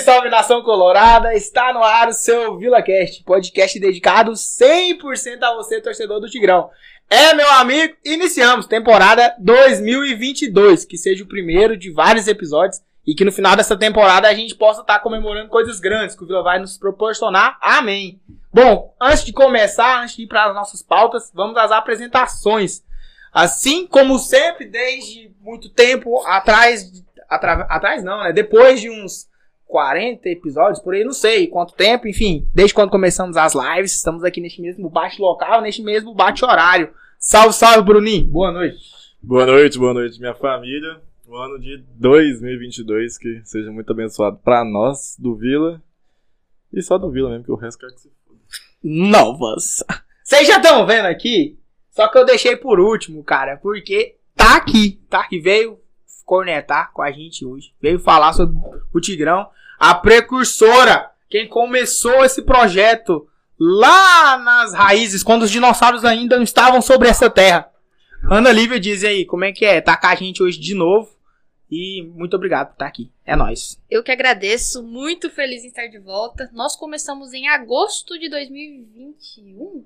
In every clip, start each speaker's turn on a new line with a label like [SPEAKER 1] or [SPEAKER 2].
[SPEAKER 1] Salve nação colorada, está no ar o seu VilaCast, podcast dedicado 100% a você, torcedor do Tigrão. É, meu amigo, iniciamos temporada 2022, que seja o primeiro de vários episódios e que no final dessa temporada a gente possa estar comemorando coisas grandes que o Vila vai nos proporcionar. Amém. Bom, antes de começar, antes de ir para as nossas pautas, vamos às apresentações. Assim como sempre, desde muito tempo atrás, atra- atrás não, né? Depois de uns 40 episódios, por aí, não sei quanto tempo, enfim, desde quando começamos as lives, estamos aqui neste mesmo bate local, neste mesmo bate horário. Salve, salve, Bruninho. Boa noite.
[SPEAKER 2] Boa noite, boa noite, minha família. O ano de 2022 que seja muito abençoado pra nós do Vila. E só do Vila mesmo, que o resto quer que se foda.
[SPEAKER 1] novas. Vocês já estão vendo aqui? Só que eu deixei por último, cara, porque tá aqui, tá que veio cornetar com a gente hoje, veio falar sobre o Tigrão, a precursora, quem começou esse projeto lá nas raízes, quando os dinossauros ainda não estavam sobre essa terra. Ana Lívia diz aí, como é que é? Tá com a gente hoje de novo. E muito obrigado por estar aqui. É nóis.
[SPEAKER 3] Eu que agradeço, muito feliz em estar de volta. Nós começamos em agosto de 2021.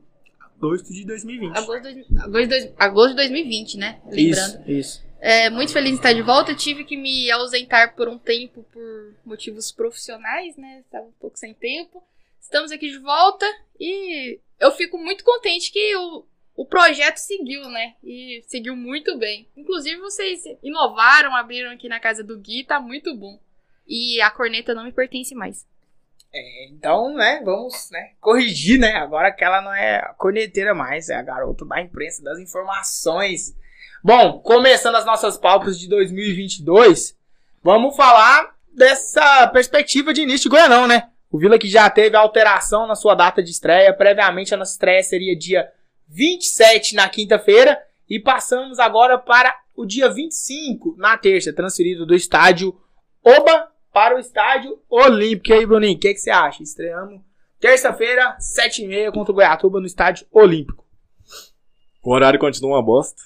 [SPEAKER 1] Agosto de 2020.
[SPEAKER 3] Agosto, de- agosto de dois- agosto de 2020, né? Lembrando.
[SPEAKER 1] Isso, isso.
[SPEAKER 3] É, muito feliz em estar de volta. Eu tive que me ausentar por um tempo por motivos profissionais, né? Estava um pouco sem tempo. Estamos aqui de volta e eu fico muito contente que o, o projeto seguiu, né? E seguiu muito bem. Inclusive, vocês inovaram, abriram aqui na casa do Gui, tá muito bom. E a corneta não me pertence mais.
[SPEAKER 1] Então, né, vamos né, corrigir, né? Agora que ela não é a corneteira mais, é a garota da imprensa, das informações. Bom, começando as nossas pautas de 2022, vamos falar dessa perspectiva de início de Goianão, né? O Vila que já teve alteração na sua data de estreia. Previamente, a nossa estreia seria dia 27 na quinta-feira. E passamos agora para o dia 25 na terça, transferido do estádio Oba para o estádio Olímpico. E aí, Bruninho, o que, que você acha? Estreamos terça-feira, 7h30 contra o Goiatuba no estádio Olímpico.
[SPEAKER 2] O horário continua uma bosta.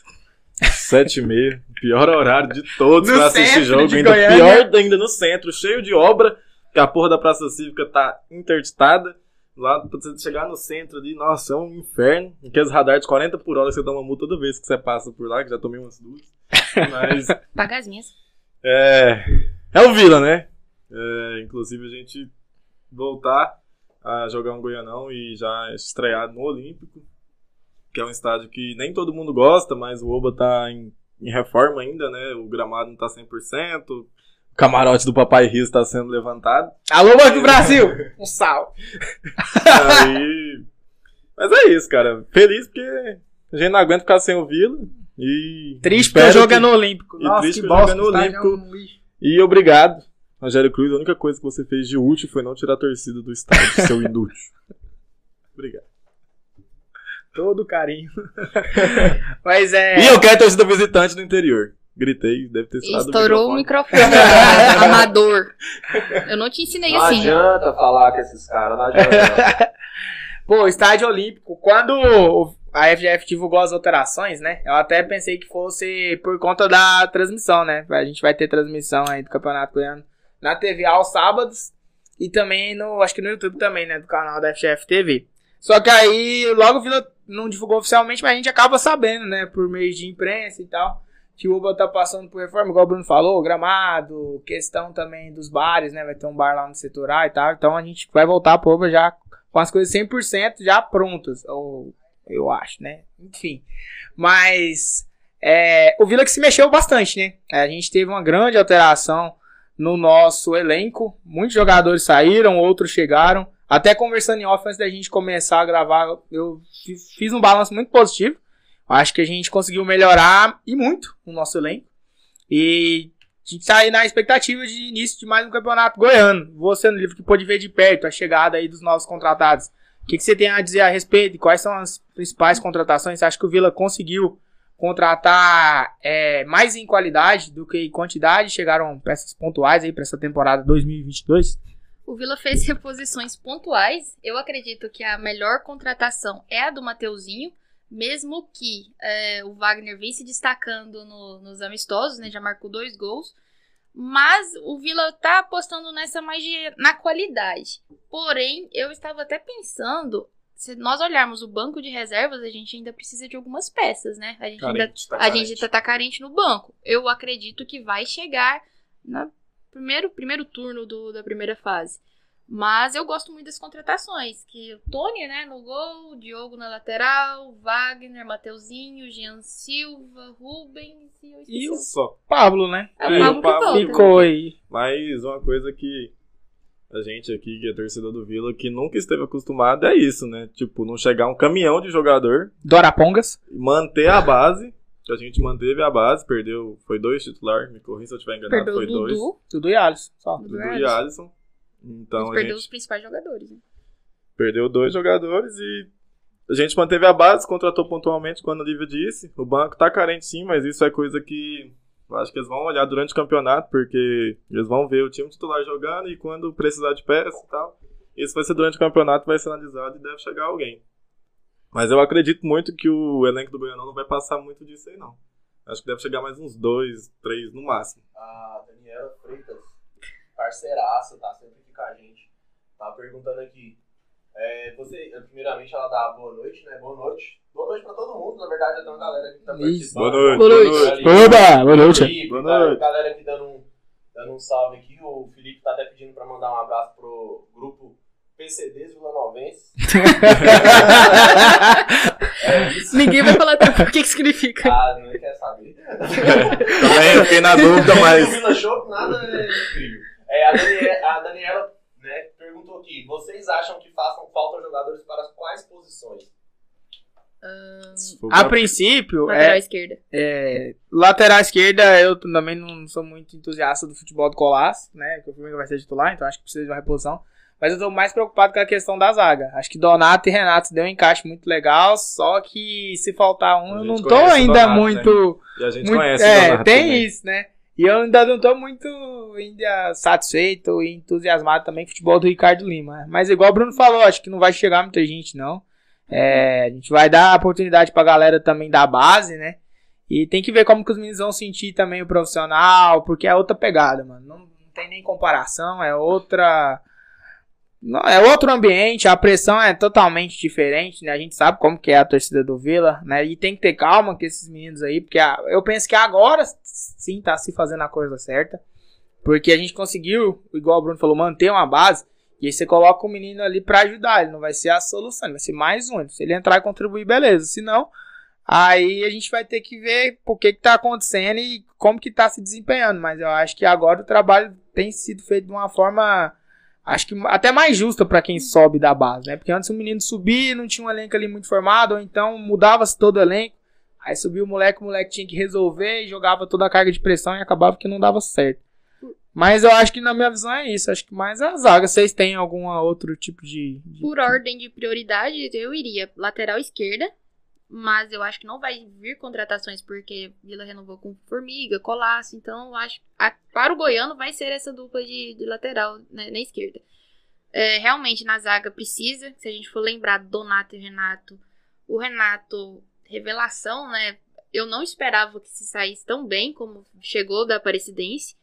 [SPEAKER 2] Sete e meia. Pior horário de todos
[SPEAKER 1] No
[SPEAKER 2] pra assistir
[SPEAKER 1] centro
[SPEAKER 2] jogo.
[SPEAKER 1] de
[SPEAKER 2] Ainda
[SPEAKER 1] Goiânia.
[SPEAKER 2] pior ainda no centro, cheio de obra. Que a porra da Praça Cívica tá interditada. Lá, pra você chegar no centro ali, nossa, é um inferno. Aqueles radar de 40 por hora que você dá uma multa toda vez que você passa por lá, que já tomei umas duas. Mas
[SPEAKER 3] Pagar as minhas.
[SPEAKER 2] É, é o Vila, né? É, inclusive a gente voltar a jogar um Goianão e já estrear no Olímpico, que é um estádio que nem todo mundo gosta, mas o Oba tá em, em reforma ainda, né? O gramado não tá 100%, o camarote do Papai Riz está sendo levantado.
[SPEAKER 1] Alô, Banco do Brasil! Um salve.
[SPEAKER 2] Aí, mas é isso, cara. Feliz porque a gente não aguenta ficar sem o Vila. E
[SPEAKER 1] Triste
[SPEAKER 2] espero
[SPEAKER 1] porque é
[SPEAKER 2] que-
[SPEAKER 1] eu jogando no Olímpico.
[SPEAKER 2] e
[SPEAKER 1] Nossa,
[SPEAKER 2] triste
[SPEAKER 1] que
[SPEAKER 2] que eu jogo
[SPEAKER 1] bosta.
[SPEAKER 2] no
[SPEAKER 1] o estádio é um lixo.
[SPEAKER 2] E obrigado, Rogério Cruz. A única coisa que você fez de útil foi não tirar a torcida do estádio, seu inútil. Obrigado.
[SPEAKER 1] Todo carinho. Mas é.
[SPEAKER 2] E eu quero torcida visitante no interior. Gritei, deve ter
[SPEAKER 3] E
[SPEAKER 2] estourado
[SPEAKER 3] estourou o
[SPEAKER 2] microfone.
[SPEAKER 3] microfone. Amador. Eu não te ensinei
[SPEAKER 4] Não
[SPEAKER 3] assim.
[SPEAKER 4] adianta falar com esses caras, não adianta.
[SPEAKER 1] Pô, estádio olímpico, quando o- a FGF divulgou as alterações, né? Eu até pensei que fosse por conta da transmissão, né? A gente vai ter transmissão aí do Campeonato Goiano na TV aos sábados e também no, acho que no YouTube também, né, do canal da FGF TV. Só que aí logo o Vila não divulgou oficialmente, mas a gente acaba sabendo, né, por meio de imprensa e tal, que o Uba tá passando por reforma, igual o Bruno falou, gramado, questão também dos bares, né? Vai ter um bar lá no setor A e tal. Então a gente vai voltar pro Uba já com as coisas 100% já prontas, ou eu acho, né? Enfim. Mas é, o Vila que se mexeu bastante, né? A gente teve uma grande alteração no nosso elenco. Muitos jogadores saíram, outros chegaram. Até conversando em off antes da gente começar a gravar, eu fi- fiz um balanço muito positivo. Acho que a gente conseguiu melhorar e muito o nosso elenco. E a gente tá aí na expectativa de início de mais um campeonato goiano. Você no livro que pôde ver de perto a chegada aí dos novos contratados. O que, que você tem a dizer a respeito? Quais são as principais contratações? Você acha que o Vila conseguiu contratar é, mais em qualidade do que em quantidade? Chegaram peças pontuais aí para essa temporada 2022?
[SPEAKER 3] O Vila fez reposições pontuais. Eu acredito que a melhor contratação é a do Mateuzinho, mesmo que é, o Wagner vem se destacando no- nos amistosos, né? Já marcou dois gols. Mas o Vila tá apostando nessa mais de- na qualidade. Porém, eu estava até pensando, se nós olharmos o banco de reservas, a gente ainda precisa de algumas peças, né? A gente ainda
[SPEAKER 2] Carente, tá
[SPEAKER 3] a
[SPEAKER 2] carente.
[SPEAKER 3] gente tá, tá carente no banco. Eu acredito que vai chegar no primeiro, primeiro turno do- da primeira fase. Mas eu gosto muito das contratações, que o Tony, né, no gol, o Diogo na lateral, Wagner, Mateuzinho, Jean Silva, Rubens e eu esqueci.
[SPEAKER 1] E
[SPEAKER 3] o-
[SPEAKER 1] o
[SPEAKER 2] Só.
[SPEAKER 1] Pablo, né?
[SPEAKER 3] Ah,
[SPEAKER 2] e
[SPEAKER 3] Pablo
[SPEAKER 2] o
[SPEAKER 3] que
[SPEAKER 2] Pablo
[SPEAKER 3] volta.
[SPEAKER 1] Ficou aí.
[SPEAKER 2] Mas uma coisa que a gente aqui, que é torcedor do Vila, que nunca esteve acostumado é isso, né? Tipo, não chegar um caminhão de jogador,
[SPEAKER 1] Dorapongas.
[SPEAKER 2] manter a base, que a gente manteve a base, perdeu, foi dois titular, me corri se eu estiver enganado,
[SPEAKER 3] Perdeu o
[SPEAKER 2] foi dois.
[SPEAKER 3] Dudu,
[SPEAKER 1] Tudo e Alisson, só.
[SPEAKER 3] Dudu
[SPEAKER 2] Dudu
[SPEAKER 3] e
[SPEAKER 2] e Alisson. Então
[SPEAKER 3] mas
[SPEAKER 2] a
[SPEAKER 3] perdeu
[SPEAKER 2] gente
[SPEAKER 3] os principais jogadores. né?
[SPEAKER 2] perdeu dois jogadores e a gente manteve a base, contratou pontualmente, quando o Lívia disse. O banco tá carente sim, mas isso é coisa que eu acho que eles vão olhar durante o campeonato, porque eles vão ver o time titular jogando e quando precisar de peça e tal. Isso vai ser durante o campeonato, vai ser analisado e deve chegar alguém. Mas eu acredito muito que o elenco do Goianão não vai passar muito disso aí, não. Acho que deve chegar mais uns dois, três no máximo.
[SPEAKER 4] A Daniela Freitas, parceiraça, tá sempre aqui com a gente. Tá perguntando aqui. É, você, primeiramente, ela dá boa noite, né? Boa noite. Boa noite pra todo mundo, na verdade, até uma galera que tá
[SPEAKER 1] Isso.
[SPEAKER 4] participando.
[SPEAKER 2] Boa noite,
[SPEAKER 1] Boa
[SPEAKER 2] boa
[SPEAKER 1] noite.
[SPEAKER 4] noite.
[SPEAKER 1] Oba, boa noite.
[SPEAKER 4] Felipe,
[SPEAKER 2] Boa
[SPEAKER 4] tá-
[SPEAKER 2] noite.
[SPEAKER 4] galera aqui dando um, dando um salve aqui. O Felipe tá até pedindo pra mandar um abraço pro grupo PCDs Vila Novense. é isso.
[SPEAKER 3] Ninguém vai falar até o que, que significa.
[SPEAKER 4] Ah, não quer saber.
[SPEAKER 2] Também eu fiquei na dúvida,
[SPEAKER 4] O
[SPEAKER 2] mas.
[SPEAKER 4] Vila Show, nada é incrível. É, a, Danie- a Daniela, né, perguntou aqui: vocês acham que façam falta jogadores para quais posições?
[SPEAKER 1] A princípio, é,
[SPEAKER 3] Lateral esquerda.
[SPEAKER 1] É, lateral esquerda, eu também não sou muito entusiasta do futebol do Colasso, né? Que o Flamengo vai ser titular, então acho que precisa de uma reposição. Mas eu tô mais preocupado com a questão da zaga. Acho que Donato e Renato deu um encaixe muito legal, só que se faltar um,
[SPEAKER 2] A
[SPEAKER 1] eu
[SPEAKER 2] gente
[SPEAKER 1] não tô
[SPEAKER 2] conhece o
[SPEAKER 1] ainda
[SPEAKER 2] Donato, né?
[SPEAKER 1] muito.
[SPEAKER 2] E a gente
[SPEAKER 1] muito-
[SPEAKER 2] conhece o
[SPEAKER 1] é,
[SPEAKER 2] Leonardo
[SPEAKER 1] tem
[SPEAKER 2] também.
[SPEAKER 1] isso, né? E eu ainda não tô muito ainda satisfeito e entusiasmado também com o futebol do Ricardo Lima. Mas igual o Bruno falou, acho que não vai chegar muita gente, não. É, a gente vai dar oportunidade pra galera também da base, né? E tem que ver como que os meninos vão sentir também o profissional, porque é outra pegada, mano. Não, não tem nem comparação, é outra. Não, é outro ambiente, a pressão é totalmente diferente, né? A gente sabe como que é a torcida do Vila, né? E tem que ter calma com esses meninos aí, porque a- eu penso que agora sim tá se fazendo a coisa certa. Porque a gente conseguiu, igual o Bruno falou, manter uma base. E aí você coloca o menino ali pra ajudar. Ele não vai ser a solução, ele vai ser mais um. Se ele entrar e contribuir, beleza. Se não, Aí a gente vai ter que ver por que que tá acontecendo e como que tá se desempenhando, mas eu acho que agora o trabalho tem sido feito de uma forma acho que até mais justa pra quem sobe da base, né? Porque antes o menino subia, e não tinha um elenco ali muito formado, ou então mudava-se todo o elenco. Aí subia o moleque, o moleque tinha que resolver e jogava toda a carga de pressão e acabava que não dava certo. Mas eu acho que na minha visão é isso, acho que mais é a zaga. Vocês têm algum outro tipo de, de-
[SPEAKER 3] Por ordem de prioridade, eu iria lateral esquerda. Mas eu acho que não vai vir contratações porque Vila renovou com Formiga, Colasso. Então, eu acho a- para o Goiano vai ser essa dupla de, de lateral né, na esquerda. É, realmente, na zaga precisa. Se a gente for lembrar do Donato e Renato, o Renato, revelação, né? Eu não esperava que se saísse tão bem como chegou da Aparecidense.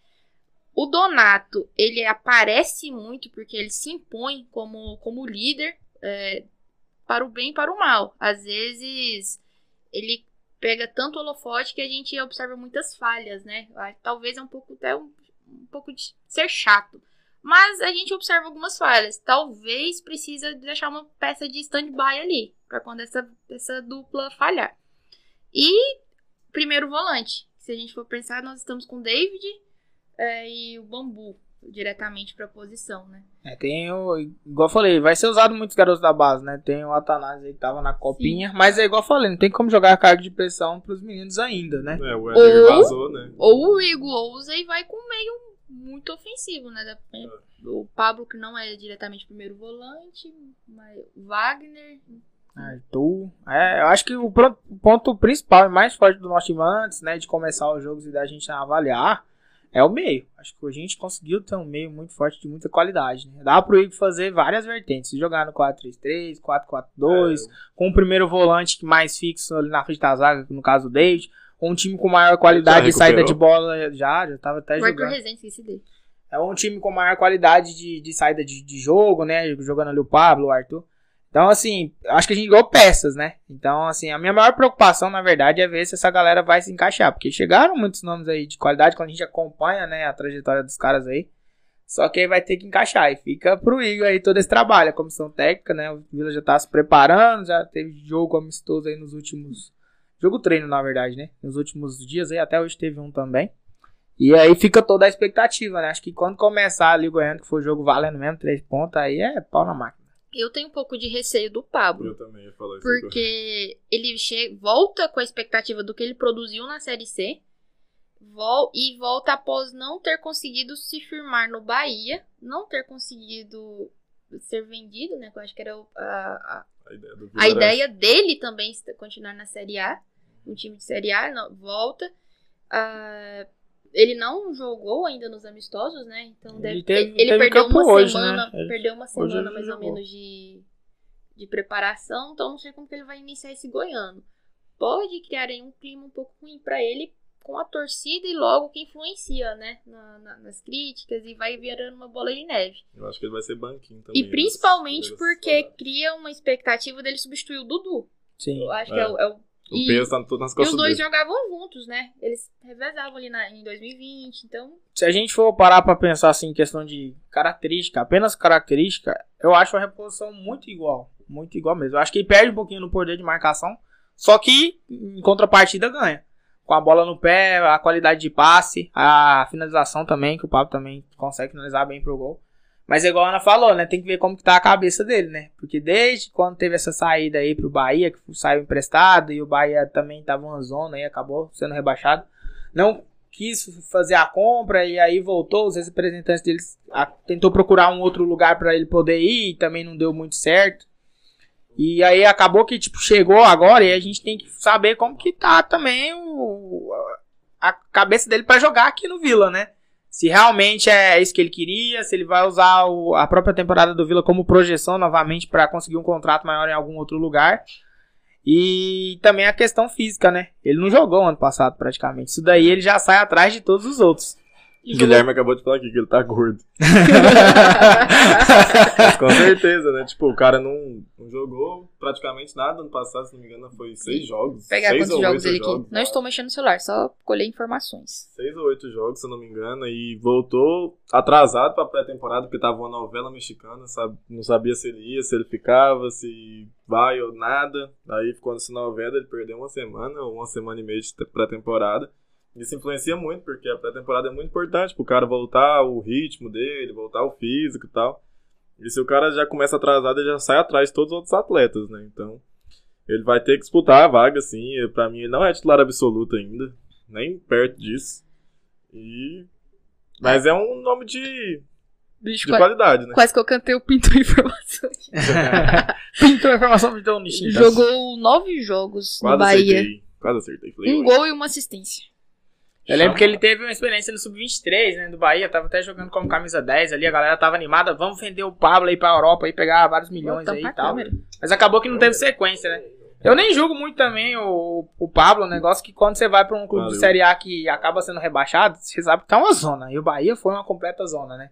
[SPEAKER 3] O Donato, ele aparece muito porque ele se impõe como, como líder é, para o bem e para o mal. Às vezes, ele pega tanto holofote que a gente observa muitas falhas, né? Ah, Talvez é um pouco até um, um pouco de ser chato. Mas a gente observa algumas falhas. Talvez precisa deixar uma peça de stand-by ali, para quando essa, essa dupla falhar. E primeiro volante. Se a gente for pensar, nós estamos com o David é, e o Bambu diretamente para a posição, né?
[SPEAKER 1] É, tem o. Igual eu falei, vai ser usado muitos garotos da base, né? Tem o Atanásio aí que tava na copinha, mas é igual eu falei, não tem como jogar a carga de pressão pros meninos ainda, né?
[SPEAKER 2] É, o Éder
[SPEAKER 3] Ou-
[SPEAKER 2] vazou, né?
[SPEAKER 3] Ou o Igor ousa e vai com um meio muito ofensivo, né? Da- O Pablo, que não é diretamente primeiro volante, mas o Wagner.
[SPEAKER 1] Arthur. Ah, É, eu acho que o pro- o ponto principal e mais forte do nosso time antes, né? De começar os jogos e da gente avaliar, é o meio. Acho que a gente conseguiu ter um meio muito forte de muita qualidade, né? Dá pro Igor fazer várias vertentes. se Jogar no 4-3-3, 4-4-2,
[SPEAKER 2] É,
[SPEAKER 1] com o primeiro volante que mais fixo ali na frente da zaga, no caso o David. um time com maior qualidade
[SPEAKER 2] Já
[SPEAKER 1] de saída de
[SPEAKER 2] recuperou?
[SPEAKER 1] bola já, já tava até
[SPEAKER 3] Marco
[SPEAKER 1] jogando.
[SPEAKER 3] Rezende, esqueci dele.
[SPEAKER 1] É um time com maior qualidade de, de saída de, de jogo, né? Jogando ali o Pablo, o Arthur. Então, assim, acho que a gente ganhou peças, né? Então, assim, a minha maior preocupação, na verdade, é ver se essa galera vai se encaixar. Porque chegaram muitos nomes aí de qualidade, quando a gente acompanha, né, a trajetória dos caras aí. Só que aí vai ter que encaixar. E fica pro Igor aí todo esse trabalho. A comissão técnica, né? O Vila já tá se preparando, já teve jogo amistoso aí nos últimos. Jogo treino, na verdade, né? Nos últimos dias aí, até hoje teve um também. E aí fica toda a expectativa, né? Acho que quando começar ali o Goiânia, que for jogo valendo mesmo, três pontos, aí é pau na máquina.
[SPEAKER 3] Eu tenho um pouco de receio do Pablo.
[SPEAKER 2] Eu também ia falar isso. agora.
[SPEAKER 3] Porque ele che- volta com a expectativa do que ele produziu na Série C vol- e volta após não ter conseguido se firmar no Bahia, não ter conseguido ser vendido, né? Que eu acho que era o- a, a-
[SPEAKER 2] A ideia, do
[SPEAKER 3] a
[SPEAKER 2] Vila era
[SPEAKER 3] ideia dele também é continuar na Série A, um time de Série A, não, volta. Ah, ele não jogou ainda nos amistosos, né? Então
[SPEAKER 1] Ele
[SPEAKER 3] deve,
[SPEAKER 1] teve-
[SPEAKER 3] ele
[SPEAKER 1] teve
[SPEAKER 3] perdeu
[SPEAKER 1] campo
[SPEAKER 3] uma
[SPEAKER 1] hoje,
[SPEAKER 3] semana,
[SPEAKER 1] né? Ele-
[SPEAKER 3] perdeu uma
[SPEAKER 1] hoje
[SPEAKER 3] semana
[SPEAKER 1] ele
[SPEAKER 3] mais ou
[SPEAKER 1] jogou.
[SPEAKER 3] menos de, de preparação, então não sei como que ele vai iniciar esse goiano. Pode criar aí um clima um pouco ruim pra ele com a torcida e logo que influencia, né? Na- na- nas críticas e vai virando uma bola de neve.
[SPEAKER 2] Eu acho que ele vai ser banquinho também. né?
[SPEAKER 3] E principalmente
[SPEAKER 2] Eles-
[SPEAKER 3] porque cria uma expectativa dele substituir o Dudu.
[SPEAKER 1] Sim.
[SPEAKER 3] Eu acho que é o. é o-
[SPEAKER 2] O
[SPEAKER 3] e-
[SPEAKER 2] peso tá todo nas
[SPEAKER 3] e os
[SPEAKER 2] costas
[SPEAKER 3] dois
[SPEAKER 2] dele.
[SPEAKER 3] jogavam juntos, né? Eles revezavam ali na, em 2020, então.
[SPEAKER 1] Se a gente for parar pra pensar assim, em questão de característica, apenas característica, eu acho a reposição muito igual. Muito igual mesmo. Eu acho que perde um pouquinho no poder de marcação, só que em contrapartida ganha. Com a bola no pé, a qualidade de passe, a finalização também, que o Pablo também consegue finalizar bem pro gol. Mas é igual a Ana falou, né? Tem que ver como que tá a cabeça dele, né? Porque desde quando teve essa saída aí pro Bahia, que saiu emprestado, e o Bahia também tava uma zona aí, acabou sendo rebaixado. Não quis fazer a compra e aí voltou, os representantes deles a- tentou procurar um outro lugar para ele poder ir e também não deu muito certo. E aí acabou que tipo chegou agora e a gente tem que saber como que tá também o, a cabeça dele para jogar aqui no Vila, né? Se realmente é isso que ele queria, se ele vai usar o- a própria temporada do Vila como projeção novamente para conseguir um contrato maior em algum outro lugar. E também a questão física, né? Ele não jogou ano passado praticamente. Isso daí ele já sai atrás de todos os outros.
[SPEAKER 3] e jogou-
[SPEAKER 2] Guilherme acabou de falar aqui que ele tá gordo. Mas com certeza, né? Tipo, o cara não, não jogou praticamente nada ano passado, se não me engano, foi seis jogos.
[SPEAKER 3] Pegar
[SPEAKER 2] seis
[SPEAKER 3] quantos
[SPEAKER 2] ou
[SPEAKER 3] jogos
[SPEAKER 2] oito
[SPEAKER 3] ele aqui. Não estou mexendo no celular, só colher informações.
[SPEAKER 2] Seis ou oito jogos, se eu não me engano, e voltou atrasado pra pré-temporada, porque tava uma novela mexicana, sabe? Não sabia se ele ia, se ele ficava, se vai ou nada. Aí ficou nessa novela, ele perdeu uma semana, ou uma semana e meia de pré-temporada. Isso influencia muito, porque a pré-temporada é muito importante pro cara voltar o ritmo dele, voltar o físico e tal. E se o cara já começa atrasado, ele já sai atrás de todos os outros atletas, né? Então, ele vai ter que disputar a vaga, assim. e Pra mim, ele não é titular absoluto ainda, nem perto disso. E... Mas é um nome de, de
[SPEAKER 1] Tipo,
[SPEAKER 3] Bicho, quase,
[SPEAKER 2] qualidade, né?
[SPEAKER 3] quase que eu cantei o Pinto Informações.
[SPEAKER 1] Pintou a informação pintou um
[SPEAKER 3] Ele
[SPEAKER 1] nichinho.
[SPEAKER 3] jogou nove jogos no
[SPEAKER 2] Então, Quase
[SPEAKER 3] Bahia.
[SPEAKER 2] acertei. Quase acertei. Falei, ué,
[SPEAKER 3] Um gol e uma assistência.
[SPEAKER 1] Eu lembro que ele teve uma experiência no Sub-23, né, do Bahia, tava até jogando como camisa 10 ali, a galera tava animada, vamos vender o Pablo aí pra Europa aí, pegar vários milhões
[SPEAKER 3] Vou
[SPEAKER 1] aí
[SPEAKER 3] tampar
[SPEAKER 1] e
[SPEAKER 3] a
[SPEAKER 1] tal.
[SPEAKER 3] Então, câmera.
[SPEAKER 1] Mas acabou que não teve sequência, né? Eu nem julgo muito também o, o Pablo, o negócio que quando você vai pra um clube de
[SPEAKER 2] Valeu.
[SPEAKER 1] Série A que acaba sendo rebaixado, você sabe que tá uma zona. E o Bahia foi uma completa zona, né?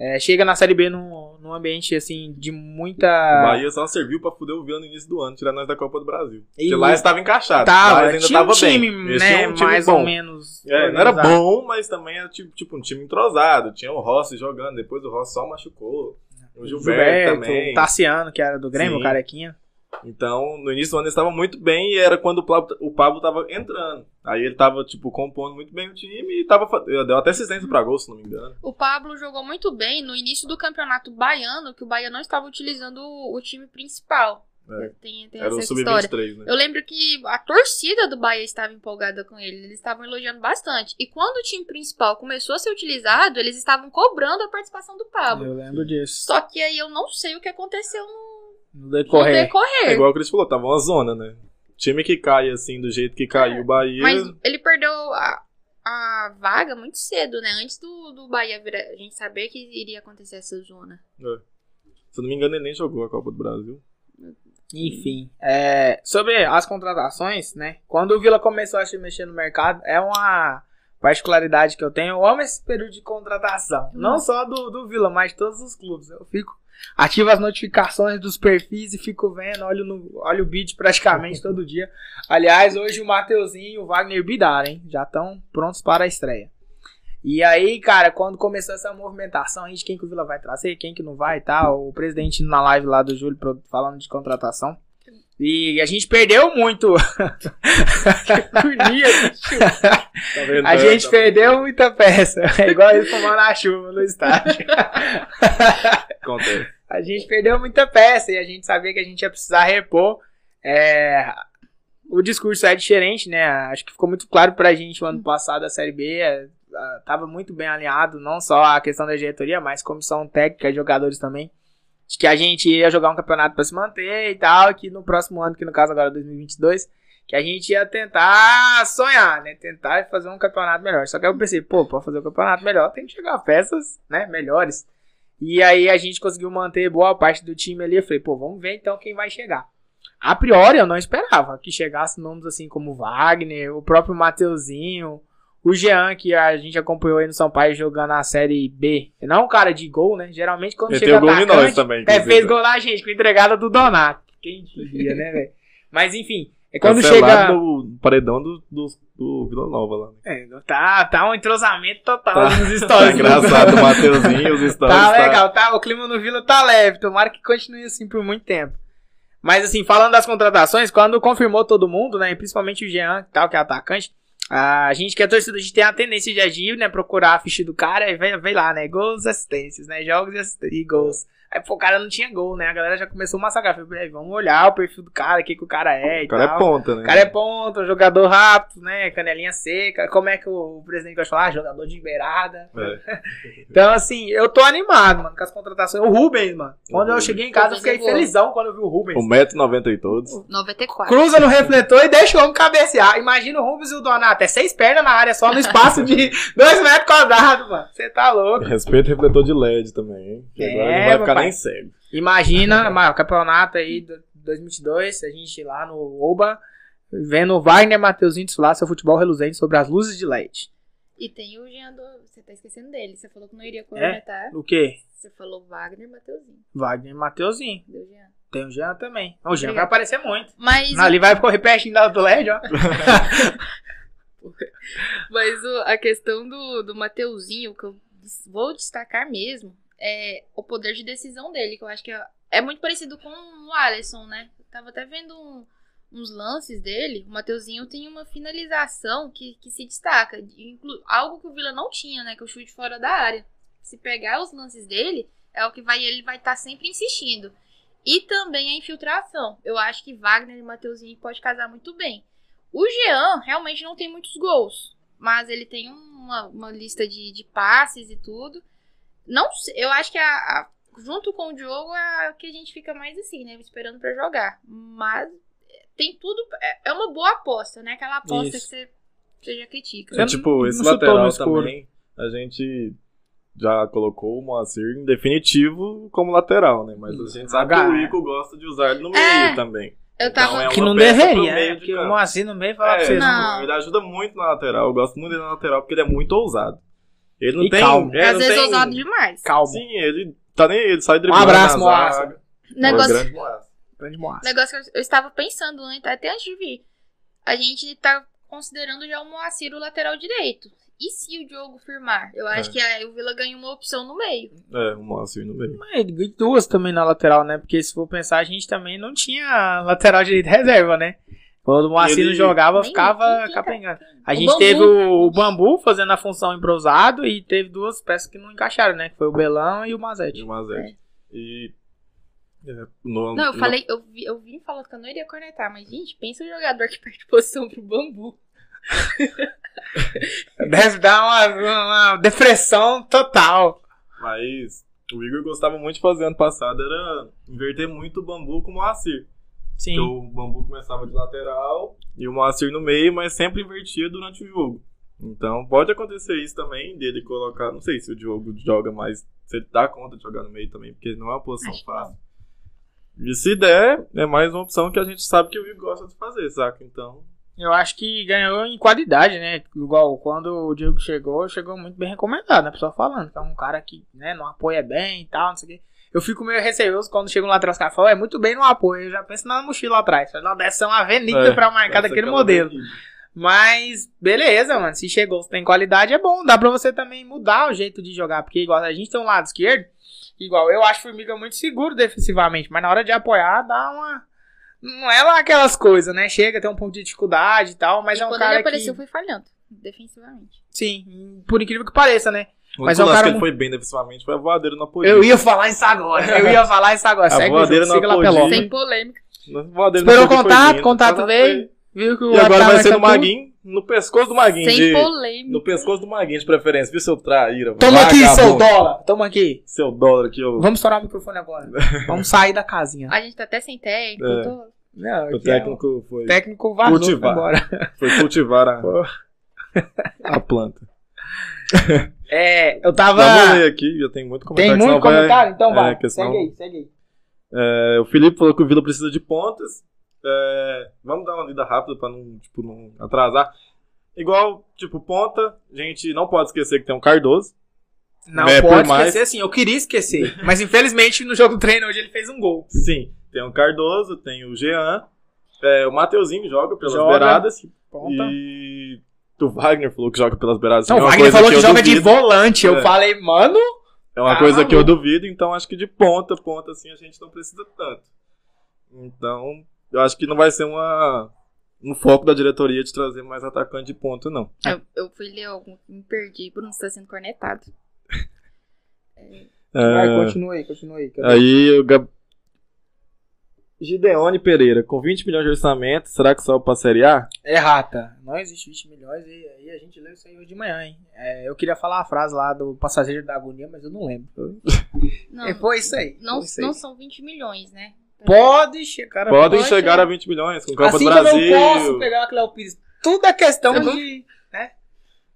[SPEAKER 1] É, chega na Série B num, num ambiente, assim, de
[SPEAKER 2] O
[SPEAKER 1] muita...
[SPEAKER 2] Bahia só serviu pra fuder o Vila no início do ano, tirar nós da Copa do Brasil. Porque
[SPEAKER 1] E-
[SPEAKER 2] lá estava encaixado. lá
[SPEAKER 1] Tava,
[SPEAKER 2] ainda
[SPEAKER 1] tinha um
[SPEAKER 2] tava bem.
[SPEAKER 1] time,
[SPEAKER 2] Eles
[SPEAKER 1] né,
[SPEAKER 2] tinham um time
[SPEAKER 1] mais
[SPEAKER 2] bom.
[SPEAKER 1] ou menos...
[SPEAKER 2] É, não era
[SPEAKER 1] organizado.
[SPEAKER 2] bom, mas também era tipo, tipo um time entrosado. Tinha o Rossi jogando, depois o Rossi só machucou. O Gilberto, também.
[SPEAKER 1] o Tassiano, que era do Grêmio,
[SPEAKER 2] Sim.
[SPEAKER 1] o carequinha.
[SPEAKER 2] Então, no início do ano eles estavam muito bem e era quando o Pablo, o Pablo tava entrando. Aí ele tava, tipo, compondo muito bem o time e tava. fa- Deu até assistência pra gol, se não me engano.
[SPEAKER 3] O Pablo jogou muito bem no início do campeonato baiano, que o Bahia não estava utilizando o o time principal.
[SPEAKER 2] É.
[SPEAKER 3] Tem, tem
[SPEAKER 2] Era o
[SPEAKER 3] essa história.
[SPEAKER 2] Sub-23, né?
[SPEAKER 3] Eu lembro que a torcida do Bahia estava empolgada com ele, eles estavam elogiando bastante. E quando o time principal começou a ser utilizado, eles estavam cobrando a participação do Pablo.
[SPEAKER 1] Eu lembro disso.
[SPEAKER 3] Só que aí eu não sei o que aconteceu no
[SPEAKER 1] No
[SPEAKER 3] no
[SPEAKER 1] decorrer.
[SPEAKER 3] decorrer.
[SPEAKER 2] É igual o Cris falou, tava uma zona, né? Time que cai, assim, do jeito que
[SPEAKER 1] É,
[SPEAKER 2] caiu o Bahia.
[SPEAKER 3] Mas ele perdeu a, a vaga muito cedo, né? Antes do, do Bahia virar, a gente saber que iria acontecer essa zona.
[SPEAKER 2] Se eu não me engano, ele nem jogou a Copa do Brasil.
[SPEAKER 1] Enfim, é, sobre as contratações, né? Quando o Vila começou a se mexer no mercado, é uma particularidade que eu tenho. Eu amo esse período de contratação. Não só do, do Vila, mas de todos os clubes. Eu fico. Ativo as notificações dos perfis e fico vendo, olho, no, olho o bid praticamente todo dia. Aliás, hoje o Mateuzinho e o Wagner bidaram, hein? Já estão prontos para a estreia. E aí, cara, quando começou essa movimentação aí de quem que o Vila vai trazer, quem que não vai e tal, o presidente na live lá do Júlio pro- falando de contratação. E a gente perdeu muito.
[SPEAKER 3] Agonia, bicho.
[SPEAKER 2] Tá vendo?
[SPEAKER 1] A gente
[SPEAKER 2] Tá-
[SPEAKER 1] perdeu muita peça. É igual eles fumando na chuva no estádio.
[SPEAKER 2] Acontece.
[SPEAKER 1] A gente perdeu muita peça e a gente sabia que a gente ia precisar repor. É, O discurso é diferente, né? Acho que ficou muito claro pra gente o ano passado a Série B. é, a- Tava muito bem alinhado, não só a questão da diretoria, mas comissão técnica, jogadores também. De que a gente ia jogar um campeonato pra se manter e tal, que no próximo ano, que no caso agora é 2022, que a gente ia tentar sonhar, né? Tentar fazer um campeonato melhor. Só que aí eu pensei, pô, pra fazer um campeonato melhor tem que chegar a peças, né, melhores. E aí a gente conseguiu manter boa parte do time ali. Eu falei, pô, vamos ver então quem vai chegar. A priori eu não esperava que chegasse nomes assim como Wagner, o próprio Mateuzinho, o Jean, que a gente acompanhou aí no São Paulo jogando a Série B. Não um cara de gol, né? Geralmente quando
[SPEAKER 2] Meteu
[SPEAKER 1] chega
[SPEAKER 2] o gol em nós
[SPEAKER 1] atacante,
[SPEAKER 2] também.
[SPEAKER 1] é,
[SPEAKER 2] inclusive.
[SPEAKER 1] fez gol na gente, com entregada do Donato. Quem diria, né, velho? Mas enfim, é quando
[SPEAKER 2] Cancelado
[SPEAKER 1] chega.
[SPEAKER 2] no paredão do, do, do Vila Nova lá. né?
[SPEAKER 1] É, tá, tá um entrosamento total
[SPEAKER 2] Tá-
[SPEAKER 1] nos stories.
[SPEAKER 2] Tá
[SPEAKER 1] do-
[SPEAKER 2] engraçado o Mateuzinho, os stories.
[SPEAKER 1] Tá legal, tá? O clima no Vila tá leve. Tomara que continue assim por muito tempo. Mas assim, falando das contratações, quando confirmou todo mundo, né? Principalmente o Jean, que tal, que é atacante. A gente que é torcida, a gente tem a tendência de agir, né? Procurar a ficha do cara e vem, vem lá, né? Gols e assistências, né? Jogos e, assist- e gols. Aí, pô, o cara não tinha gol, né? A galera já começou a massacrar. Falei, "Ei, vamos olhar o perfil do cara, o que, que o cara é e
[SPEAKER 2] O cara
[SPEAKER 1] tal.
[SPEAKER 2] é ponta, né?
[SPEAKER 1] O cara é ponto, jogador rápido, né? Canelinha seca. Como é que o presidente gosta de falar? Ah, Jogador de beirada.
[SPEAKER 2] É.
[SPEAKER 1] Então, assim, eu tô animado, mano, com as contratações. O Rubens, mano. Quando eu
[SPEAKER 2] Rubens.
[SPEAKER 1] cheguei em casa, eu
[SPEAKER 3] Rubens
[SPEAKER 1] fiquei
[SPEAKER 3] é bom.
[SPEAKER 1] felizão quando eu vi o Rubens.
[SPEAKER 2] 1,90m e todos.
[SPEAKER 3] 94.
[SPEAKER 1] Cruza no refletor e deixa o homem cabecear. Imagina o Rubens e o Donato. É seis pernas na área só no espaço de dois metros quadrados, mano. Você tá louco.
[SPEAKER 2] Respeito o refletor de LED também, hein? Que
[SPEAKER 1] É,
[SPEAKER 2] agora não vai ficar
[SPEAKER 1] papai.
[SPEAKER 2] nem cego.
[SPEAKER 1] Imagina, mano, o campeonato aí do- 2022, a gente lá no Oba, vendo o Wagner Mateuzinho desfilar seu futebol reluzente sobre as luzes de LED.
[SPEAKER 3] E tem o Jean do... Você tá esquecendo dele. Você falou que não iria
[SPEAKER 1] cornetar.
[SPEAKER 3] cornetar.
[SPEAKER 1] O quê?
[SPEAKER 3] Você falou Wagner e Mateuzinho.
[SPEAKER 1] Wagner e Mateuzinho.
[SPEAKER 3] Deu Jean.
[SPEAKER 1] Tem o Jean também. O Jean
[SPEAKER 3] Obrigado.
[SPEAKER 1] vai aparecer muito.
[SPEAKER 3] Mas,
[SPEAKER 1] Ali vai correr pertinho da do LED, ó.
[SPEAKER 3] mas o- a questão do, do Mateuzinho, que eu des- vou destacar mesmo, é o poder de decisão dele, que eu acho que é, é muito parecido com o Alisson, né? Eu tava até vendo um- uns lances dele. O Mateuzinho tem uma finalização que, que se destaca. inclu- algo que o Vila não tinha, né? Que é o chute fora da área. Se pegar os lances dele, é o que vai ele vai estar sempre insistindo. E também a infiltração. Eu acho que Wagner e Mateuzinho pode casar muito bem. O Jean realmente não tem muitos gols, mas ele tem uma, uma lista de, de passes e tudo. Não, sei- eu acho que a, a- junto com o Diogo é a que a gente fica mais assim, né, esperando pra jogar. Mas é, tem tudo, é- é uma boa aposta, né? Aquela aposta
[SPEAKER 1] Isso.
[SPEAKER 3] que você, você já critica.
[SPEAKER 1] Eu
[SPEAKER 2] É,
[SPEAKER 1] não-
[SPEAKER 2] tipo,
[SPEAKER 1] não
[SPEAKER 2] esse
[SPEAKER 1] chutou no
[SPEAKER 2] lateral
[SPEAKER 1] escuro.
[SPEAKER 2] também, a gente já colocou o Moacir em definitivo como lateral, né? Mas a gente sabe que
[SPEAKER 1] Zagar.
[SPEAKER 2] o Ico gosta de usar ele no meio
[SPEAKER 3] É.
[SPEAKER 2] também.
[SPEAKER 3] Eu tava
[SPEAKER 2] Então é
[SPEAKER 1] que
[SPEAKER 2] uma
[SPEAKER 1] não
[SPEAKER 2] peça pro
[SPEAKER 1] deveria,
[SPEAKER 2] meio
[SPEAKER 1] né?
[SPEAKER 2] de
[SPEAKER 1] Porque
[SPEAKER 2] campo.
[SPEAKER 1] o Moacir no meio falar pra
[SPEAKER 2] É,
[SPEAKER 1] vocês.
[SPEAKER 3] Não.
[SPEAKER 2] Ele ajuda muito na lateral. Eu gosto muito dele na lateral porque ele é muito ousado. Ele não
[SPEAKER 1] E
[SPEAKER 2] tem.
[SPEAKER 1] calmo.
[SPEAKER 2] é,
[SPEAKER 3] Às
[SPEAKER 2] não
[SPEAKER 3] vezes
[SPEAKER 2] tem-
[SPEAKER 3] ousado demais.
[SPEAKER 1] Calma.
[SPEAKER 2] Sim, ele tá nem ele, sai
[SPEAKER 1] Um
[SPEAKER 2] driblando.
[SPEAKER 1] abraço,
[SPEAKER 2] na
[SPEAKER 1] Moacir.
[SPEAKER 2] zaga.
[SPEAKER 3] Negócio,
[SPEAKER 2] Pô, grande Moacir.
[SPEAKER 1] um Grande Moacir.
[SPEAKER 3] negócio que eu- eu estava pensando antes, até antes de vir. A gente tá considerando já o Moacir o lateral direito. E se o Diogo firmar? Eu acho
[SPEAKER 2] É.
[SPEAKER 3] que aí o Vila ganha uma opção no meio.
[SPEAKER 2] É, o Moacir no meio.
[SPEAKER 1] Mas ele ganhou duas também na lateral, né? Porque se for pensar, a gente também não tinha lateral direito reserva, né? Quando o Moacir
[SPEAKER 2] Ele-
[SPEAKER 1] não jogava,
[SPEAKER 3] Nem-
[SPEAKER 1] ficava
[SPEAKER 3] quem- quem tá-
[SPEAKER 1] capengando. A
[SPEAKER 3] O
[SPEAKER 1] gente
[SPEAKER 3] Bambu. né?
[SPEAKER 1] teve o, o Bambu fazendo a função improvisado e teve duas peças que não encaixaram, né? Que foi o Belão e o
[SPEAKER 2] De
[SPEAKER 1] Mazete.
[SPEAKER 2] 1 a 0. E. é, no-
[SPEAKER 3] Não, eu
[SPEAKER 2] no-
[SPEAKER 3] falei, eu, vi- eu vim falando que eu não iria cornetar, mas gente, pensa o jogador que perde posição pro bambu.
[SPEAKER 1] Deve dar uma- uma- uma depressão total.
[SPEAKER 2] Mas o Igor gostava muito de fazer ano passado era inverter muito o bambu com o Moacir.
[SPEAKER 1] Sim.
[SPEAKER 2] Porque o bambu começava de lateral e o Moacir no meio, mas sempre invertia durante o jogo. Então pode acontecer isso também, dele colocar. Não sei se o Diogo joga mais. Se ele dá conta de jogar no meio também, porque não é uma posição
[SPEAKER 3] Acho que
[SPEAKER 2] fácil. E se der, é mais uma opção que a gente sabe que o Igor gosta de fazer, saca? Então,
[SPEAKER 1] Eu acho que ganhou em qualidade, né? Igual quando o Diego chegou, chegou muito bem recomendado, né? A pessoa falando que é um cara que né, não apoia bem e tal, não sei o quê. Eu fico meio receoso quando chego lá atrás e o cara fala, é muito bem no apoio. Eu já penso na mochila atrás. Ela desce uma avenida
[SPEAKER 2] É,
[SPEAKER 1] pra marcar
[SPEAKER 2] essa
[SPEAKER 1] daquele
[SPEAKER 2] aquela
[SPEAKER 1] Ah, modelo.
[SPEAKER 2] daqui.
[SPEAKER 1] Mas, beleza, mano. Se chegou, se tem qualidade, é bom. Dá pra você também mudar o jeito de jogar. Porque, igual, a gente tem um lado esquerdo. Igual, eu acho o Formiga muito seguro defensivamente. Mas na hora de apoiar, dá uma. Não é lá aquelas coisas, né? Chega, tem um pouco de dificuldade e tal. Mas
[SPEAKER 3] E
[SPEAKER 1] é um
[SPEAKER 3] quando
[SPEAKER 1] cara.
[SPEAKER 3] ele apareceu,
[SPEAKER 1] que,
[SPEAKER 3] foi falhando, defensivamente.
[SPEAKER 1] Sim, por incrível que pareça, né?
[SPEAKER 2] O
[SPEAKER 1] Mas
[SPEAKER 2] Mas
[SPEAKER 1] é um
[SPEAKER 2] lance
[SPEAKER 1] cara
[SPEAKER 2] que ele
[SPEAKER 1] mu-
[SPEAKER 2] foi bem defensivamente foi a voadeira no apoio.
[SPEAKER 1] Eu ia falar isso agora. Eu ia falar isso agora.
[SPEAKER 2] A
[SPEAKER 1] Segue o
[SPEAKER 2] voadeira
[SPEAKER 1] jogo,
[SPEAKER 2] não né?
[SPEAKER 1] siga lá
[SPEAKER 2] apodia.
[SPEAKER 1] pelo
[SPEAKER 3] Sem polêmica.
[SPEAKER 2] Na voadeira no
[SPEAKER 1] Esperou
[SPEAKER 2] apoio foi
[SPEAKER 1] contato,
[SPEAKER 2] lindo.
[SPEAKER 1] contato
[SPEAKER 2] Mas
[SPEAKER 1] veio. Viu que o
[SPEAKER 2] foi- E agora
[SPEAKER 1] Atala
[SPEAKER 2] vai ser no
[SPEAKER 1] tá tudo.
[SPEAKER 2] Maguinho, no pescoço do Maguinho.
[SPEAKER 3] Sem
[SPEAKER 2] de-
[SPEAKER 3] polêmica.
[SPEAKER 2] No pescoço do Maguinho, de preferência, viu, seu traíra?
[SPEAKER 1] Toma aqui, seu
[SPEAKER 2] vagabundo.
[SPEAKER 1] dólar. Toma aqui.
[SPEAKER 2] Seu dólar que eu...
[SPEAKER 1] Vamos estourar o microfone agora. Vamos sair da casinha.
[SPEAKER 3] A gente tá até sem técnico.
[SPEAKER 2] É.
[SPEAKER 3] tô-
[SPEAKER 1] Não,
[SPEAKER 2] O
[SPEAKER 1] aqui é
[SPEAKER 2] técnico foi,
[SPEAKER 1] o técnico vazou
[SPEAKER 2] Cultivar.
[SPEAKER 1] agora.
[SPEAKER 2] foi cultivar a,
[SPEAKER 1] Pô.
[SPEAKER 2] a planta.
[SPEAKER 1] É, eu tava.
[SPEAKER 2] Vamos ler aqui, já tem muito
[SPEAKER 1] Tem
[SPEAKER 2] comentário. é que
[SPEAKER 1] muito
[SPEAKER 2] senão vai-
[SPEAKER 1] comentário? Então
[SPEAKER 2] é,
[SPEAKER 1] vai.
[SPEAKER 2] que senão-
[SPEAKER 1] Segue aí, segue aí.
[SPEAKER 2] É, o Felipe falou que o Vila precisa de pontas. É, vamos dar uma lida rápida pra não, tipo, não atrasar. Igual, tipo, ponta, a gente não pode esquecer que tem um Cardoso.
[SPEAKER 1] Não
[SPEAKER 2] É, por
[SPEAKER 1] pode
[SPEAKER 2] mais-
[SPEAKER 1] esquecer assim, eu queria esquecer. Mas infelizmente no jogo do treino hoje ele fez um gol.
[SPEAKER 2] Sim, tem o Cardoso, tem o Jean. É, o Mateuzinho joga pelas
[SPEAKER 1] Joga.
[SPEAKER 2] beiradas.
[SPEAKER 1] Ponta.
[SPEAKER 2] E o Wagner falou que joga pelas beiradas.
[SPEAKER 1] Não,
[SPEAKER 2] É
[SPEAKER 1] o
[SPEAKER 2] uma
[SPEAKER 1] Wagner
[SPEAKER 2] coisa
[SPEAKER 1] falou que,
[SPEAKER 2] eu
[SPEAKER 1] joga de
[SPEAKER 2] duvido.
[SPEAKER 1] volante. Eu
[SPEAKER 2] É.
[SPEAKER 1] falei, mano.
[SPEAKER 2] É uma
[SPEAKER 1] Tá
[SPEAKER 2] coisa que eu
[SPEAKER 1] maluco.
[SPEAKER 2] duvido, então acho que de ponta, ponta assim a gente não precisa tanto. Então, eu acho que não vai ser uma um foco da diretoria de trazer mais atacante de ponta, não.
[SPEAKER 1] É.
[SPEAKER 3] Eu, eu fui ler algum, me perdi. Bruno, você tá sendo cornetado.
[SPEAKER 1] Vai,
[SPEAKER 2] É,
[SPEAKER 1] continua aí, continua aí. cadê?
[SPEAKER 2] aí o Gab... Gideone Pereira, com 20 milhões de orçamento, será que sobe pra Série A?
[SPEAKER 1] Errata. É Não existe 20 milhões e aí a gente leu isso aí hoje de manhã, hein? É, eu queria falar a frase lá do passageiro da agonia, mas eu não lembro.
[SPEAKER 3] Não,
[SPEAKER 1] E É, foi isso aí.
[SPEAKER 3] não,
[SPEAKER 1] foi isso aí.
[SPEAKER 3] não são 20 milhões, né?
[SPEAKER 1] É, Pode chegar a
[SPEAKER 2] Podem
[SPEAKER 3] pode
[SPEAKER 2] chegar
[SPEAKER 3] ser.
[SPEAKER 2] a 20 milhões com Copa
[SPEAKER 1] assim
[SPEAKER 2] do
[SPEAKER 1] como
[SPEAKER 2] Brasil.
[SPEAKER 1] eu posso pegar o Cléo Pires. Tudo é questão
[SPEAKER 3] Eu
[SPEAKER 1] de.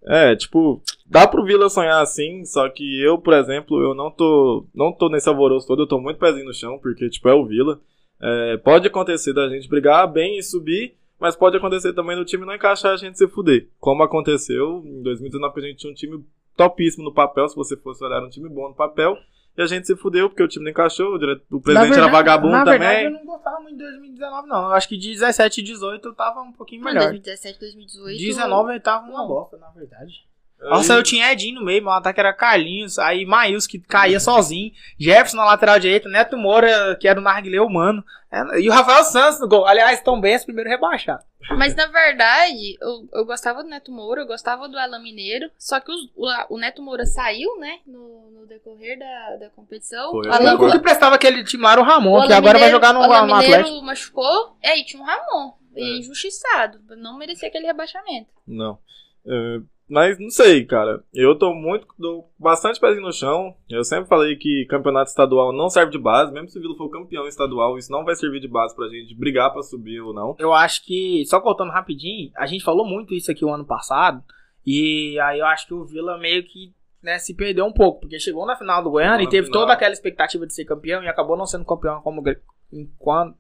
[SPEAKER 2] É, tipo, dá pro Vila sonhar assim, só que eu, por exemplo, eu não tô, não tô nesse alvoroço todo, eu tô muito pezinho no chão, porque, tipo, é o Vila. É, pode acontecer da gente brigar bem e subir, mas pode acontecer também do time não encaixar e a gente se fuder. Como aconteceu em 2019, que a gente tinha um time topíssimo no papel, se você fosse olhar, um time bom no papel, e a gente se fudeu, porque o time não encaixou, o, dire- o presidente
[SPEAKER 1] Na
[SPEAKER 2] era vagabundo
[SPEAKER 1] na
[SPEAKER 2] também.
[SPEAKER 1] Verdade, eu não gostava muito de 2019, não. Eu acho que 17 e 18 eu tava um pouquinho
[SPEAKER 3] Mano,
[SPEAKER 1] melhor.
[SPEAKER 3] 2017, 2018.
[SPEAKER 1] 19 eu tava uma
[SPEAKER 3] Não.
[SPEAKER 1] bosta, na verdade.
[SPEAKER 2] Aí-
[SPEAKER 1] Nossa, é eu tinha Edinho no meio, meu ataque era Carlinhos, aí Maius que caía sozinho, Jefferson na lateral direita, Neto Moura, que era o narguilé humano, é, e o Rafael Santos no gol. Aliás, Tom Benz primeiro rebaixado.
[SPEAKER 3] Mas na verdade, eu, eu gostava do Neto Moura, eu gostava do Alan Mineiro. Só que os- o, o Neto Moura saiu, né? No, no decorrer da, da competição.
[SPEAKER 2] Foi,
[SPEAKER 3] o
[SPEAKER 1] O
[SPEAKER 3] Alan,
[SPEAKER 1] único que prestava aquele time lá era o Ramon, Um que agora vai jogar no,
[SPEAKER 3] o Alan
[SPEAKER 1] no Atlético.
[SPEAKER 3] Mineiro machucou. E aí tinha o Ramon.
[SPEAKER 2] É.
[SPEAKER 3] E injustiçado. Não merecia aquele rebaixamento.
[SPEAKER 2] Não. É, mas não sei, cara. Eu tô muito. Dou bastante pezinho no chão. Eu sempre falei que campeonato estadual não serve de base. Mesmo se o Vila for campeão estadual, isso não vai servir de base pra gente brigar pra subir ou não.
[SPEAKER 1] Então, Eu acho que, só cortando rapidinho, a gente falou muito isso aqui o ano passado, e aí eu acho que o Vila meio que né, se perdeu um pouco, porque chegou na final do Goiânia
[SPEAKER 2] Chegou
[SPEAKER 1] e
[SPEAKER 2] na
[SPEAKER 1] teve
[SPEAKER 2] final.
[SPEAKER 1] toda aquela expectativa de ser campeão e acabou não sendo campeão como o Gre- em- quando,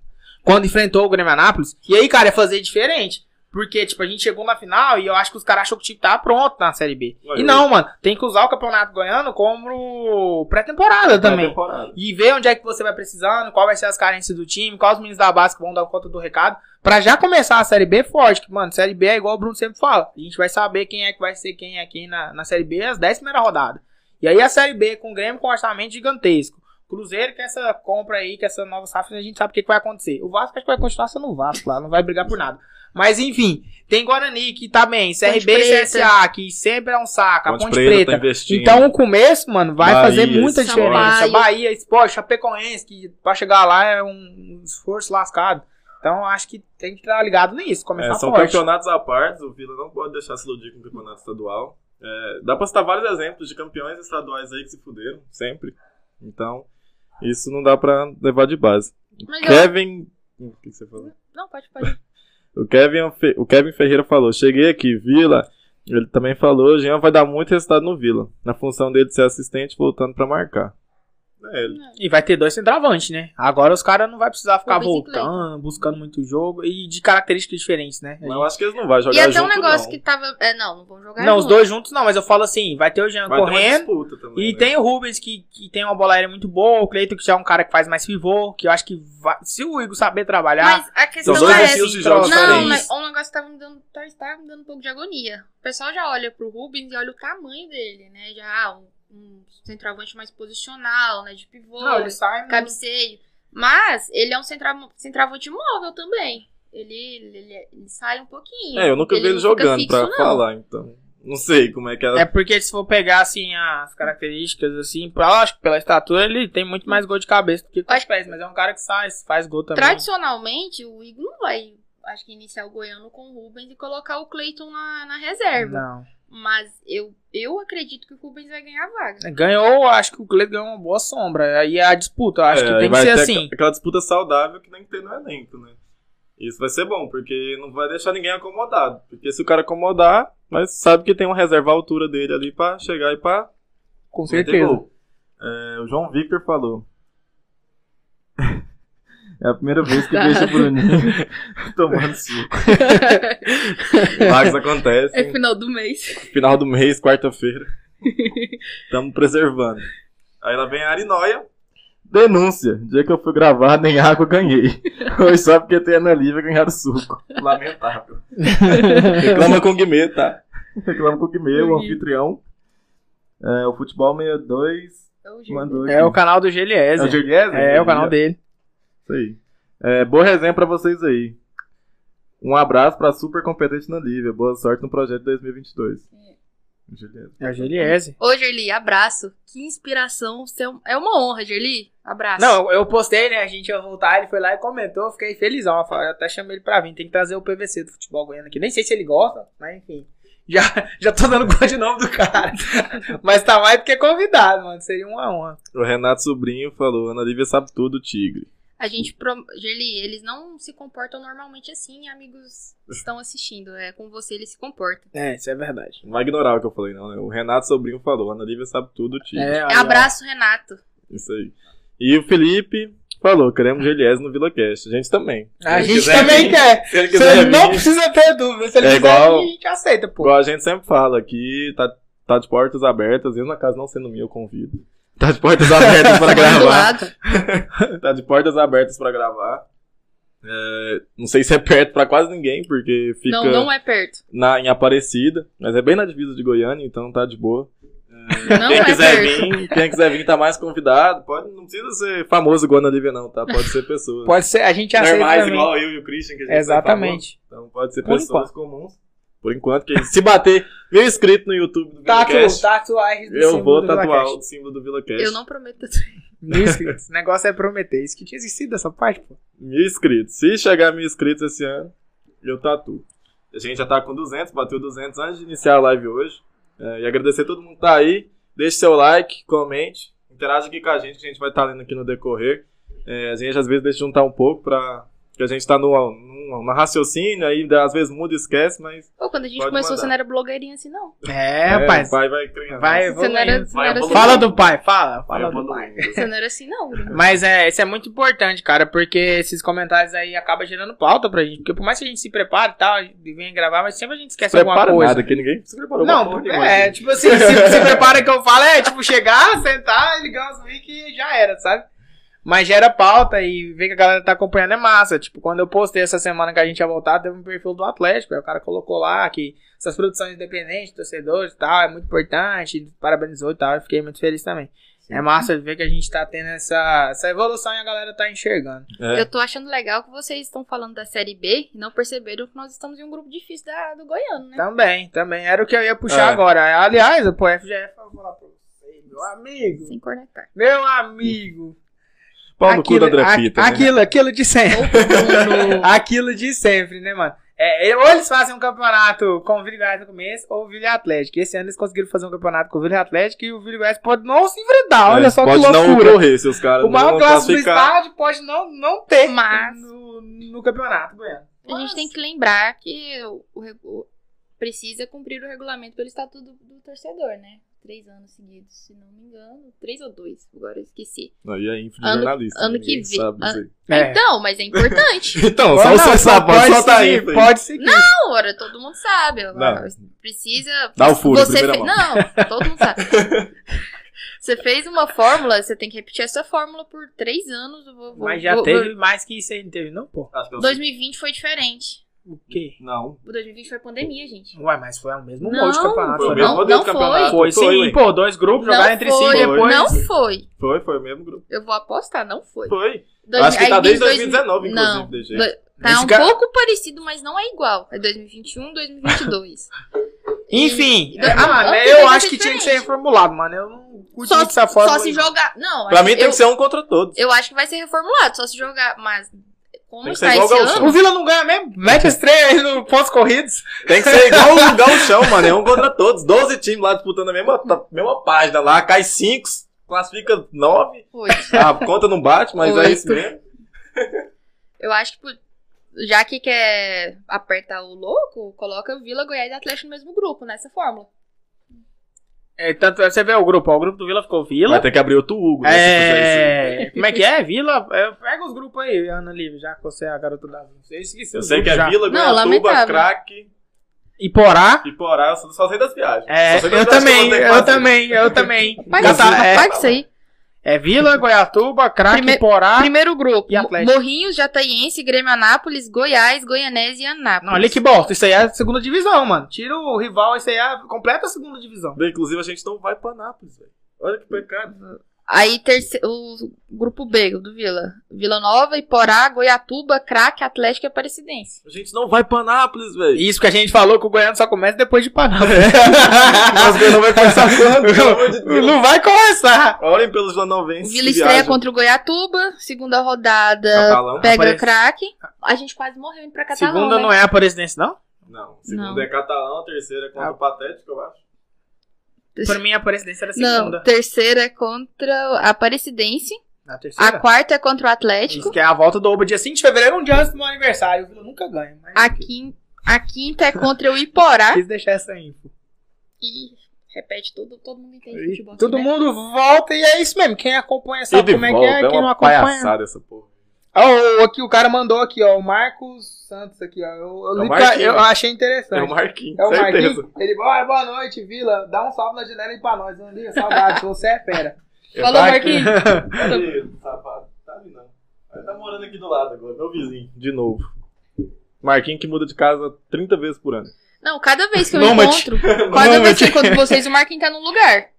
[SPEAKER 1] quando enfrentou o Grêmio Anápolis. E aí, cara, é fazer diferente. Porque, tipo, a gente chegou na final e eu acho que os caras acham que o time tava pronto na Série B.
[SPEAKER 2] Ué,
[SPEAKER 1] e
[SPEAKER 2] eu-
[SPEAKER 1] não, mano, tem que usar o Campeonato Goiano como pré-temporada também
[SPEAKER 2] Pré-temporada.
[SPEAKER 1] e ver onde é que você vai precisando, qual vai ser as carências do time, quais os meninos da base que vão dar conta do recado, pra já começar a Série B forte, que, mano, Série B é igual o Bruno sempre fala, a gente vai saber quem é que vai ser quem é quem na, na Série B as 10 primeiras rodadas. E aí a Série B com o Grêmio com um orçamento gigantesco, Cruzeiro com essa compra aí, com essa nova safra, a gente sabe o que, que vai acontecer. O Vasco acho que vai continuar sendo o Vasco lá, não vai brigar por nada. Mas enfim, tem Guarani que tá bem, CRB e
[SPEAKER 3] Preta.
[SPEAKER 1] CSA que sempre é um saco, a
[SPEAKER 2] Ponte
[SPEAKER 1] Ponte
[SPEAKER 2] Preta tá
[SPEAKER 1] Preta
[SPEAKER 2] investindo.
[SPEAKER 1] então o começo, mano, vai
[SPEAKER 2] Bahia,
[SPEAKER 1] fazer muita
[SPEAKER 2] Esporte.
[SPEAKER 1] diferença.
[SPEAKER 3] Sampaio.
[SPEAKER 1] Bahia, esporte, Chapecoense, que pra chegar lá é um esforço lascado. Então acho que tem que estar ligado nisso,
[SPEAKER 2] É,
[SPEAKER 1] começar
[SPEAKER 2] são
[SPEAKER 1] forte.
[SPEAKER 2] campeonatos à parte. O Vila não pode deixar se iludir com o campeonato estadual. É, dá pra citar vários exemplos de campeões estaduais aí que se fuderam, sempre. Então, isso não dá pra levar de base.
[SPEAKER 3] Mas eu.
[SPEAKER 2] Kevin. O que que você falou?
[SPEAKER 3] Não, pode, pode.
[SPEAKER 2] O Kevin, Fe- o Kevin Ferreira falou: cheguei aqui, Vila. Ele também falou: Jean vai dar muito resultado no Vila, na função dele de ser assistente voltando pra marcar. É, ele-
[SPEAKER 1] E vai ter dois centroavantes, né? Agora os caras não vai precisar ficar
[SPEAKER 3] Rubens e Cleiton.
[SPEAKER 1] voltando, buscando muito jogo e de características diferentes, né?
[SPEAKER 2] mas eu acho que eles não vão jogar
[SPEAKER 3] E até
[SPEAKER 2] junto,
[SPEAKER 3] um negócio
[SPEAKER 2] não.
[SPEAKER 3] que tava. É, não, não vão jogar
[SPEAKER 1] Não, os
[SPEAKER 3] junto.
[SPEAKER 1] dois juntos não, mas eu falo assim, vai ter o Jean
[SPEAKER 2] Vai ter uma
[SPEAKER 1] correndo
[SPEAKER 2] disputa também,
[SPEAKER 1] e
[SPEAKER 2] né?
[SPEAKER 1] tem o Rubens que, que tem uma bola aérea muito boa, o Cleiton que já é um cara que faz mais pivô, que eu acho que vai- se o Igor saber trabalhar,
[SPEAKER 3] Mas a
[SPEAKER 2] São
[SPEAKER 3] questão
[SPEAKER 2] dois
[SPEAKER 3] é.
[SPEAKER 2] estilos de jogos
[SPEAKER 3] Não,
[SPEAKER 2] diferentes.
[SPEAKER 3] mas um negócio que tava me dando, tá, tá me dando um pouco de agonia. O pessoal já olha pro Rubens e olha o tamanho dele, né? Já ah, um, um centroavante mais posicional, né? De pivô,
[SPEAKER 1] sai
[SPEAKER 3] cabeceio. Mas ele é um centra, centroavante móvel também. Ele, ele, ele sai um pouquinho.
[SPEAKER 2] É, eu nunca vi ele
[SPEAKER 3] não fica
[SPEAKER 2] jogando,
[SPEAKER 3] fixo, né?
[SPEAKER 2] pra
[SPEAKER 3] não.
[SPEAKER 2] falar, então. Não sei como é que é.
[SPEAKER 1] É porque se for pegar assim as características assim, pra- eu acho que pela estatura ele tem muito mais gol de cabeça do que com os
[SPEAKER 3] Acho-
[SPEAKER 1] pés, mas é um cara que sai, faz gol também.
[SPEAKER 3] Tradicionalmente, o Igor não vai, acho que, iniciar o Goiano com o Rubens e colocar o Cleiton na, na reserva.
[SPEAKER 1] Não.
[SPEAKER 3] Mas eu, eu acredito que o Rubens vai ganhar a vaga.
[SPEAKER 1] Ganhou, acho que o Cleiton ganhou uma boa sombra. Aí é a disputa, eu acho
[SPEAKER 2] É,
[SPEAKER 1] que tem que
[SPEAKER 2] vai
[SPEAKER 1] ser
[SPEAKER 2] ter
[SPEAKER 1] assim.
[SPEAKER 2] aqua- Aquela disputa saudável que nem tem no elenco, né? Isso vai ser bom, porque não vai deixar ninguém acomodado. Porque se o cara acomodar, mas sabe que tem um reserva à altura dele ali pra chegar e pra
[SPEAKER 1] Com
[SPEAKER 2] meter
[SPEAKER 1] certeza.
[SPEAKER 2] gol. É, o João Victor falou. É a primeira vez que vejo o Bruninho tomando suco. Milagres
[SPEAKER 1] É
[SPEAKER 2] acontecem.
[SPEAKER 3] É final do mês.
[SPEAKER 2] Final do mês, quarta-feira. Estamos preservando. Aí lá vem a Arinoia. Denúncia. Dia que eu fui gravar, nem água eu ganhei. Hoje só porque tem Ana Lívia ganhar o suco. Lamentável. Reclama com o Guimê, tá? Reclama com o Guimê, o
[SPEAKER 3] Guimê.
[SPEAKER 2] anfitrião. É, o Futebol 62 mandou
[SPEAKER 1] É o
[SPEAKER 2] aqui.
[SPEAKER 1] canal do Geliezer.
[SPEAKER 2] É o Geriezer?
[SPEAKER 1] É, o canal dele.
[SPEAKER 2] Isso aí. É, boa resenha pra vocês aí. Um abraço pra super competente Ana Lívia. Boa sorte no projeto 2022. Geriezer.
[SPEAKER 1] É o Geliezer.
[SPEAKER 3] Ô, Gerli, abraço. Que inspiração. Você é um- É uma honra, Gerli. Abraço.
[SPEAKER 2] é um
[SPEAKER 1] Não, eu- eu postei, né? A gente ia voltar, ele foi lá e comentou, eu fiquei felizão. Eu falei, eu até chamei ele pra vir, tem que trazer o PVC do futebol goiano aqui. Nem sei se ele gosta, mas enfim. Já, já tô dando conta de nome do cara. mas tá mais do que convidado, mano. Seria uma honra.
[SPEAKER 2] O Renato Sobrinho falou: Ana Lívia sabe tudo, tigre.
[SPEAKER 3] A gente. Pro... Gerli, eles não se comportam normalmente assim, amigos que estão assistindo. É com você eles se comportam.
[SPEAKER 1] É, isso é verdade.
[SPEAKER 2] Não vai ignorar o que eu falei, não, né? O Renato Sobrinho falou: Ana Lívia sabe tudo, tigre.
[SPEAKER 1] aí, É, ó.
[SPEAKER 3] abraço, Renato.
[SPEAKER 2] Isso aí. E o Felipe falou: queremos GLS no VilaCast. A gente também.
[SPEAKER 1] A
[SPEAKER 2] Se
[SPEAKER 1] gente
[SPEAKER 2] quiser
[SPEAKER 1] também
[SPEAKER 2] vir,
[SPEAKER 1] quer.
[SPEAKER 2] Se ele
[SPEAKER 1] Você
[SPEAKER 2] quiser vir,
[SPEAKER 1] não precisa ter dúvida. Se ele quiser,
[SPEAKER 2] É igual-
[SPEAKER 1] vir, a gente aceita, pô.
[SPEAKER 2] igual a gente sempre fala aqui, tá, tá de portas abertas. Eu, na casa, não sendo minha, eu convido. Tá de portas abertas pra
[SPEAKER 3] Do
[SPEAKER 2] gravar.
[SPEAKER 3] lado.
[SPEAKER 2] tá de portas abertas pra gravar. É, não sei se é perto pra quase ninguém, porque fica.
[SPEAKER 3] Não, não é perto.
[SPEAKER 2] na, em Aparecida, mas é bem na divisa de Goiânia, então tá de boa. É,
[SPEAKER 3] Não
[SPEAKER 2] quem
[SPEAKER 3] é
[SPEAKER 2] quiser
[SPEAKER 3] perto.
[SPEAKER 2] vir, quem quiser vir tá mais convidado. Pode, não precisa ser famoso igual a Ana Lívia, não, tá? Pode ser pessoas.
[SPEAKER 1] Pode ser, a gente aceita.
[SPEAKER 2] Normais,
[SPEAKER 1] também.
[SPEAKER 2] igual tá eu e o Christian, que a gente
[SPEAKER 1] Exatamente.
[SPEAKER 2] é famoso. Então pode ser
[SPEAKER 1] Por
[SPEAKER 2] pessoas comuns. Por enquanto, que se bater mil inscritos no YouTube do
[SPEAKER 1] Tatu,
[SPEAKER 2] VilaCast,
[SPEAKER 1] tatuagem do
[SPEAKER 2] eu
[SPEAKER 1] símbolo
[SPEAKER 2] vou
[SPEAKER 1] do
[SPEAKER 2] tatuar
[SPEAKER 1] Villacast.
[SPEAKER 2] o símbolo do VilaCast.
[SPEAKER 3] Eu não prometo.
[SPEAKER 1] Mil inscritos. O negócio é prometer. Isso que tinha existido dessa parte, pô.
[SPEAKER 2] Mil inscritos. Se chegar a mil inscritos esse ano, eu tatuo. A gente já tá com 200, bateu 200 antes de iniciar a live hoje. É, e agradecer a todo mundo que tá aí. Deixe seu like, comente, interaja aqui com a gente, que a gente vai estar lendo aqui no decorrer. É, a gente às vezes deixa juntar um pouco pra. Porque a gente tá no, no, no raciocínio, aí às vezes muda e esquece, mas.
[SPEAKER 3] Pô, quando a gente
[SPEAKER 2] Pode
[SPEAKER 3] começou,
[SPEAKER 2] mandar.
[SPEAKER 3] você não era blogueirinha assim, não.
[SPEAKER 1] É, rapaz.
[SPEAKER 2] o pai vai criando.
[SPEAKER 1] Vai,
[SPEAKER 3] Você não era,
[SPEAKER 1] evoluindo.
[SPEAKER 3] você não
[SPEAKER 2] Vai
[SPEAKER 3] era assim,
[SPEAKER 2] evoluindo.
[SPEAKER 1] Fala
[SPEAKER 3] não.
[SPEAKER 1] do pai, fala.
[SPEAKER 2] Vai
[SPEAKER 1] Fala do
[SPEAKER 4] um
[SPEAKER 1] pai.
[SPEAKER 2] evoluindo.
[SPEAKER 3] Você não era assim, não. Bruno.
[SPEAKER 1] Mas é, isso é muito importante, cara, porque esses comentários aí acabam gerando pauta pra gente. Porque por mais que a gente se prepare e tal, e venha gravar, mas sempre a gente esquece
[SPEAKER 2] Prepara
[SPEAKER 1] alguma coisa.
[SPEAKER 2] nada, que ninguém se preparou.
[SPEAKER 1] Não,
[SPEAKER 2] uma porra nenhuma.
[SPEAKER 1] é, tipo assim, se, se prepara que eu falo, é tipo chegar, sentar, ligar os mic e já era, sabe? Mas gera pauta e ver que a galera tá acompanhando é massa. Tipo, quando eu postei essa semana que a gente ia voltar, teve um perfil do Atlético. Aí o cara colocou lá que essas produções independentes, torcedores e tal, é muito importante, parabenizou e tal. Eu fiquei muito feliz também. É massa ver que a gente tá tendo essa, essa evolução e a galera tá enxergando.
[SPEAKER 2] É.
[SPEAKER 3] Eu tô achando legal que vocês estão falando da Série B e não perceberam que nós estamos em um grupo difícil da, do
[SPEAKER 2] Tá.
[SPEAKER 3] Goiano, né?
[SPEAKER 1] Também, também. Era o que eu ia puxar
[SPEAKER 2] É.
[SPEAKER 1] agora. Aliás, pô, FGF, eu vou falar pra você, meu amigo.
[SPEAKER 3] Sem cornetar.
[SPEAKER 1] Meu amigo.
[SPEAKER 2] Pau no cu da André
[SPEAKER 1] a-
[SPEAKER 2] Pita, né?
[SPEAKER 1] aquilo, aquilo de sempre.
[SPEAKER 3] Ou pro Bruno.
[SPEAKER 1] aquilo de sempre, né, mano? É, é, ou eles fazem um campeonato com o Vila Goiás no começo, ou o Vila Atlético. Esse ano eles conseguiram fazer um campeonato com o Vila Atlético e o Vila Goiás pode não se enfrentar. Olha
[SPEAKER 2] É,
[SPEAKER 1] só que
[SPEAKER 2] pode não
[SPEAKER 1] loucura.
[SPEAKER 2] ocorrer se os caras
[SPEAKER 1] o maior
[SPEAKER 2] não
[SPEAKER 1] clássico do
[SPEAKER 2] classificar.
[SPEAKER 1] estádio pode não, não ter
[SPEAKER 3] Mas-
[SPEAKER 1] no, no campeonato goiano.
[SPEAKER 3] A gente tem que lembrar que o, o regu- precisa cumprir o regulamento pelo estatuto do, do torcedor, né? três anos seguidos, se não me engano. Três ou dois, agora eu esqueci.
[SPEAKER 2] Não, e é infra
[SPEAKER 3] Ano-
[SPEAKER 2] de jornalista.
[SPEAKER 3] ano
[SPEAKER 2] ninguém
[SPEAKER 3] que vem.
[SPEAKER 2] sabe disso aí.
[SPEAKER 1] É.
[SPEAKER 3] Então, mas é importante.
[SPEAKER 2] Então,
[SPEAKER 1] Ou
[SPEAKER 2] só
[SPEAKER 1] não,
[SPEAKER 2] você sabe, pode soltar aí.
[SPEAKER 1] seguir, Pode seguir.
[SPEAKER 3] Não, ora, todo mundo sabe.
[SPEAKER 2] Não.
[SPEAKER 3] Precisa.
[SPEAKER 2] Dá o furo,
[SPEAKER 3] você
[SPEAKER 2] primeira
[SPEAKER 3] fe-
[SPEAKER 2] mão.
[SPEAKER 3] Não, todo mundo sabe. Você fez uma fórmula, você tem que repetir essa fórmula por três anos. Eu vou- vou-
[SPEAKER 1] Mas já
[SPEAKER 3] vou-
[SPEAKER 1] teve mais que isso aí, não teve, não, pô.
[SPEAKER 2] Acho que é
[SPEAKER 3] vou-
[SPEAKER 2] o
[SPEAKER 3] 2020 foi diferente.
[SPEAKER 1] O quê?
[SPEAKER 2] Não.
[SPEAKER 3] O 2020 foi pandemia, gente.
[SPEAKER 1] Ué, mas foi o mesmo
[SPEAKER 3] Não,
[SPEAKER 1] molde de campeonato.
[SPEAKER 2] Foi o
[SPEAKER 1] Foi,
[SPEAKER 2] mesmo
[SPEAKER 1] não?
[SPEAKER 3] não
[SPEAKER 2] modelo de
[SPEAKER 3] foi.
[SPEAKER 2] campeonato.
[SPEAKER 1] foi sim,
[SPEAKER 2] ué.
[SPEAKER 1] pô. Dois grupos
[SPEAKER 3] Não
[SPEAKER 1] jogaram entre si
[SPEAKER 3] foi,
[SPEAKER 1] e depois.
[SPEAKER 3] Não foi.
[SPEAKER 2] Foi, foi o mesmo grupo.
[SPEAKER 3] Eu vou apostar, não foi.
[SPEAKER 2] Foi.
[SPEAKER 3] Dois-
[SPEAKER 2] Acho que
[SPEAKER 3] aí
[SPEAKER 2] tá desde
[SPEAKER 3] dois-
[SPEAKER 2] 2019,
[SPEAKER 3] Não.
[SPEAKER 2] inclusive, DG.
[SPEAKER 3] Do- Tá
[SPEAKER 1] Esse
[SPEAKER 3] um
[SPEAKER 1] cara-
[SPEAKER 3] pouco parecido, mas não é igual. É 2021, 2022.
[SPEAKER 1] Enfim,
[SPEAKER 3] E- e-
[SPEAKER 1] ah, mano,
[SPEAKER 3] antes
[SPEAKER 1] eu
[SPEAKER 3] vai
[SPEAKER 1] acho
[SPEAKER 3] ser
[SPEAKER 1] que tinha que ser
[SPEAKER 3] diferente.
[SPEAKER 1] reformulado, mano. Eu não curto
[SPEAKER 3] só
[SPEAKER 1] muito
[SPEAKER 3] se,
[SPEAKER 1] essa forma.
[SPEAKER 3] só se jogar. Não,
[SPEAKER 2] Pra
[SPEAKER 3] acho-
[SPEAKER 2] mim tem
[SPEAKER 3] eu,
[SPEAKER 2] que ser um contra todos.
[SPEAKER 3] eu acho que vai ser reformulado, só se jogar. Mas como
[SPEAKER 2] Tem que ser
[SPEAKER 3] está
[SPEAKER 2] igual
[SPEAKER 3] esse
[SPEAKER 2] o Gauchão.
[SPEAKER 3] ano.
[SPEAKER 1] O Vila não ganha mesmo. Mete as três aí no pontos corridos.
[SPEAKER 2] Tem que ser igual o Galchão, mano. É um contra todos. 12 times lá disputando a mesma, tá- mesma página lá. Cai 5, classifica 9.
[SPEAKER 3] Foi.
[SPEAKER 2] A conta não bate, mas é isso
[SPEAKER 3] Oito.
[SPEAKER 2] mesmo.
[SPEAKER 3] Eu acho que pô, já que quer apertar o louco, coloca Vila, Goiás e Atlético no mesmo grupo, nessa fórmula.
[SPEAKER 1] É, tanto é, você vê o grupo, ó, o grupo do Vila ficou Vila.
[SPEAKER 2] Vai ter que abrir outro Hugo, né? se fizer isso.
[SPEAKER 1] É, como é que é? Vila? É, pega os grupos aí, Ana Livre, já que você é a garota da Vila. Eu esqueci
[SPEAKER 2] Eu
[SPEAKER 1] os
[SPEAKER 2] sei que
[SPEAKER 1] grupos
[SPEAKER 2] é
[SPEAKER 1] já.
[SPEAKER 2] Vila, Goiatuba,
[SPEAKER 3] lamentável.
[SPEAKER 2] Craque
[SPEAKER 1] E Porá?
[SPEAKER 2] e Porá. Eu só sei das viagens.
[SPEAKER 1] É,
[SPEAKER 2] Só sei das
[SPEAKER 1] eu
[SPEAKER 2] viagens que
[SPEAKER 1] também,
[SPEAKER 2] vou ter que
[SPEAKER 1] eu
[SPEAKER 2] fazer.
[SPEAKER 1] também, eu também.
[SPEAKER 3] Paga,
[SPEAKER 1] Cata-
[SPEAKER 3] isso,
[SPEAKER 1] é,
[SPEAKER 3] paga isso aí.
[SPEAKER 1] é Vila, Goiatuba, Craque,
[SPEAKER 3] Primeiro-
[SPEAKER 1] Porá.
[SPEAKER 3] Primeiro grupo:
[SPEAKER 1] E Atlético.
[SPEAKER 3] Mo- Morrinhos, Jataiense, Grêmio Anápolis, Goiás, Goianésia e Anápolis.
[SPEAKER 1] Não, olha que bosta, isso aí é a segunda divisão, mano. Tira o rival, isso aí é completa a segunda divisão.
[SPEAKER 2] Bem, inclusive, a gente não vai pra Nápoles, velho. Olha que pecado.
[SPEAKER 3] Aí terce- o grupo B do Vila. Vila Nova, Iporá, Goiatuba, Craque, Atlético e Aparecidense.
[SPEAKER 2] A gente não vai pra Nápoles, velho.
[SPEAKER 1] Isso que a gente falou que o Goiano só começa depois de Panamá.
[SPEAKER 2] Mas não vai começar quando, pelo amor de Deus.
[SPEAKER 1] não vai começar.
[SPEAKER 2] Olhem pelos
[SPEAKER 3] O
[SPEAKER 2] lanovenses.
[SPEAKER 3] Vila estreia contra o Goiatuba, segunda rodada
[SPEAKER 2] É Catalão?
[SPEAKER 3] pega
[SPEAKER 1] Aparece-
[SPEAKER 3] o Craque. A gente quase morreu indo pra Catalão,
[SPEAKER 1] Segunda
[SPEAKER 3] né?
[SPEAKER 1] não é a Aparecidense, não?
[SPEAKER 2] Não. Segunda
[SPEAKER 3] Não.
[SPEAKER 2] é Catalão, a terceira é contra
[SPEAKER 1] Ah.
[SPEAKER 2] o Patético, eu acho.
[SPEAKER 1] Pra mim a Aparecidense era a
[SPEAKER 3] Não,
[SPEAKER 1] segunda.
[SPEAKER 3] terceira é contra a Aparecidense.
[SPEAKER 1] Na terceira?
[SPEAKER 3] A quarta é contra o
[SPEAKER 1] Isso
[SPEAKER 3] Atlético.
[SPEAKER 1] que é a volta do Oba dia 5 de fevereiro, um dia antes do meu aniversário. O Vila nunca ganha. Mas...
[SPEAKER 3] A, quin- a quinta é contra o Iporá.
[SPEAKER 1] Quis deixar essa info.
[SPEAKER 3] E repete tudo, todo mundo entende
[SPEAKER 1] E
[SPEAKER 3] futebol. aqui,
[SPEAKER 1] todo
[SPEAKER 3] né?
[SPEAKER 1] mundo volta e é isso mesmo. Quem acompanha sabe como é que é, quem não acompanha.
[SPEAKER 2] essa porra.
[SPEAKER 1] Ó, o- aqui o cara mandou aqui, ó, o Marcos Santos aqui, ó. Eu, eu
[SPEAKER 2] É o
[SPEAKER 1] li
[SPEAKER 2] Marquinhos.
[SPEAKER 1] pra- eu achei interessante.
[SPEAKER 2] É o Marquinhos,
[SPEAKER 1] É o
[SPEAKER 2] certeza.
[SPEAKER 1] Marquinhos. Ele, ó, boa noite, Vila. Dá um salve na janela aí pra nós, Andinha. Saudade, você é fera.
[SPEAKER 2] Eu
[SPEAKER 3] Falou,
[SPEAKER 2] tava
[SPEAKER 3] Marquinhos.
[SPEAKER 2] aqui, ele,
[SPEAKER 4] tá
[SPEAKER 2] safado. Sabe não. Ele tá morando aqui do lado agora, meu vizinho. De novo. Marquinhos que muda de casa 30 vezes por ano.
[SPEAKER 3] Não, cada vez que eu
[SPEAKER 1] Nômade.
[SPEAKER 3] encontro, cada vez que eu encontro vocês, o Marquinhos tá num lugar.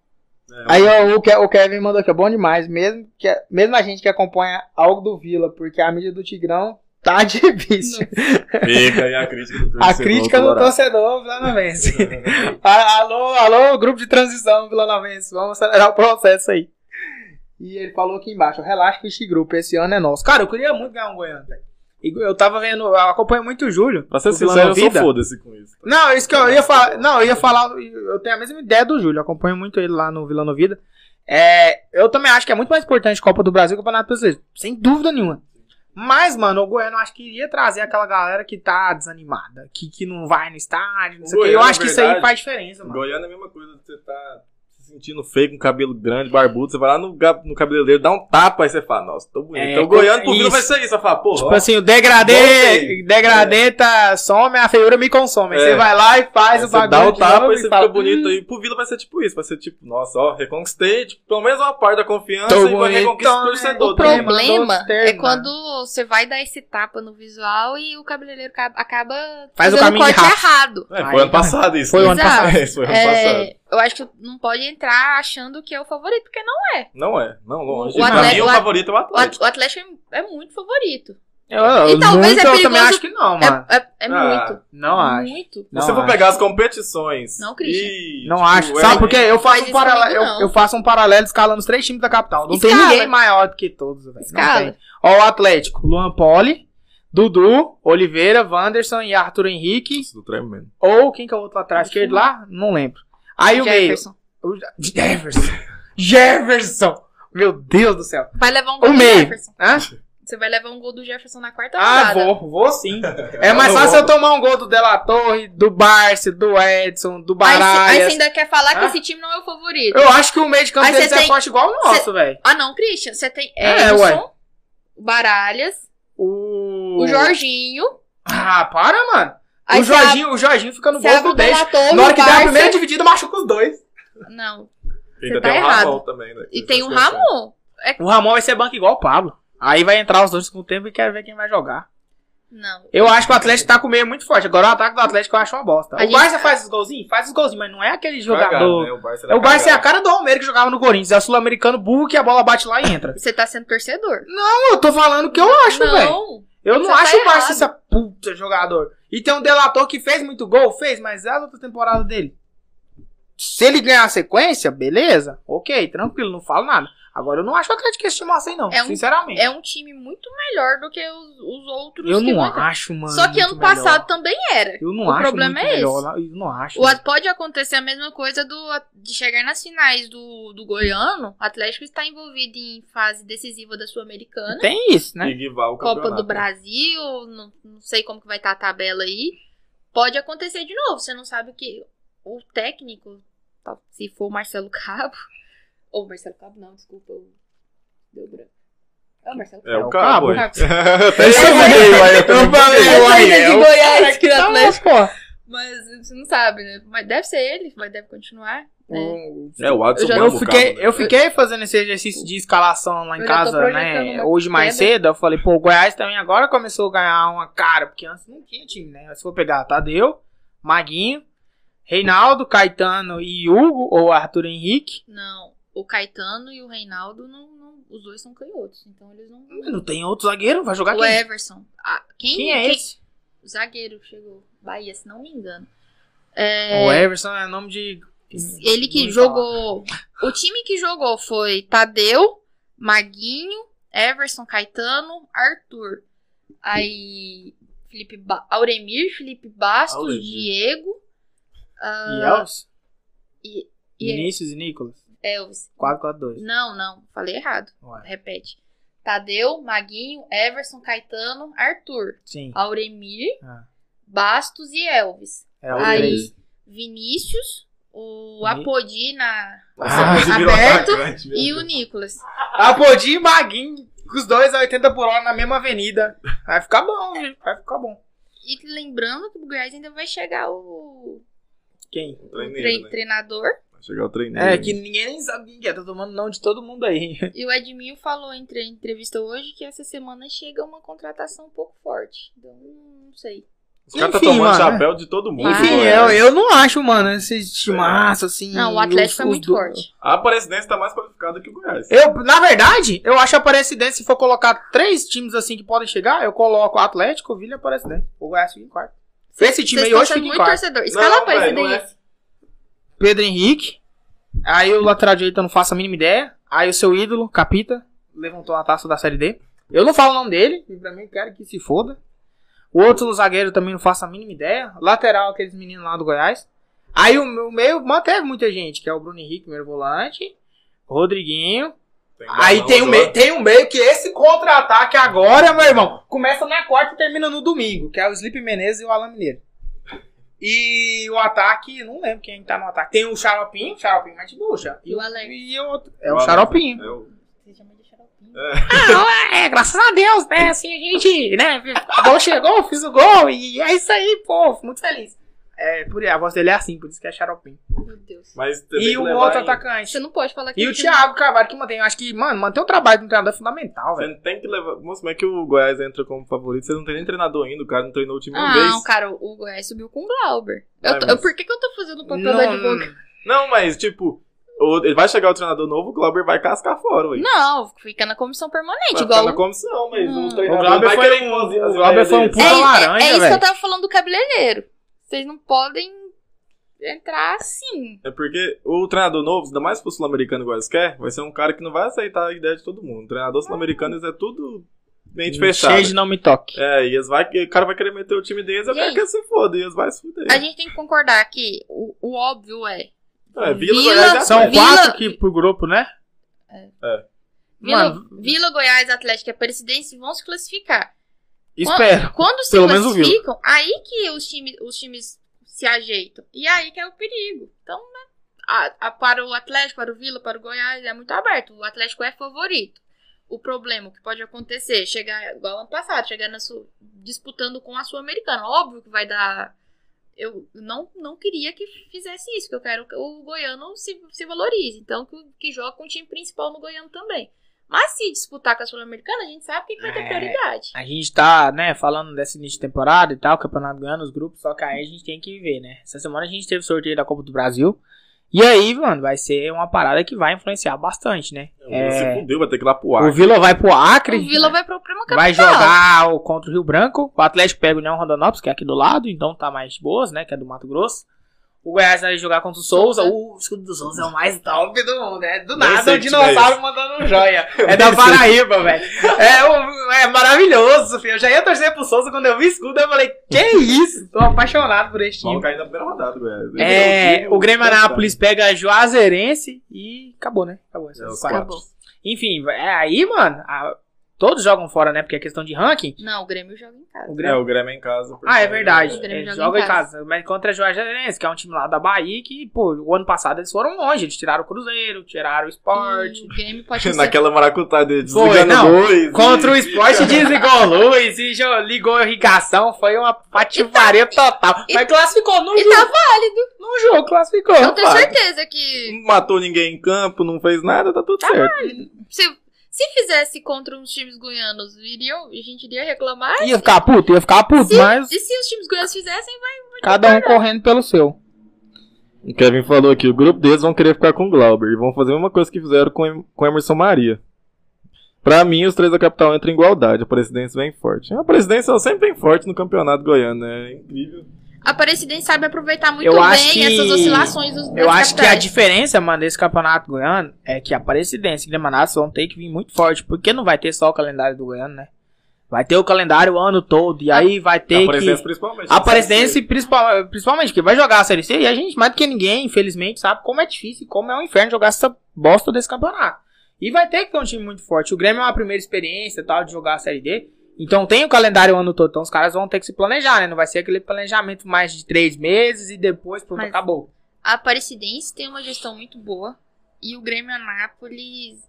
[SPEAKER 1] Aí ó, o, Ke- o Kevin mandou aqui, ó, bom demais. Mesmo, que, mesmo a gente que acompanha algo do Vila, porque a mídia do Tigrão tá difícil.
[SPEAKER 2] Fica aí a crítica do
[SPEAKER 1] A crítica tá do torcedor vilanovense. A- alô, alô, grupo de transição vilanovense. Vamos acelerar o processo aí. E ele falou aqui embaixo, relaxa que este grupo esse ano é nosso. Cara, eu queria muito ganhar um Goiânia, velho. E Eu tava vendo, eu acompanho muito o Júlio.
[SPEAKER 2] Pra ser
[SPEAKER 1] o
[SPEAKER 2] sincero, eu sou
[SPEAKER 1] Vilanovida.
[SPEAKER 2] foda-se com isso.
[SPEAKER 1] Não, isso que eu ia falar. Não, eu ia falar. Eu tenho a mesma ideia do Júlio. eu Acompanho muito ele lá no Vila Novida. É, eu também acho que é muito mais importante Copa do Brasil que o Campeonato Brasileiro. Sem dúvida nenhuma. Mas, mano, o Goiano eu acho que iria trazer aquela galera que tá desanimada, que, que não vai no estádio, não sei o quê. Eu
[SPEAKER 2] Goiano,
[SPEAKER 1] acho que
[SPEAKER 2] na
[SPEAKER 1] isso aí
[SPEAKER 2] verdade,
[SPEAKER 1] faz diferença, mano.
[SPEAKER 2] Goiânia é a mesma coisa, você tá se sentindo feio, com cabelo grande, barbudo, você vai lá no, ga- no cabeleireiro, dá um tapa, aí você fala, nossa, tô bonito.
[SPEAKER 1] É,
[SPEAKER 2] então o Goiânia por
[SPEAKER 1] isso.
[SPEAKER 2] mim vai ser isso, vai falar, porra,
[SPEAKER 1] Tipo
[SPEAKER 2] ó,
[SPEAKER 1] assim, o
[SPEAKER 2] Voltei.
[SPEAKER 1] degradê, degradê tá, some, a feiura me consome. Aí
[SPEAKER 2] É.
[SPEAKER 1] Você vai lá e faz
[SPEAKER 2] Aí
[SPEAKER 1] o
[SPEAKER 2] você
[SPEAKER 1] bagulho.
[SPEAKER 2] dá o
[SPEAKER 1] de
[SPEAKER 2] tapa
[SPEAKER 1] novo
[SPEAKER 2] e
[SPEAKER 1] e
[SPEAKER 2] você
[SPEAKER 1] fala, "Hum."
[SPEAKER 2] fica bonito. E pro Vila vai ser tipo isso. Vai ser tipo, nossa, ó, reconquistei, tipo, pelo menos uma parte da confiança
[SPEAKER 1] Tô
[SPEAKER 2] e vai reconquistar o
[SPEAKER 1] bonito,
[SPEAKER 2] torcedor.
[SPEAKER 1] né?
[SPEAKER 2] também.
[SPEAKER 3] O
[SPEAKER 1] Pro-
[SPEAKER 3] problema
[SPEAKER 1] mandou
[SPEAKER 3] é
[SPEAKER 1] externar.
[SPEAKER 3] quando você vai dar esse tapa no visual e o cabeleireiro ca- acaba
[SPEAKER 1] Faz o
[SPEAKER 3] fazendo
[SPEAKER 1] caminho de
[SPEAKER 3] corte
[SPEAKER 1] rato.
[SPEAKER 3] errado.
[SPEAKER 2] É,
[SPEAKER 1] Aí,
[SPEAKER 2] foi ano passado isso.
[SPEAKER 1] Foi
[SPEAKER 2] né?
[SPEAKER 1] o ano
[SPEAKER 3] Exato.
[SPEAKER 1] passado.
[SPEAKER 2] É, isso foi ano passado.
[SPEAKER 3] É, eu acho que não pode entrar achando que é o favorito, porque não.
[SPEAKER 2] Não é, não, longe.
[SPEAKER 3] O
[SPEAKER 2] pra
[SPEAKER 3] atleta-
[SPEAKER 2] mim, o
[SPEAKER 3] o at-
[SPEAKER 2] favorito é o
[SPEAKER 3] O At-
[SPEAKER 2] Atlético.
[SPEAKER 3] o Atlético é é muito favorito.
[SPEAKER 1] Eu, eu-
[SPEAKER 3] talvez é
[SPEAKER 1] muito eu também
[SPEAKER 3] perigoso-
[SPEAKER 1] acho que não, mano.
[SPEAKER 3] É, é- é
[SPEAKER 2] Ah,
[SPEAKER 3] muito.
[SPEAKER 1] não acho.
[SPEAKER 3] Muito.
[SPEAKER 1] Não
[SPEAKER 2] Se eu for
[SPEAKER 1] acho.
[SPEAKER 2] pegar as competições.
[SPEAKER 3] Não, Christian.
[SPEAKER 2] e,
[SPEAKER 1] Não
[SPEAKER 2] tipo,
[SPEAKER 1] acho.
[SPEAKER 2] o
[SPEAKER 1] Sabe
[SPEAKER 2] elenco-
[SPEAKER 1] por quê? Eu faço,
[SPEAKER 3] faz
[SPEAKER 1] um
[SPEAKER 3] isso
[SPEAKER 1] paralelo,
[SPEAKER 3] comigo,
[SPEAKER 1] eu,
[SPEAKER 3] não.
[SPEAKER 1] eu faço um paralelo escalando os três times da capital. Não tem
[SPEAKER 3] Escala.
[SPEAKER 1] ninguém maior do que todos, velho. Não
[SPEAKER 3] Escala.
[SPEAKER 1] tem. Ó, o Atlético. Luan Poli, Dudu, Oliveira, Wanderson e Arthur Henrique.
[SPEAKER 2] Isso do um tremendo.
[SPEAKER 1] Ou quem que é o outro atrás esquerdo lá? Não lembro. Aí o meio.
[SPEAKER 3] Jefferson.
[SPEAKER 1] o Ja- Jefferson. Jefferson! Meu Deus do céu.
[SPEAKER 3] Vai levar um
[SPEAKER 1] O
[SPEAKER 3] gol do
[SPEAKER 1] meio.
[SPEAKER 3] Jefferson.
[SPEAKER 1] Hã?
[SPEAKER 3] Você vai levar um gol do Jefferson na quarta
[SPEAKER 1] Ah,
[SPEAKER 3] rodada.
[SPEAKER 1] vou, vou sim. É mais
[SPEAKER 2] Eu
[SPEAKER 1] fácil eu
[SPEAKER 2] volto.
[SPEAKER 1] tomar um gol do Dela Torre, do Barça, do Edson, do
[SPEAKER 3] Aí cê- Aí você
[SPEAKER 1] Baralhas.
[SPEAKER 3] ainda quer falar
[SPEAKER 1] Ah.
[SPEAKER 3] que esse time não é o favorito.
[SPEAKER 1] Eu acho que o meio de campo
[SPEAKER 3] Aí cê
[SPEAKER 1] deles é
[SPEAKER 3] tem-
[SPEAKER 1] forte igual o nosso, velho.
[SPEAKER 3] Ah, não, Christian. Você tem
[SPEAKER 1] É,
[SPEAKER 3] Edson,
[SPEAKER 1] ué.
[SPEAKER 3] Baralhas,
[SPEAKER 1] O...
[SPEAKER 3] o Jorginho.
[SPEAKER 1] Ah, para, mano.
[SPEAKER 3] Aí
[SPEAKER 1] o,
[SPEAKER 3] cê ab-
[SPEAKER 1] Jorginho, o Jorginho fica no
[SPEAKER 3] cê
[SPEAKER 1] gol
[SPEAKER 3] abre
[SPEAKER 1] do
[SPEAKER 3] o
[SPEAKER 1] Deixa.
[SPEAKER 3] Delatorre,
[SPEAKER 1] Na hora
[SPEAKER 3] o
[SPEAKER 1] que der a
[SPEAKER 3] Barça-
[SPEAKER 1] primeira dividida, machuca os dois.
[SPEAKER 3] Não.
[SPEAKER 2] Ainda
[SPEAKER 3] tá
[SPEAKER 2] tem o
[SPEAKER 3] errado.
[SPEAKER 2] Ramon também, né?
[SPEAKER 3] E
[SPEAKER 1] tá
[SPEAKER 3] tem o
[SPEAKER 2] Ramon.
[SPEAKER 3] Ramon.
[SPEAKER 1] O Ramon vai ser banco igual o Pablo. Aí vai entrar os dois com o tempo e quero ver quem vai jogar.
[SPEAKER 3] Não.
[SPEAKER 1] Eu acho que o Atlético tá com o meio muito forte. Agora o ataque do Atlético eu acho uma bosta.
[SPEAKER 3] A
[SPEAKER 1] o
[SPEAKER 3] gente- tá
[SPEAKER 1] Barça faz os golzinhos? Faz os golzinhos, mas não é aquele jogador.
[SPEAKER 2] Cagado, né? O Barça
[SPEAKER 1] É
[SPEAKER 2] era
[SPEAKER 1] o Barça é a
[SPEAKER 2] cagado.
[SPEAKER 1] cara do Almeida que jogava no Corinthians. É o sul-americano burro que a bola bate lá e entra.
[SPEAKER 3] Você tá sendo torcedor.
[SPEAKER 1] Não, eu tô falando o que eu acho, velho.
[SPEAKER 3] não.
[SPEAKER 1] Eu não
[SPEAKER 3] você tá
[SPEAKER 1] acho o Barça
[SPEAKER 3] errado.
[SPEAKER 1] essa puta jogador. E tem um delator que fez muito gol, fez, mas é a outra temporada dele. Se ele ganhar a sequência, beleza. Ok, tranquilo, não falo nada. Agora eu não acho o Atlético esse time assim, não.
[SPEAKER 3] É um-
[SPEAKER 1] sinceramente.
[SPEAKER 3] É um time muito melhor do que os, os outros
[SPEAKER 1] eu
[SPEAKER 3] que
[SPEAKER 1] não
[SPEAKER 3] vão entrar.
[SPEAKER 1] acho, mano.
[SPEAKER 3] Só que
[SPEAKER 1] muito
[SPEAKER 3] ano passado
[SPEAKER 1] melhor.
[SPEAKER 3] também era.
[SPEAKER 1] Eu não
[SPEAKER 3] o
[SPEAKER 1] acho
[SPEAKER 3] problema
[SPEAKER 1] muito
[SPEAKER 3] é esse.
[SPEAKER 1] melhor, Eu não acho.
[SPEAKER 3] O, pode acontecer a mesma coisa do, de chegar nas finais do, do Goiano. O Atlético está envolvido em fase decisiva da Sul-Americana.
[SPEAKER 1] Tem isso, né?
[SPEAKER 2] E Guivar o
[SPEAKER 3] Copa
[SPEAKER 2] campeonato.
[SPEAKER 3] do Brasil, não, não sei como que vai estar a tabela aí. Pode acontecer de novo. Você não sabe o que o técnico, tá, se for o Marcelo Cabo, ou o Marcelo Cabo não, desculpa, o- deu branco. É o Marcelo
[SPEAKER 2] É
[SPEAKER 1] É o
[SPEAKER 2] o cabo,
[SPEAKER 1] Cabo.
[SPEAKER 2] hein?
[SPEAKER 3] Cabo.
[SPEAKER 2] Até
[SPEAKER 1] Eu
[SPEAKER 2] buguei, vai,
[SPEAKER 1] Eu
[SPEAKER 2] também
[SPEAKER 1] falei,
[SPEAKER 2] buguei.
[SPEAKER 1] uai,
[SPEAKER 3] Coisa de
[SPEAKER 1] é o
[SPEAKER 3] Goiás
[SPEAKER 1] cara que
[SPEAKER 3] pro
[SPEAKER 1] tá,
[SPEAKER 3] Atlético.
[SPEAKER 1] pô.
[SPEAKER 3] Mas você não sabe, né? Mas deve ser ele, mas deve continuar. né?
[SPEAKER 1] Hum,
[SPEAKER 2] É, o Adson
[SPEAKER 3] Eu já-
[SPEAKER 2] mama
[SPEAKER 1] Eu
[SPEAKER 2] o
[SPEAKER 1] fiquei,
[SPEAKER 2] cabo, né?
[SPEAKER 1] eu fiquei fazendo esse exercício de escalação lá em
[SPEAKER 3] Eu já tô
[SPEAKER 1] casa,
[SPEAKER 3] projetando
[SPEAKER 1] né?
[SPEAKER 3] uma
[SPEAKER 1] Hoje mais
[SPEAKER 3] queda.
[SPEAKER 1] cedo, eu falei, pô, o Goiás também agora começou a ganhar uma cara, porque antes não tinha time, né? Se for pegar Tadeu, Maguinho, Reinaldo, Caetano e Hugo, ou Arthur Henrique,
[SPEAKER 3] Não, o Caetano e o Reinaldo, não, não- os dois são canhotos, então eles não...
[SPEAKER 1] não tem outro zagueiro, vai jogar
[SPEAKER 3] O
[SPEAKER 1] quem? é
[SPEAKER 3] Everson. Ah, quem,
[SPEAKER 1] Quem é esse?
[SPEAKER 3] O zagueiro que chegou. Bahia, se não me engano.
[SPEAKER 1] O Everson é nome de...
[SPEAKER 3] Ele que
[SPEAKER 1] Não
[SPEAKER 3] jogou. O time que jogou foi Tadeu, Maguinho, Everson, Caetano, Arthur. Aí. Felipe ba Auremir, Felipe Bastos,
[SPEAKER 2] Auremir.
[SPEAKER 3] Diego ah,
[SPEAKER 1] fala. E Elvis?
[SPEAKER 3] e, e é
[SPEAKER 1] Vinícius e Nicolas?
[SPEAKER 3] Elvis.
[SPEAKER 1] 4-4-2.
[SPEAKER 3] Não, não, falei errado.
[SPEAKER 1] Ué,
[SPEAKER 3] Repete. Tadeu, Maguinho, Everson, Caetano, Arthur,
[SPEAKER 1] Sim.
[SPEAKER 3] Auremir,
[SPEAKER 1] Ah.
[SPEAKER 3] Bastos e Elvis.
[SPEAKER 1] É
[SPEAKER 3] Aí.
[SPEAKER 1] três.
[SPEAKER 3] Vinícius, o
[SPEAKER 1] Vini-
[SPEAKER 3] Apodi na
[SPEAKER 1] Ah,
[SPEAKER 2] Você virou
[SPEAKER 3] aberto
[SPEAKER 2] atacante, meu
[SPEAKER 3] e o
[SPEAKER 2] Deus.
[SPEAKER 3] Nicolas.
[SPEAKER 1] Apodi e Maguinho, os dois a 80 por hora na mesma avenida. Vai ficar bom, viu? Vai ficar bom.
[SPEAKER 3] E lembrando que o Goiás ainda vai chegar o,
[SPEAKER 1] Quem?
[SPEAKER 2] O
[SPEAKER 3] o
[SPEAKER 2] treineiro,
[SPEAKER 3] tre-
[SPEAKER 2] né?
[SPEAKER 3] treinador.
[SPEAKER 2] Vai chegar o treineiro.
[SPEAKER 1] É, que ninguém nem sabe quem que é, tá tomando não de todo mundo aí.
[SPEAKER 3] E o Edmil falou em tre- entrevista hoje que essa semana chega uma contratação um pouco forte. Então, não sei.
[SPEAKER 2] Os caras tá
[SPEAKER 1] Enfim,
[SPEAKER 2] tomando
[SPEAKER 1] mano,
[SPEAKER 2] chapéu de todo mundo.
[SPEAKER 1] Enfim,
[SPEAKER 2] né?
[SPEAKER 1] eu, eu não acho, mano, esse timaço, assim.
[SPEAKER 3] Não, o Atlético
[SPEAKER 1] os-
[SPEAKER 3] é
[SPEAKER 1] os
[SPEAKER 3] muito
[SPEAKER 1] do-
[SPEAKER 3] forte.
[SPEAKER 2] A Aparecidense tá mais qualificada que o Goiás.
[SPEAKER 1] Eu, na verdade, eu acho a Aparecidense, se for colocar três times assim que podem chegar, eu coloco Atlético, Vila e Aparecidense. O Goiás fica em quarto. Esse time
[SPEAKER 3] Vocês
[SPEAKER 1] aí
[SPEAKER 3] estão
[SPEAKER 1] hoje
[SPEAKER 3] sendo
[SPEAKER 1] fica em
[SPEAKER 3] muito
[SPEAKER 1] quarto.
[SPEAKER 3] torcedor. Escala
[SPEAKER 2] Não,
[SPEAKER 3] a parede
[SPEAKER 2] velho, não
[SPEAKER 3] daí.
[SPEAKER 2] é.
[SPEAKER 1] Pedro Henrique. Aí o lateral direito eu não faço a mínima ideia. Aí o seu ídolo, Capita, levantou a taça da Série D. Eu não falo o nome dele, e pra mim quero que se foda. O outro zagueiro também não faço a mínima ideia. Lateral, aqueles meninos lá do Goiás. Aí o meu meio manteve muita gente, que é o Bruno Henrique, primeiro volante. Rodriguinho.
[SPEAKER 2] Tem
[SPEAKER 1] Aí
[SPEAKER 2] Barão
[SPEAKER 1] tem o,
[SPEAKER 2] agora.
[SPEAKER 1] meio, tem o meio que esse contra-ataque agora, meu irmão, começa na quarta e termina no domingo, que é o Felipe Menezes e o Alan Mineiro. E o ataque, não lembro quem tá no ataque. Tem o Xaropinho, o Xaropinho mais de bucha.
[SPEAKER 3] E o Alex.
[SPEAKER 1] E o outro. É o
[SPEAKER 2] Barão.
[SPEAKER 1] Xaropinho.
[SPEAKER 2] É o-
[SPEAKER 3] Vocês chamam de xaropinho.
[SPEAKER 1] Ah, é, graças a Deus, né? Assim a gente, né? A bola chegou, fiz o gol e é isso aí, pô. Muito feliz. É, por, a voz dele é assim, por isso que é Xaropinho.
[SPEAKER 3] Meu Deus.
[SPEAKER 2] Mas também
[SPEAKER 1] E
[SPEAKER 2] que
[SPEAKER 1] o
[SPEAKER 2] levar
[SPEAKER 1] outro
[SPEAKER 2] em-
[SPEAKER 1] atacante.
[SPEAKER 3] Você não pode falar que
[SPEAKER 1] E o Thiago Carvalho que mantém. Eu acho que, mano, manter o trabalho do treinador é fundamental, velho.
[SPEAKER 2] Você não tem que levar. Moço, como é que o Goiás entra como favorito? Você não tem nem treinador ainda, o cara não treinou o time uma
[SPEAKER 3] Ah,
[SPEAKER 2] vez.
[SPEAKER 3] não, cara, o Goiás subiu com o Glauber. Eu
[SPEAKER 2] Ai,
[SPEAKER 3] tô-
[SPEAKER 2] mas-
[SPEAKER 3] Por que, que eu tô fazendo o papel
[SPEAKER 1] Não,
[SPEAKER 3] da advogada?
[SPEAKER 2] Não, mas tipo, o- ele vai chegar o treinador novo, o Glauber vai cascar fora, ué.
[SPEAKER 3] Não, fica na comissão permanente,
[SPEAKER 2] Vai
[SPEAKER 3] igual
[SPEAKER 2] ficar na comissão, mas
[SPEAKER 3] Não.
[SPEAKER 2] o
[SPEAKER 1] Ah.
[SPEAKER 2] treinador
[SPEAKER 1] O Glauber
[SPEAKER 2] vai
[SPEAKER 1] foi
[SPEAKER 2] querer
[SPEAKER 1] um-
[SPEAKER 2] impor as
[SPEAKER 1] o Glauber
[SPEAKER 2] ideias
[SPEAKER 1] foi um
[SPEAKER 2] dele.
[SPEAKER 1] puta-
[SPEAKER 3] é,
[SPEAKER 1] laranja,
[SPEAKER 3] é, é isso que
[SPEAKER 1] velho.
[SPEAKER 3] eu tava falando do cabeleireiro. Vocês não podem entrar assim.
[SPEAKER 2] É porque o treinador novo, ainda mais pro sul-americano igual eles quer, vai ser um cara que não vai aceitar a ideia de todo mundo. O treinador sul-americano eles é tudo mente fechada.
[SPEAKER 1] Hum, Cheio de não me toque.
[SPEAKER 2] É, e eles vai, o cara vai querer meter o time deles, eu quero
[SPEAKER 3] Gente.
[SPEAKER 2] que eles se foda, e eles vai se fuder.
[SPEAKER 3] A gente tem que concordar que o, o óbvio é
[SPEAKER 2] É, Vila,
[SPEAKER 3] Vila-
[SPEAKER 2] Goiás e
[SPEAKER 1] São
[SPEAKER 2] Atlético.
[SPEAKER 3] Vila-
[SPEAKER 1] quatro que pro grupo, né?
[SPEAKER 3] Vila,
[SPEAKER 1] Mano.
[SPEAKER 3] Vila, Goiás, Atlético e Aparecidense vão se classificar.
[SPEAKER 1] Espero.
[SPEAKER 3] Quando se
[SPEAKER 1] É. Pelo menos o Vila.
[SPEAKER 3] classificam, aí que os, time, os times se ajeitam. E aí que é o perigo. Então, né? a- a- para o Atlético, para o Vila, para o Goiás, é muito aberto. O Atlético é favorito. O problema que pode acontecer, é chegar igual ano passado, chegar na Sul- disputando com a Sul-Americana. Óbvio que vai dar. Eu não, não queria que fizesse isso, que eu quero que o goiano se, se valorize. Então, que, que joga com o time principal no goiano também. Mas se disputar com a Sul-Americana, a gente sabe que vai ter
[SPEAKER 1] É.
[SPEAKER 3] prioridade.
[SPEAKER 1] A gente tá, né, falando desse início de temporada e tal, campeonato ganhando os grupos, só que aí a gente tem que ver, né? Essa semana a gente teve sorteio da Copa do Brasil. E aí, mano, vai ser uma parada que vai influenciar bastante, né? É,
[SPEAKER 2] Você fudeu, vai ter que ir lá pro
[SPEAKER 1] o
[SPEAKER 2] ar.
[SPEAKER 1] Vila vai pro Acre.
[SPEAKER 3] O Vila vai pro Primo Capital.
[SPEAKER 1] né? Vai jogar o- contra o Rio Branco. O Atlético pega o União Rondonópolis, que é aqui do lado, então tá mais boas, né? Que é do Mato Grosso. O Goiás vai jogar contra o Souza. O escudo do Souza é o mais top do mundo, né? Do
[SPEAKER 2] Nem
[SPEAKER 1] nada,
[SPEAKER 2] sei
[SPEAKER 1] o
[SPEAKER 2] que tiver
[SPEAKER 1] dinossauro
[SPEAKER 2] isso.
[SPEAKER 1] mandando um joia. É da Paraíba, velho. É, o- é maravilhoso, filho. Eu já ia torcer pro Souza quando eu vi o escudo. Eu falei, que isso? Tô apaixonado por esse
[SPEAKER 2] O maluco
[SPEAKER 1] time.
[SPEAKER 2] caiu na primeira rodada, velho.
[SPEAKER 1] É, o Grêmio Anápolis
[SPEAKER 2] Anápolis
[SPEAKER 1] pega Juazeirense e acabou, né? Acabou.
[SPEAKER 2] É, os
[SPEAKER 1] Essas
[SPEAKER 2] quatro.
[SPEAKER 1] quatro.
[SPEAKER 3] Acabou.
[SPEAKER 1] Enfim, é aí, mano, a- todos jogam fora, né? Porque é questão de ranking.
[SPEAKER 3] Não, o Grêmio joga em casa.
[SPEAKER 1] O
[SPEAKER 2] É,
[SPEAKER 1] Grêmio.
[SPEAKER 2] o Grêmio é em casa. porque-
[SPEAKER 1] Ah, é verdade.
[SPEAKER 3] O Grêmio
[SPEAKER 1] Eles
[SPEAKER 3] joga
[SPEAKER 1] jogam
[SPEAKER 3] em
[SPEAKER 1] em casa. Mas contra a Juazeirense, que é um time lá da Bahia, que, pô, o ano passado eles foram longe. Eles tiraram o Cruzeiro, tiraram o Sport.
[SPEAKER 3] E o Grêmio pode ser.
[SPEAKER 2] Naquela maracutá dele,
[SPEAKER 1] Foi,
[SPEAKER 2] desligando
[SPEAKER 1] não.
[SPEAKER 2] dois.
[SPEAKER 1] Contra
[SPEAKER 2] e-
[SPEAKER 1] o Sport desligou a luz e jo- ligou a irrigação. Foi uma patifaria total.
[SPEAKER 3] Então, e-
[SPEAKER 1] Mas classificou no
[SPEAKER 3] E
[SPEAKER 1] jogo.
[SPEAKER 3] tá válido.
[SPEAKER 1] No jogo, classificou.
[SPEAKER 3] Eu tenho
[SPEAKER 2] válido.
[SPEAKER 3] certeza que
[SPEAKER 2] Não matou ninguém em campo, não fez nada, tá tudo
[SPEAKER 3] Tá
[SPEAKER 2] certo.
[SPEAKER 3] se, se fizesse contra uns times goianos, iriam, a gente iria reclamar.
[SPEAKER 1] Ia ficar puto, ia ficar puto,
[SPEAKER 3] Se-
[SPEAKER 1] mas
[SPEAKER 3] E se os times goianos fizessem, vai.
[SPEAKER 1] cada um correndo pelo seu.
[SPEAKER 2] O Kevin falou aqui, o grupo deles vão querer ficar com o Glauber e vão fazer a mesma coisa que fizeram com, Em- com Emerson Maria. Pra mim, os três da capital entram em igualdade, a presidência vem forte. A presidência ela sempre vem forte no campeonato goiano, né? É incrível.
[SPEAKER 3] A Aparecidense sabe aproveitar muito
[SPEAKER 1] Eu
[SPEAKER 3] bem
[SPEAKER 1] acho que-
[SPEAKER 3] essas oscilações dos
[SPEAKER 1] Eu
[SPEAKER 3] das
[SPEAKER 1] acho que a
[SPEAKER 3] capitais.
[SPEAKER 1] diferença, mano, desse campeonato goiano é que a Aparecidense e Glemanás vão ter que vir muito forte, porque não vai ter só o calendário do goiano, né? Vai ter o calendário o ano todo, e aí vai ter
[SPEAKER 2] a presidência
[SPEAKER 1] que...
[SPEAKER 2] principalmente.
[SPEAKER 1] A Aparecidense, principal, principalmente, que vai jogar a Série C, e a gente, mais do que ninguém, infelizmente, sabe como é difícil e como é um inferno jogar essa bosta desse campeonato. E vai ter que ter um time muito forte. O Grêmio é uma primeira experiência, tal, de jogar a Série D, então tem o calendário o ano todo, então os caras vão ter que se planejar, né? Não vai ser aquele planejamento mais de três meses e depois, pronto,
[SPEAKER 3] Mas-
[SPEAKER 1] acabou.
[SPEAKER 3] A Aparecidense tem uma gestão muito boa. E o Grêmio Anápolis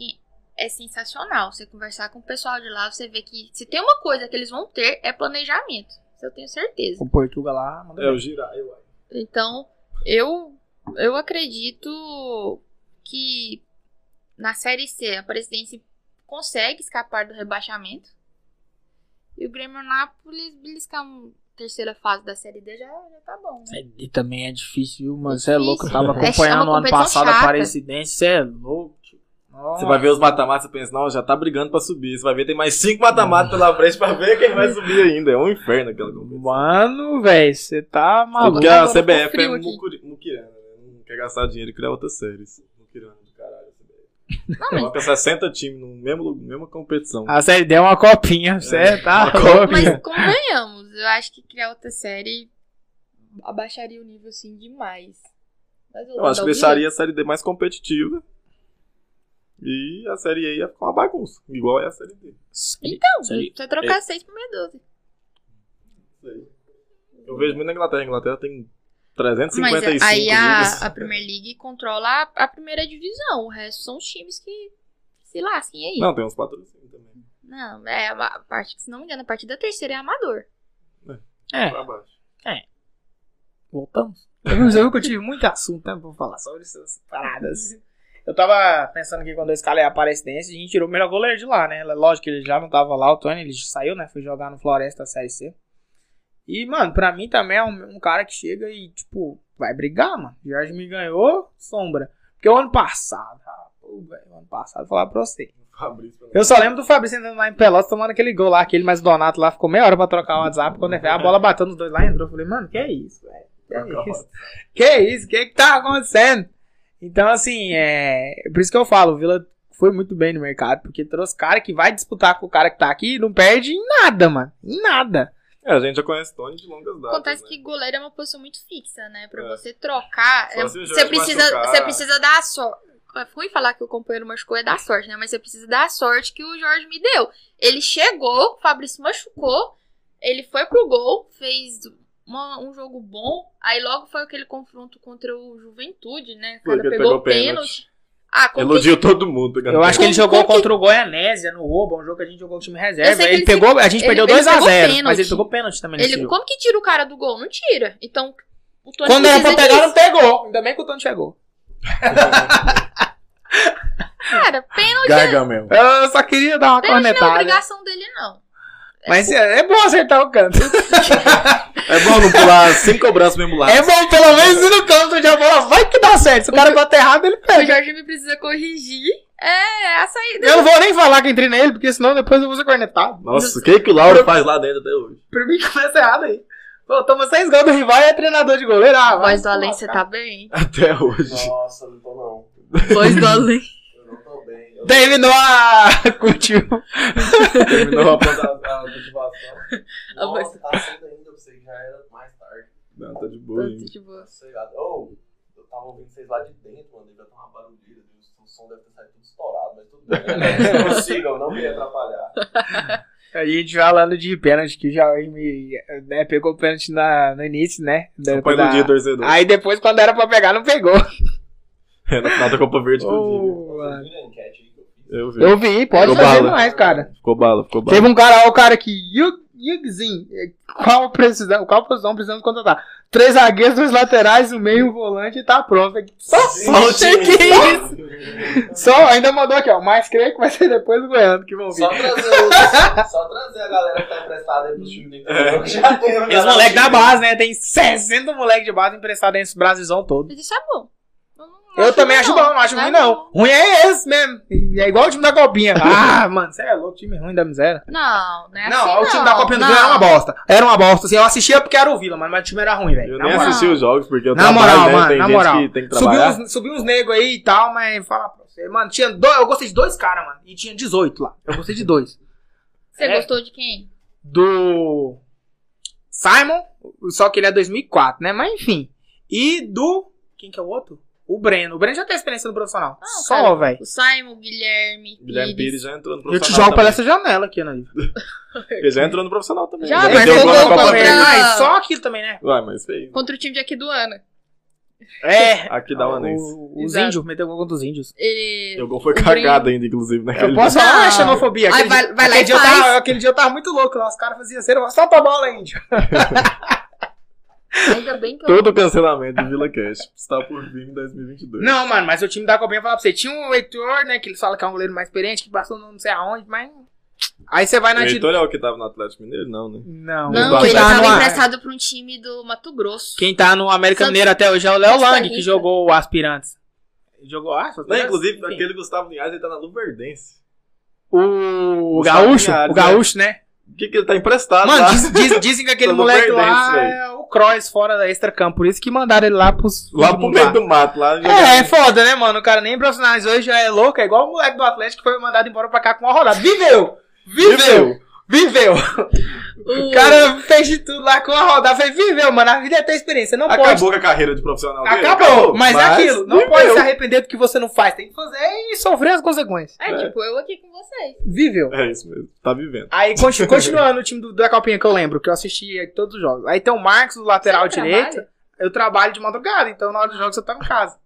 [SPEAKER 3] e- é sensacional. Você conversar com o pessoal de lá, você vê que se tem uma coisa que eles vão ter é planejamento. Isso eu tenho certeza.
[SPEAKER 1] O Portugal lá mandou
[SPEAKER 2] É, o Girar, eu acho.
[SPEAKER 3] Então, eu eu acredito que na Série C a Presidência consegue escapar do rebaixamento. E o Grêmio Nápoles beliscar uma terceira fase da Série D já, já tá bom, né?
[SPEAKER 1] É, E também é difícil, viu, mano? Você é
[SPEAKER 3] Difícil.
[SPEAKER 1] louco. Eu tava
[SPEAKER 2] É,
[SPEAKER 1] acompanhando
[SPEAKER 3] é
[SPEAKER 1] o
[SPEAKER 3] uma
[SPEAKER 1] ano passado
[SPEAKER 3] competição
[SPEAKER 1] a
[SPEAKER 3] chata.
[SPEAKER 1] Parecidense. Você é louco. Nossa.
[SPEAKER 2] Você vai ver os mata-mata, você pensa, não, já tá brigando pra subir. Você vai ver, tem mais cinco mata-mata pela frente pra ver quem vai subir ainda. É um inferno aquela competição.
[SPEAKER 1] Mano, velho, você tá maluco.
[SPEAKER 2] Porque
[SPEAKER 3] Ah, agora
[SPEAKER 2] a
[SPEAKER 3] ficou
[SPEAKER 2] CBF é
[SPEAKER 3] frio aqui.
[SPEAKER 2] mucuri- muquirana, né? Não quer gastar dinheiro e criar outras séries. Muquirana do caralho.
[SPEAKER 3] Não, mas, Ah,
[SPEAKER 2] Coloca 60 times no mesmo, lu- mesma competição.
[SPEAKER 1] A série deu uma copinha. Você tá
[SPEAKER 2] Uma
[SPEAKER 1] louco.
[SPEAKER 3] mas convenhamos, eu acho que criar outra série abaixaria o nível assim demais. Mas
[SPEAKER 2] Eu acho que deixaria a série D mais competitiva. E a série E ia ficar uma bagunça. Igual é a série D.
[SPEAKER 3] Então,
[SPEAKER 1] Série-
[SPEAKER 3] você trocar
[SPEAKER 2] é
[SPEAKER 3] seis por meia dúzia.
[SPEAKER 2] Eu vejo muito na Inglaterra. A Inglaterra tem
[SPEAKER 3] Mas
[SPEAKER 2] 355
[SPEAKER 3] aí
[SPEAKER 2] clubes.
[SPEAKER 3] a, a Premier League controla a, a primeira divisão. O resto são os times que se lasquem aí. Não,
[SPEAKER 2] Não, tem uns patrocínios também.
[SPEAKER 3] é a- a parte que, se não me engano, a parte da terceira é amador.
[SPEAKER 1] É,
[SPEAKER 2] Pra baixo.
[SPEAKER 1] voltamos. Você viu É um que eu tive muito assunto, né? Pra falar sobre essas paradas. Eu tava pensando que quando eu escalei a Aparecidense, a gente tirou o melhor goleiro de lá, né? Lógico que ele já não tava lá, o Tony, ele saiu, né? Foi jogar no Floresta Série C. E, mano, pra mim também é um, um cara que chega e, tipo, vai brigar, mano. Jorge me ganhou, sombra. Porque o ano passado, ah, pô, velho, o ano passado, vou falar pra você.
[SPEAKER 2] Fabrício.
[SPEAKER 1] Eu só lembro do Fabrício entrando lá em Pelotas, tomando aquele gol lá, aquele, mas o Donato lá ficou meia hora pra trocar o WhatsApp. Quando a bola bateu nos dois lá, entrou. Eu falei, mano, que é isso, velho? Que isso? Que isso? O que que tá acontecendo? Então, assim, é... Por isso que eu falo, o Vila foi muito bem no mercado, porque trouxe cara que vai disputar com o cara que tá aqui e não perde em nada, mano. Em nada.
[SPEAKER 2] É, a gente já conhece Tony de longas datas.
[SPEAKER 3] Acontece
[SPEAKER 2] né?
[SPEAKER 3] que goleiro é uma posição muito fixa, né? Pra
[SPEAKER 2] É.
[SPEAKER 3] você trocar,
[SPEAKER 2] Só
[SPEAKER 3] é-
[SPEAKER 2] se o
[SPEAKER 3] você,
[SPEAKER 2] Jorge
[SPEAKER 3] precisa,
[SPEAKER 2] machucar.
[SPEAKER 3] você precisa dar a sorte. é ruim falar que o companheiro machucou é dar sorte, né? Mas você precisa dar a sorte que o Jorge me deu. Ele chegou, o Fabrício machucou, ele foi pro gol, fez uma- um jogo bom. Aí logo foi aquele confronto contra o Juventude, né?
[SPEAKER 2] Foi
[SPEAKER 3] Quando
[SPEAKER 2] que ele pegou
[SPEAKER 3] pegou o pênalti. Ah, com
[SPEAKER 2] Elogiou todo mundo. tá pegando
[SPEAKER 1] Eu acho que ele
[SPEAKER 3] Como-
[SPEAKER 1] jogou
[SPEAKER 3] como que-
[SPEAKER 1] contra o Goianésia no Rouba, um jogo que a gente jogou com o time reserva.
[SPEAKER 3] Eu sei que
[SPEAKER 1] Ele,
[SPEAKER 3] ele
[SPEAKER 1] pegou, a gente
[SPEAKER 3] ele-
[SPEAKER 1] perdeu
[SPEAKER 3] ele
[SPEAKER 1] 2 a
[SPEAKER 3] pegou
[SPEAKER 1] 0 mas ele
[SPEAKER 3] pênalti.
[SPEAKER 1] pênagou pênalti também nesse
[SPEAKER 3] Ele,
[SPEAKER 1] jogo.
[SPEAKER 3] como que tira o cara do gol? Não tira. Então, o Tony
[SPEAKER 1] Quando era pra
[SPEAKER 3] precisa
[SPEAKER 1] pegar, não
[SPEAKER 3] disso.
[SPEAKER 1] pegou. Ainda bem que o Tony chegou.
[SPEAKER 3] Cara, pênalti
[SPEAKER 2] Gargamel.
[SPEAKER 1] Eu só queria dar uma
[SPEAKER 3] pênalti não é
[SPEAKER 1] cornetada.
[SPEAKER 3] obrigação dele, não.
[SPEAKER 1] Mas é, é bom acertar o canto.
[SPEAKER 2] É bom não pular sem cobrança mesmo lá.
[SPEAKER 1] É bom, pelo menos, ir no canto onde a bola vai que dá certo. Se o cara bater errado, ele
[SPEAKER 3] O
[SPEAKER 1] pega.
[SPEAKER 3] Jorge me precisa corrigir. É, a saída.
[SPEAKER 1] Eu não vou nem falar que entrei nele, porque senão depois eu vou ser cornetado.
[SPEAKER 2] Nossa, o que, que o Lauro faz lá dentro até hoje?
[SPEAKER 1] Pra mim começa errado aí. Pô, toma seis gols do rival e é treinador de goleiro. Ah, vai
[SPEAKER 3] Voz do
[SPEAKER 1] se
[SPEAKER 3] além, você
[SPEAKER 1] lascar.
[SPEAKER 3] tá bem?
[SPEAKER 2] Até hoje.
[SPEAKER 4] Nossa, não tô não.
[SPEAKER 3] Voz do além.
[SPEAKER 4] Eu não tô bem. Eu
[SPEAKER 1] Terminou a... curtiu.
[SPEAKER 2] Terminou a
[SPEAKER 4] não tô a, a motivação.
[SPEAKER 3] A
[SPEAKER 4] Nossa, tá cedo ainda, eu sei que já era mais tarde.
[SPEAKER 2] Não, tá de boa. hein?
[SPEAKER 4] Tá sossegado. Ô, eu tava ouvindo vocês lá de dentro, mano. Deve ter uma barulheira. O som deve ter saído tudo estourado, mas tudo bem. Né? Não sigam, não me atrapalhar.
[SPEAKER 1] A gente falando de pênalti, que o Jair me, né, pegou o pênalti na, no início, né? da-
[SPEAKER 2] Pai
[SPEAKER 1] da-
[SPEAKER 2] do dia, torcedor.
[SPEAKER 1] Aí depois, quando era pra pegar, não pegou.
[SPEAKER 2] É, na final da Copa Verde que eu
[SPEAKER 1] Ô,
[SPEAKER 4] Vocês
[SPEAKER 1] mano.
[SPEAKER 4] viram a enquete aí que eu fiz?
[SPEAKER 2] digo. Eu vi.
[SPEAKER 1] Eu vi, pode
[SPEAKER 2] Ficou
[SPEAKER 1] fazer
[SPEAKER 2] bala.
[SPEAKER 1] mais, cara.
[SPEAKER 2] Ficou bala, ficou bala.
[SPEAKER 1] Teve um cara, ó, o cara que. Yu- Yugzin, qual precisamos, qual posição precisamos contratar? Três zagueiros, dois laterais, um meio, um volante e tá pronto. Falei, Só é
[SPEAKER 2] Solte
[SPEAKER 1] que isso? Só, ainda mandou aqui, ó. Mas creio que vai ser depois do Goiano que vão vir.
[SPEAKER 4] Só trazer, os- só trazer a galera que tá emprestada aí pro time do
[SPEAKER 1] É.
[SPEAKER 4] interior, que já tem uma
[SPEAKER 1] Os
[SPEAKER 4] galera
[SPEAKER 1] moleques da
[SPEAKER 4] que-
[SPEAKER 1] base, né? Tem 60 moleques de base emprestado nesse Brasilzão todo.
[SPEAKER 3] Mas isso é bom. Eu, não
[SPEAKER 1] Eu também
[SPEAKER 3] ruim,
[SPEAKER 1] acho bom, não acho ruim não. Ruim é esse mesmo. É igual o time da Copinha. Ah, mano, você é louco, time ruim da miséria.
[SPEAKER 3] Não, não é
[SPEAKER 1] não,
[SPEAKER 3] assim.
[SPEAKER 1] o time da Copinha do Vila era uma bosta. Era uma bosta. Assim, eu assistia porque era o Vila, mano, mas o time era ruim, velho.
[SPEAKER 2] Eu
[SPEAKER 1] Na
[SPEAKER 2] nem
[SPEAKER 1] moral.
[SPEAKER 2] assisti os jogos, porque eu
[SPEAKER 1] Na
[SPEAKER 2] trabalho,
[SPEAKER 1] moral,
[SPEAKER 2] né?
[SPEAKER 1] mano,
[SPEAKER 2] tem
[SPEAKER 1] na
[SPEAKER 2] gente
[SPEAKER 1] moral.
[SPEAKER 2] que tem que
[SPEAKER 1] Subiu
[SPEAKER 2] trabalhar.
[SPEAKER 1] uns, subiu uns negros aí e tal, mas fala pra você. Mano, tinha dois, eu gostei de dois caras, mano. E tinha 18 lá. Eu gostei de dois.
[SPEAKER 3] Você
[SPEAKER 1] É.
[SPEAKER 3] gostou de quem?
[SPEAKER 1] Do Simon, só que ele é 2004, né? Mas enfim. E do... Quem que é o outro? O Breno. O Breno já tem experiência no profissional.
[SPEAKER 3] Ah,
[SPEAKER 1] Só,
[SPEAKER 3] cara,
[SPEAKER 1] velho.
[SPEAKER 3] O Simon, o Guilherme.
[SPEAKER 2] Guilherme Pires
[SPEAKER 3] Pires.
[SPEAKER 2] já entrou
[SPEAKER 1] Eu
[SPEAKER 2] no
[SPEAKER 1] te
[SPEAKER 2] profissional.
[SPEAKER 1] jogo pra
[SPEAKER 2] também.
[SPEAKER 1] essa janela aqui, né, É, Ana.
[SPEAKER 2] Ele já entrou no profissional também.
[SPEAKER 3] Já,
[SPEAKER 2] Ele
[SPEAKER 3] mas
[SPEAKER 2] deu
[SPEAKER 3] foi
[SPEAKER 2] gol na
[SPEAKER 3] gol
[SPEAKER 2] Copa
[SPEAKER 3] contra-
[SPEAKER 2] Verde.
[SPEAKER 1] Mas só aquilo também, né?
[SPEAKER 2] Ué, mas fez.
[SPEAKER 3] Contra o time de aqui do Ana.
[SPEAKER 1] É.
[SPEAKER 2] Aqui dá uma nesse.
[SPEAKER 1] O- Os
[SPEAKER 3] Exato.
[SPEAKER 1] índios, meteu gol contra os índios.
[SPEAKER 3] Ele...
[SPEAKER 2] O gol foi
[SPEAKER 3] o
[SPEAKER 2] cagado ainda, inclusive, né?
[SPEAKER 1] Eu
[SPEAKER 2] naquele
[SPEAKER 1] posso
[SPEAKER 3] Não.
[SPEAKER 1] falar uma xenofobia.
[SPEAKER 3] Aí
[SPEAKER 1] Aquele,
[SPEAKER 3] vai-
[SPEAKER 1] dia-
[SPEAKER 3] vai lá
[SPEAKER 1] aquele
[SPEAKER 3] e
[SPEAKER 1] dia eu
[SPEAKER 3] faz.
[SPEAKER 1] tava, aquele dia eu tava muito louco lá. Os caras faziam cera, solta a bola, índio.
[SPEAKER 3] Ainda bem que eu...
[SPEAKER 2] Todo o cancelamento do Vila Cash está por vir em 2022.
[SPEAKER 1] Não, mano, mas o time da Copinha falar pra você. Tinha um Heitor, né? Que eles falam que é um goleiro mais experiente, que passou não sei aonde, mas. Aí você vai
[SPEAKER 2] O
[SPEAKER 1] na atitude.
[SPEAKER 2] Heitor é o que tava no Atlético Mineiro? Não, né?
[SPEAKER 1] Não,
[SPEAKER 3] Não,
[SPEAKER 2] Quem
[SPEAKER 3] ele
[SPEAKER 2] tá
[SPEAKER 3] tava
[SPEAKER 1] no-
[SPEAKER 3] emprestado pra um time do Mato Grosso.
[SPEAKER 1] Quem tá no América
[SPEAKER 3] Santos-
[SPEAKER 1] Mineiro até hoje é o Léo
[SPEAKER 3] Costa
[SPEAKER 1] Lang, que
[SPEAKER 3] Rica.
[SPEAKER 1] jogou o Aspirantes. Jogou ah, só-
[SPEAKER 2] Não, inclusive,
[SPEAKER 1] Enfim.
[SPEAKER 2] aquele Gustavo Linhares, ele tá na Luverdense.
[SPEAKER 1] O
[SPEAKER 2] Gustavo
[SPEAKER 1] Gaúcho,
[SPEAKER 2] Linhares,
[SPEAKER 1] o Gaúcho, né?
[SPEAKER 2] O que que ele tá emprestado
[SPEAKER 1] Mano,
[SPEAKER 2] lá?
[SPEAKER 1] diz- diz- dizem que aquele
[SPEAKER 2] Todo
[SPEAKER 1] moleque
[SPEAKER 2] perdente,
[SPEAKER 1] lá
[SPEAKER 2] velho.
[SPEAKER 1] é o Cross fora da extra-campo. Por isso que mandaram ele lá pros.
[SPEAKER 2] Lá pro meio do mato, lá.
[SPEAKER 1] É, é foda, né, mano? O cara nem profissionalizou hoje já é louco. É igual o moleque do Atlético que foi mandado embora pra cá com uma rodada. Viveu! Viveu! Viveu! O cara fez de tudo lá com uma rodada. Falei, viveu, mano. A vida é ter experiência. Não pode.
[SPEAKER 2] Acabou com a carreira de profissional dele?
[SPEAKER 1] Acabou. Mas, é aquilo. Não
[SPEAKER 2] viveu.
[SPEAKER 1] pode se arrepender do que você não faz. Tem que fazer e sofrer as consequências.
[SPEAKER 3] É, tipo, eu aqui com vocês.
[SPEAKER 1] Viveu.
[SPEAKER 2] É isso mesmo, tá vivendo.
[SPEAKER 1] Aí, continu- continuando o time do- da Copinha que eu lembro, que eu assisti aí todos os jogos. Aí tem o Marcos, do lateral
[SPEAKER 3] Você trabalha?
[SPEAKER 1] direito. Eu trabalho de madrugada, então na hora dos jogos eu tava em casa.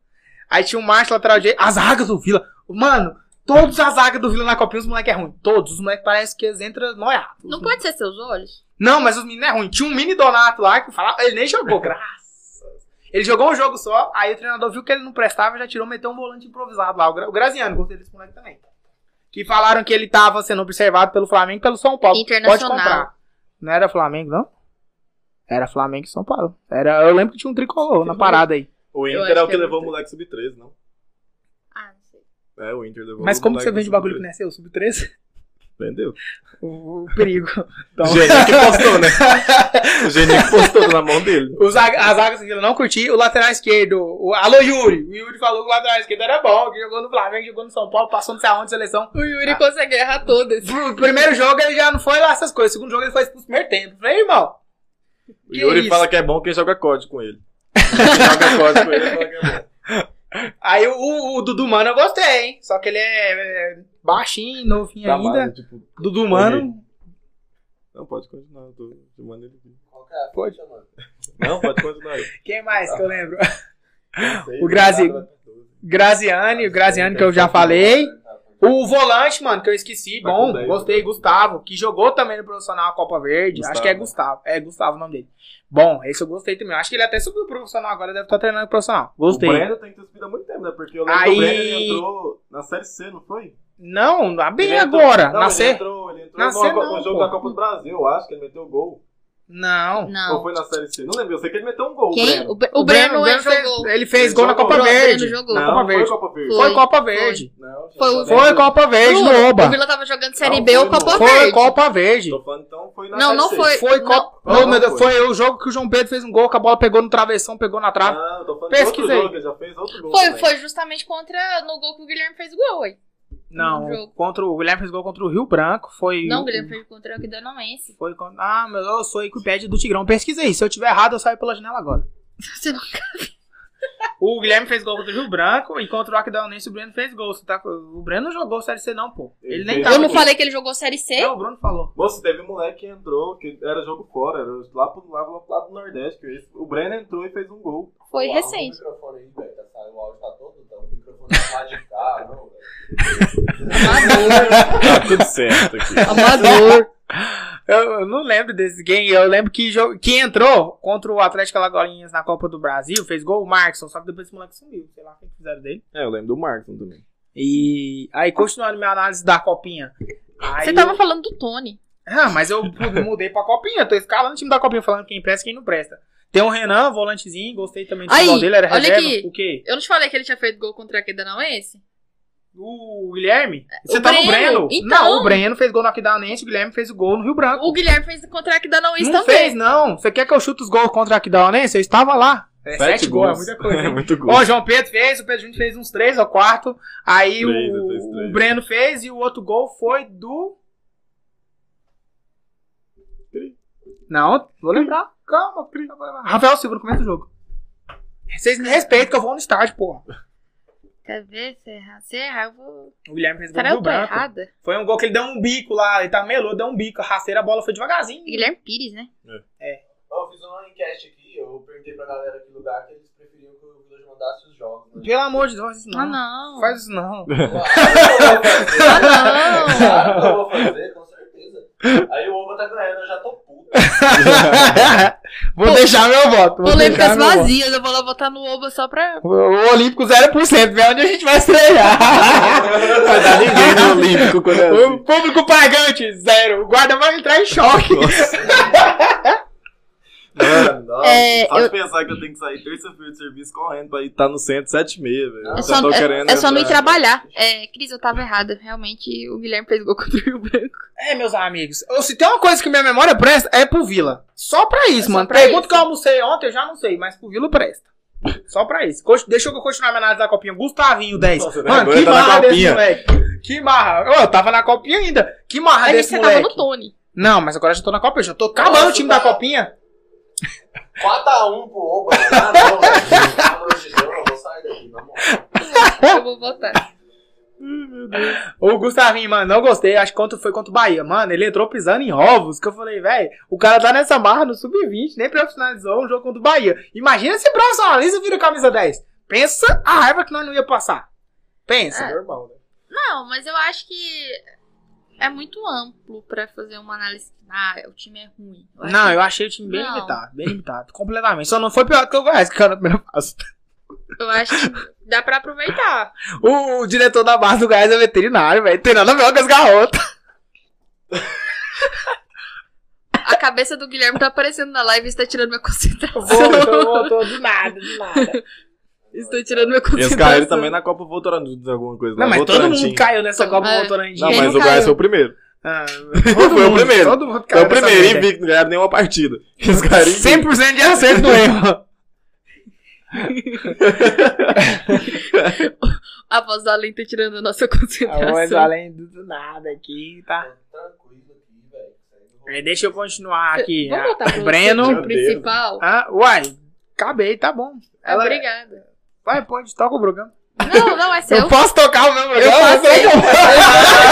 [SPEAKER 1] Aí tinha o Marcos, lateral direito. As zagas do Vila. Mano, todas as zagas do Vila na Copinha, os moleques é ruim. Todos. Os moleques parece que eles entram é noiados.
[SPEAKER 3] Não pode ser seus olhos?
[SPEAKER 1] Não, mas os meninos é ruim. Tinha um mini Donato lá que falava. Ele nem jogou, graças. Ele jogou um jogo só, aí o treinador viu que ele não prestava, já tirou, meteu um volante improvisado lá. O, Gra- o Graziano, gostei desse moleque também. Que falaram que ele tava sendo observado pelo Flamengo e pelo São Paulo. Pode
[SPEAKER 3] Internacional.
[SPEAKER 1] comprar. Não era Flamengo, não? Era Flamengo e São Paulo. Era, eu lembro que tinha um tricolor na parada aí.
[SPEAKER 2] O
[SPEAKER 3] Eu
[SPEAKER 2] Inter é
[SPEAKER 3] acho
[SPEAKER 2] o que
[SPEAKER 3] que é
[SPEAKER 2] levou o
[SPEAKER 3] muito.
[SPEAKER 2] moleque sub-13, não?
[SPEAKER 3] Ah, não sei.
[SPEAKER 2] É, o Inter levou
[SPEAKER 1] Mas
[SPEAKER 2] o
[SPEAKER 1] como que
[SPEAKER 2] moleque
[SPEAKER 1] você vende
[SPEAKER 2] do
[SPEAKER 1] bagulho que Então.
[SPEAKER 2] sub-13.
[SPEAKER 1] não é seu? Sub-13?
[SPEAKER 2] Vendeu.
[SPEAKER 1] O, o perigo. Então,
[SPEAKER 2] O Geninho que postou, né? O Geninho que postou na mão dele.
[SPEAKER 1] o zaga- a zaga seguinte, eu não curti. O lateral esquerdo. O, alô, Yuri. O Yuri falou que o lateral esquerdo era bom, que jogou no Flamengo, jogou no São Paulo, passou não sei aonde seleção.
[SPEAKER 3] O Yuri consegue errar todas.
[SPEAKER 1] O primeiro jogo ele já não foi lá essas coisas. O segundo jogo ele foi expulso no primeiro tempo. Falei, irmão.
[SPEAKER 2] O Yuri
[SPEAKER 1] isso?
[SPEAKER 4] um
[SPEAKER 2] fala que é bom quem joga código com ele. Quem joga código com ele, ele fala que é bom.
[SPEAKER 1] Aí o, o Dudu Mano eu gostei, hein? Só que ele é, é baixinho, novinho
[SPEAKER 2] Tá
[SPEAKER 1] ainda.
[SPEAKER 2] mais, tipo,
[SPEAKER 1] Dudu Mano.
[SPEAKER 2] não, pode continuar, eu tô chamando ele. aqui.
[SPEAKER 4] Qual que é a
[SPEAKER 1] Pode.
[SPEAKER 4] ficha, mano?
[SPEAKER 2] Não, pode continuar. aí.
[SPEAKER 1] Quem mais que eu lembro?
[SPEAKER 2] Não sei,
[SPEAKER 1] O Grazi-
[SPEAKER 2] nada, tudo.
[SPEAKER 1] Graziani, o Graziani que eu já falei.
[SPEAKER 4] Tá,
[SPEAKER 1] O volante, mano, que eu esqueci,
[SPEAKER 2] Tá
[SPEAKER 1] bom,
[SPEAKER 2] com dez,
[SPEAKER 1] gostei,
[SPEAKER 2] né?
[SPEAKER 1] Gustavo, que jogou também no profissional a Copa Verde,
[SPEAKER 2] Gustavo.
[SPEAKER 1] acho que é Gustavo, é Gustavo o nome dele. Bom, esse eu gostei também, acho que ele até subiu pro profissional agora, deve estar treinando profissional, gostei.
[SPEAKER 2] O Breno tem que ter subido há muito tempo, né? Porque eu lembro que
[SPEAKER 1] Aí-
[SPEAKER 2] o Breno ele entrou na Série C, não foi?
[SPEAKER 1] Não, na B
[SPEAKER 2] Ele entrou-
[SPEAKER 1] agora,
[SPEAKER 2] não,
[SPEAKER 1] na
[SPEAKER 2] Ele
[SPEAKER 1] C,
[SPEAKER 2] entrou, ele entrou
[SPEAKER 1] Na
[SPEAKER 2] na
[SPEAKER 1] C não,
[SPEAKER 2] no jogo
[SPEAKER 1] pô.
[SPEAKER 2] da Copa do Brasil, eu acho que ele meteu gol.
[SPEAKER 1] não.
[SPEAKER 2] Ou
[SPEAKER 3] Não.
[SPEAKER 2] foi na Série C? Não lembro, eu sei que ele meteu um gol.
[SPEAKER 3] Quem? O,
[SPEAKER 2] O Breno.
[SPEAKER 3] Bre- o Breno, ele
[SPEAKER 1] fez-
[SPEAKER 3] jogou.
[SPEAKER 1] ele fez
[SPEAKER 2] Ele
[SPEAKER 1] gol na
[SPEAKER 2] jogou.
[SPEAKER 1] Copa
[SPEAKER 3] O Breno
[SPEAKER 1] Verde,
[SPEAKER 3] jogou.
[SPEAKER 1] Copa
[SPEAKER 2] Não,
[SPEAKER 1] Verde.
[SPEAKER 2] foi Copa Verde.
[SPEAKER 1] foi
[SPEAKER 3] Foi,
[SPEAKER 1] Copa
[SPEAKER 3] foi.
[SPEAKER 1] Verde,
[SPEAKER 2] Não, gente,
[SPEAKER 3] Foi
[SPEAKER 2] eu
[SPEAKER 3] o-
[SPEAKER 2] lembro.
[SPEAKER 1] foi Copa Verde
[SPEAKER 3] Juro,
[SPEAKER 1] no Oba,
[SPEAKER 3] O Vila tava jogando Série
[SPEAKER 2] Não,
[SPEAKER 3] B ou
[SPEAKER 2] foi,
[SPEAKER 3] Copa
[SPEAKER 2] não.
[SPEAKER 1] foi
[SPEAKER 3] Verde.
[SPEAKER 1] Copa Verde.
[SPEAKER 2] Tô falando, então foi na
[SPEAKER 3] Não,
[SPEAKER 2] Série
[SPEAKER 3] não
[SPEAKER 2] C.
[SPEAKER 3] foi.
[SPEAKER 1] Foi,
[SPEAKER 3] Não.
[SPEAKER 1] Copa...
[SPEAKER 2] Não,
[SPEAKER 1] Ô, meu
[SPEAKER 2] não
[SPEAKER 1] Deus,
[SPEAKER 2] foi.
[SPEAKER 1] foi o jogo que o João Pedro fez um gol, que a bola pegou no travessão, pegou na trave.
[SPEAKER 2] Não, eu tô falando de
[SPEAKER 1] Pesquisa
[SPEAKER 2] outro
[SPEAKER 1] aí.
[SPEAKER 2] jogo, ele já fez outro gol.
[SPEAKER 3] Foi,
[SPEAKER 2] também.
[SPEAKER 3] foi justamente contra no gol que o Guilherme fez o gol, ué.
[SPEAKER 1] Não,
[SPEAKER 3] jogo.
[SPEAKER 1] contra o o Guilherme fez gol contra o Rio Branco, foi...
[SPEAKER 3] Não, o Guilherme fez contra o Aquidonense.
[SPEAKER 1] Foi quando. Ah, meu, eu sou Wikipedia do Tigrão. Pesquisa aí. Se eu tiver errado, eu saio pela janela agora.
[SPEAKER 3] Você não
[SPEAKER 1] O Guilherme fez gol contra o Rio Branco e contra o Aquidauanense o Breno fez gol. Você tá... O Breno não jogou Série C, não, pô. Ele,
[SPEAKER 2] Ele
[SPEAKER 1] nem
[SPEAKER 2] fez.
[SPEAKER 1] tava.
[SPEAKER 3] Eu não
[SPEAKER 1] no-
[SPEAKER 3] falei que ele jogou Série C?
[SPEAKER 1] Não, o Bruno falou.
[SPEAKER 2] Moço, teve um moleque que entrou, que era jogo fora, era lá pro lá, lá, lá do Nordeste. que esse- o Breno entrou e fez um gol.
[SPEAKER 3] Foi
[SPEAKER 4] Uau,
[SPEAKER 3] recente.
[SPEAKER 4] O microfone aí, velho, tá saindo, o áudio tá todo, tá o microfone tá lá de cá, não, velho.
[SPEAKER 2] Tá tudo certo aqui.
[SPEAKER 1] Amador. eu, eu não lembro desse game. Eu lembro que, jo- que entrou contra o Atlético Alagoinhas na Copa do Brasil. Fez gol o Markson, só que depois esse moleque sumiu. Sei lá o que fizeram dele.
[SPEAKER 2] É, eu lembro do Marcon também.
[SPEAKER 1] E aí, continuando minha análise da Copinha. Aí
[SPEAKER 3] Você tava falando do Tony.
[SPEAKER 1] Ah, mas eu pu- mudei pra copinha, tô escalando o time da copinha, falando quem presta e quem não presta. Tem o Renan, volantezinho, gostei também do
[SPEAKER 3] Aí,
[SPEAKER 1] futebol dele, era
[SPEAKER 3] olha
[SPEAKER 1] reserva.
[SPEAKER 3] aqui.
[SPEAKER 1] O quê?
[SPEAKER 3] Eu não te falei que ele tinha feito gol contra o Aquidonense?
[SPEAKER 1] O Guilherme? Você
[SPEAKER 3] o
[SPEAKER 1] tá no Breno?
[SPEAKER 3] Breno,
[SPEAKER 1] Não,
[SPEAKER 3] então.
[SPEAKER 1] o Breno fez gol no Aquidauanense, o Guilherme fez o gol no Rio Branco.
[SPEAKER 3] O Guilherme fez contra o Aquidonense
[SPEAKER 1] não
[SPEAKER 3] também.
[SPEAKER 1] fez, não. Você quer que eu chute os gols contra o Aquidauanense? Eu estava lá. É, sete gols, é muita coisa.
[SPEAKER 2] É
[SPEAKER 1] hein?
[SPEAKER 2] muito gol.
[SPEAKER 1] Ó, o João Pedro fez, o Pedro Júnior fez uns três ou quatro. Aí
[SPEAKER 2] Três,
[SPEAKER 1] o,
[SPEAKER 2] ele fez três.
[SPEAKER 1] o Breno fez e o outro gol foi do. Não, vou lembrar. Calma, tá, Pri. Rafael Silva, no começo do jogo. Vocês me respeitam que eu vou no estádio, porra.
[SPEAKER 3] Quer ver? Se errar, se errar, eu vou.
[SPEAKER 1] O Guilherme fez gol
[SPEAKER 3] Será
[SPEAKER 1] do
[SPEAKER 3] eu tô
[SPEAKER 1] branco.
[SPEAKER 3] errada?
[SPEAKER 1] Foi um gol que ele deu um bico lá, ele tá melou, deu um bico, a rasteira, a bola foi devagarzinho.
[SPEAKER 3] Guilherme Pires, né?
[SPEAKER 4] Eu fiz uma enquete aqui, eu perguntei pra galera que lugar que eles preferiam que o Village mandasse os jogos, né?
[SPEAKER 1] Pelo amor de Deus, não.
[SPEAKER 3] Ah, não.
[SPEAKER 1] Faz isso não.
[SPEAKER 3] Ah, não.
[SPEAKER 4] Claro que eu vou fazer, com certeza. Aí o Oba tá ganhando, eu já tô puto.
[SPEAKER 3] É.
[SPEAKER 1] vou
[SPEAKER 3] Pô,
[SPEAKER 1] deixar meu voto. vou deixar
[SPEAKER 3] Polêmicas
[SPEAKER 1] meu voto.
[SPEAKER 3] vazias. Eu vou lá votar no Oba só pra.
[SPEAKER 1] O o Olímpico 0%, vê onde a gente vai estrear.
[SPEAKER 2] Vai dar ninguém no Olímpico quando é
[SPEAKER 1] o
[SPEAKER 2] assim.
[SPEAKER 1] público pagante, zero. O guarda vai entrar em choque.
[SPEAKER 2] assim. Mano, nossa.
[SPEAKER 3] É,
[SPEAKER 2] só de
[SPEAKER 3] eu-
[SPEAKER 2] pensar que eu tenho que sair terça-feira do serviço correndo pra ir estar no centro sete e meia, velho.
[SPEAKER 4] É
[SPEAKER 2] Eu
[SPEAKER 3] É
[SPEAKER 2] já
[SPEAKER 3] só,
[SPEAKER 2] tô
[SPEAKER 3] é-
[SPEAKER 2] querendo
[SPEAKER 3] é só não ir
[SPEAKER 2] entrar.
[SPEAKER 3] trabalhar. É, Cris, eu tava errada. Realmente, o Guilherme fez gol contra o Rio Branco.
[SPEAKER 1] É, meus amigos, eu- se tem uma coisa que minha memória presta, é pro Vila. Só pra isso,
[SPEAKER 3] É só
[SPEAKER 1] mano.
[SPEAKER 3] pra
[SPEAKER 1] Pergunta
[SPEAKER 3] isso.
[SPEAKER 1] que eu almocei ontem, eu já não sei, mas pro Vila presta. Só pra isso. Co- Deixa eu continuar minha análise da copinha. Gustavinho 10.
[SPEAKER 2] Nossa, né?
[SPEAKER 1] mano,
[SPEAKER 2] Agora
[SPEAKER 1] que
[SPEAKER 2] tá na
[SPEAKER 1] marra desse
[SPEAKER 2] copinha.
[SPEAKER 1] moleque. Que marra. Ô, Eu tava na copinha ainda. Que marra
[SPEAKER 3] Aí
[SPEAKER 1] desse
[SPEAKER 3] você
[SPEAKER 1] moleque.
[SPEAKER 3] tava no tá. Tony.
[SPEAKER 1] Não, mas agora eu já tô na copinha. Já tô acabando o time da copinha.
[SPEAKER 4] 4x1 pro Oba. Ah, não, velho. Pelo amor de Deus, eu vou sair daqui, na moral.
[SPEAKER 3] Eu vou votar.
[SPEAKER 1] O Gustavinho, mano, não gostei. Acho que quanto foi contra o Bahia. Mano, ele entrou pisando em ovos. Que eu falei, velho, o cara tá nessa marra no sub-20, nem profissionalizou um jogo contra o Bahia. Imagina se profissionaliza e vira camisa 10. Pensa a raiva que nós não ia passar. Pensa.
[SPEAKER 2] É normal, né?
[SPEAKER 3] Não, mas eu acho que é muito amplo pra fazer uma análise. Ah, o time é ruim. Eu acho
[SPEAKER 1] Não,
[SPEAKER 3] que-
[SPEAKER 1] eu achei o time bem
[SPEAKER 3] Não.
[SPEAKER 1] limitado, bem limitado, completamente. Só não foi pior do que o Goiás, que caiu na primeira fase.
[SPEAKER 3] eu acho que dá pra aproveitar.
[SPEAKER 1] O, o diretor da base do Goiás é veterinário, velho. Tem nada a ver com as garrotas.
[SPEAKER 3] A cabeça do Guilherme tá aparecendo na live e está tirando minha concentração.
[SPEAKER 1] Voltou, voltou, do nada, do nada.
[SPEAKER 3] Estou tirando minha
[SPEAKER 2] E os
[SPEAKER 3] concentração.
[SPEAKER 2] caras também na Copa Votorantim, alguma coisa.
[SPEAKER 1] Não,
[SPEAKER 2] lá,
[SPEAKER 1] mas todo mundo
[SPEAKER 2] Votorantim.
[SPEAKER 1] caiu nessa Copa
[SPEAKER 3] É.
[SPEAKER 1] Votorantim.
[SPEAKER 2] Não,
[SPEAKER 3] Quem
[SPEAKER 2] mas
[SPEAKER 3] não
[SPEAKER 2] o Goiás
[SPEAKER 3] caiu?
[SPEAKER 2] foi o primeiro.
[SPEAKER 1] Ah,
[SPEAKER 2] Foi o primeiro.
[SPEAKER 1] Todo mundo
[SPEAKER 2] Foi
[SPEAKER 1] caiu
[SPEAKER 2] o
[SPEAKER 1] nessa
[SPEAKER 2] primeiro
[SPEAKER 1] merda.
[SPEAKER 2] invicto, não ganharam nenhuma partida. Os caras invictos.
[SPEAKER 1] 100% de acerto do erro.
[SPEAKER 3] A voz do Além tá tirando a nossa
[SPEAKER 2] É, tá-
[SPEAKER 3] concentração.
[SPEAKER 1] Tá além do nada aqui, tá?
[SPEAKER 4] Tô Tranquilo aqui, velho.
[SPEAKER 1] É, deixa eu continuar aqui. ah.
[SPEAKER 3] Vamos voltar pro
[SPEAKER 1] Breno.
[SPEAKER 3] Breno. principal?
[SPEAKER 1] Ah, uai, acabei, tá bom. Ela,
[SPEAKER 3] Obrigada.
[SPEAKER 1] Vai, pode, toca o programa.
[SPEAKER 3] Não, não, é
[SPEAKER 1] Eu,
[SPEAKER 3] seu.
[SPEAKER 1] posso tocar o meu programa?
[SPEAKER 3] faço
[SPEAKER 1] Será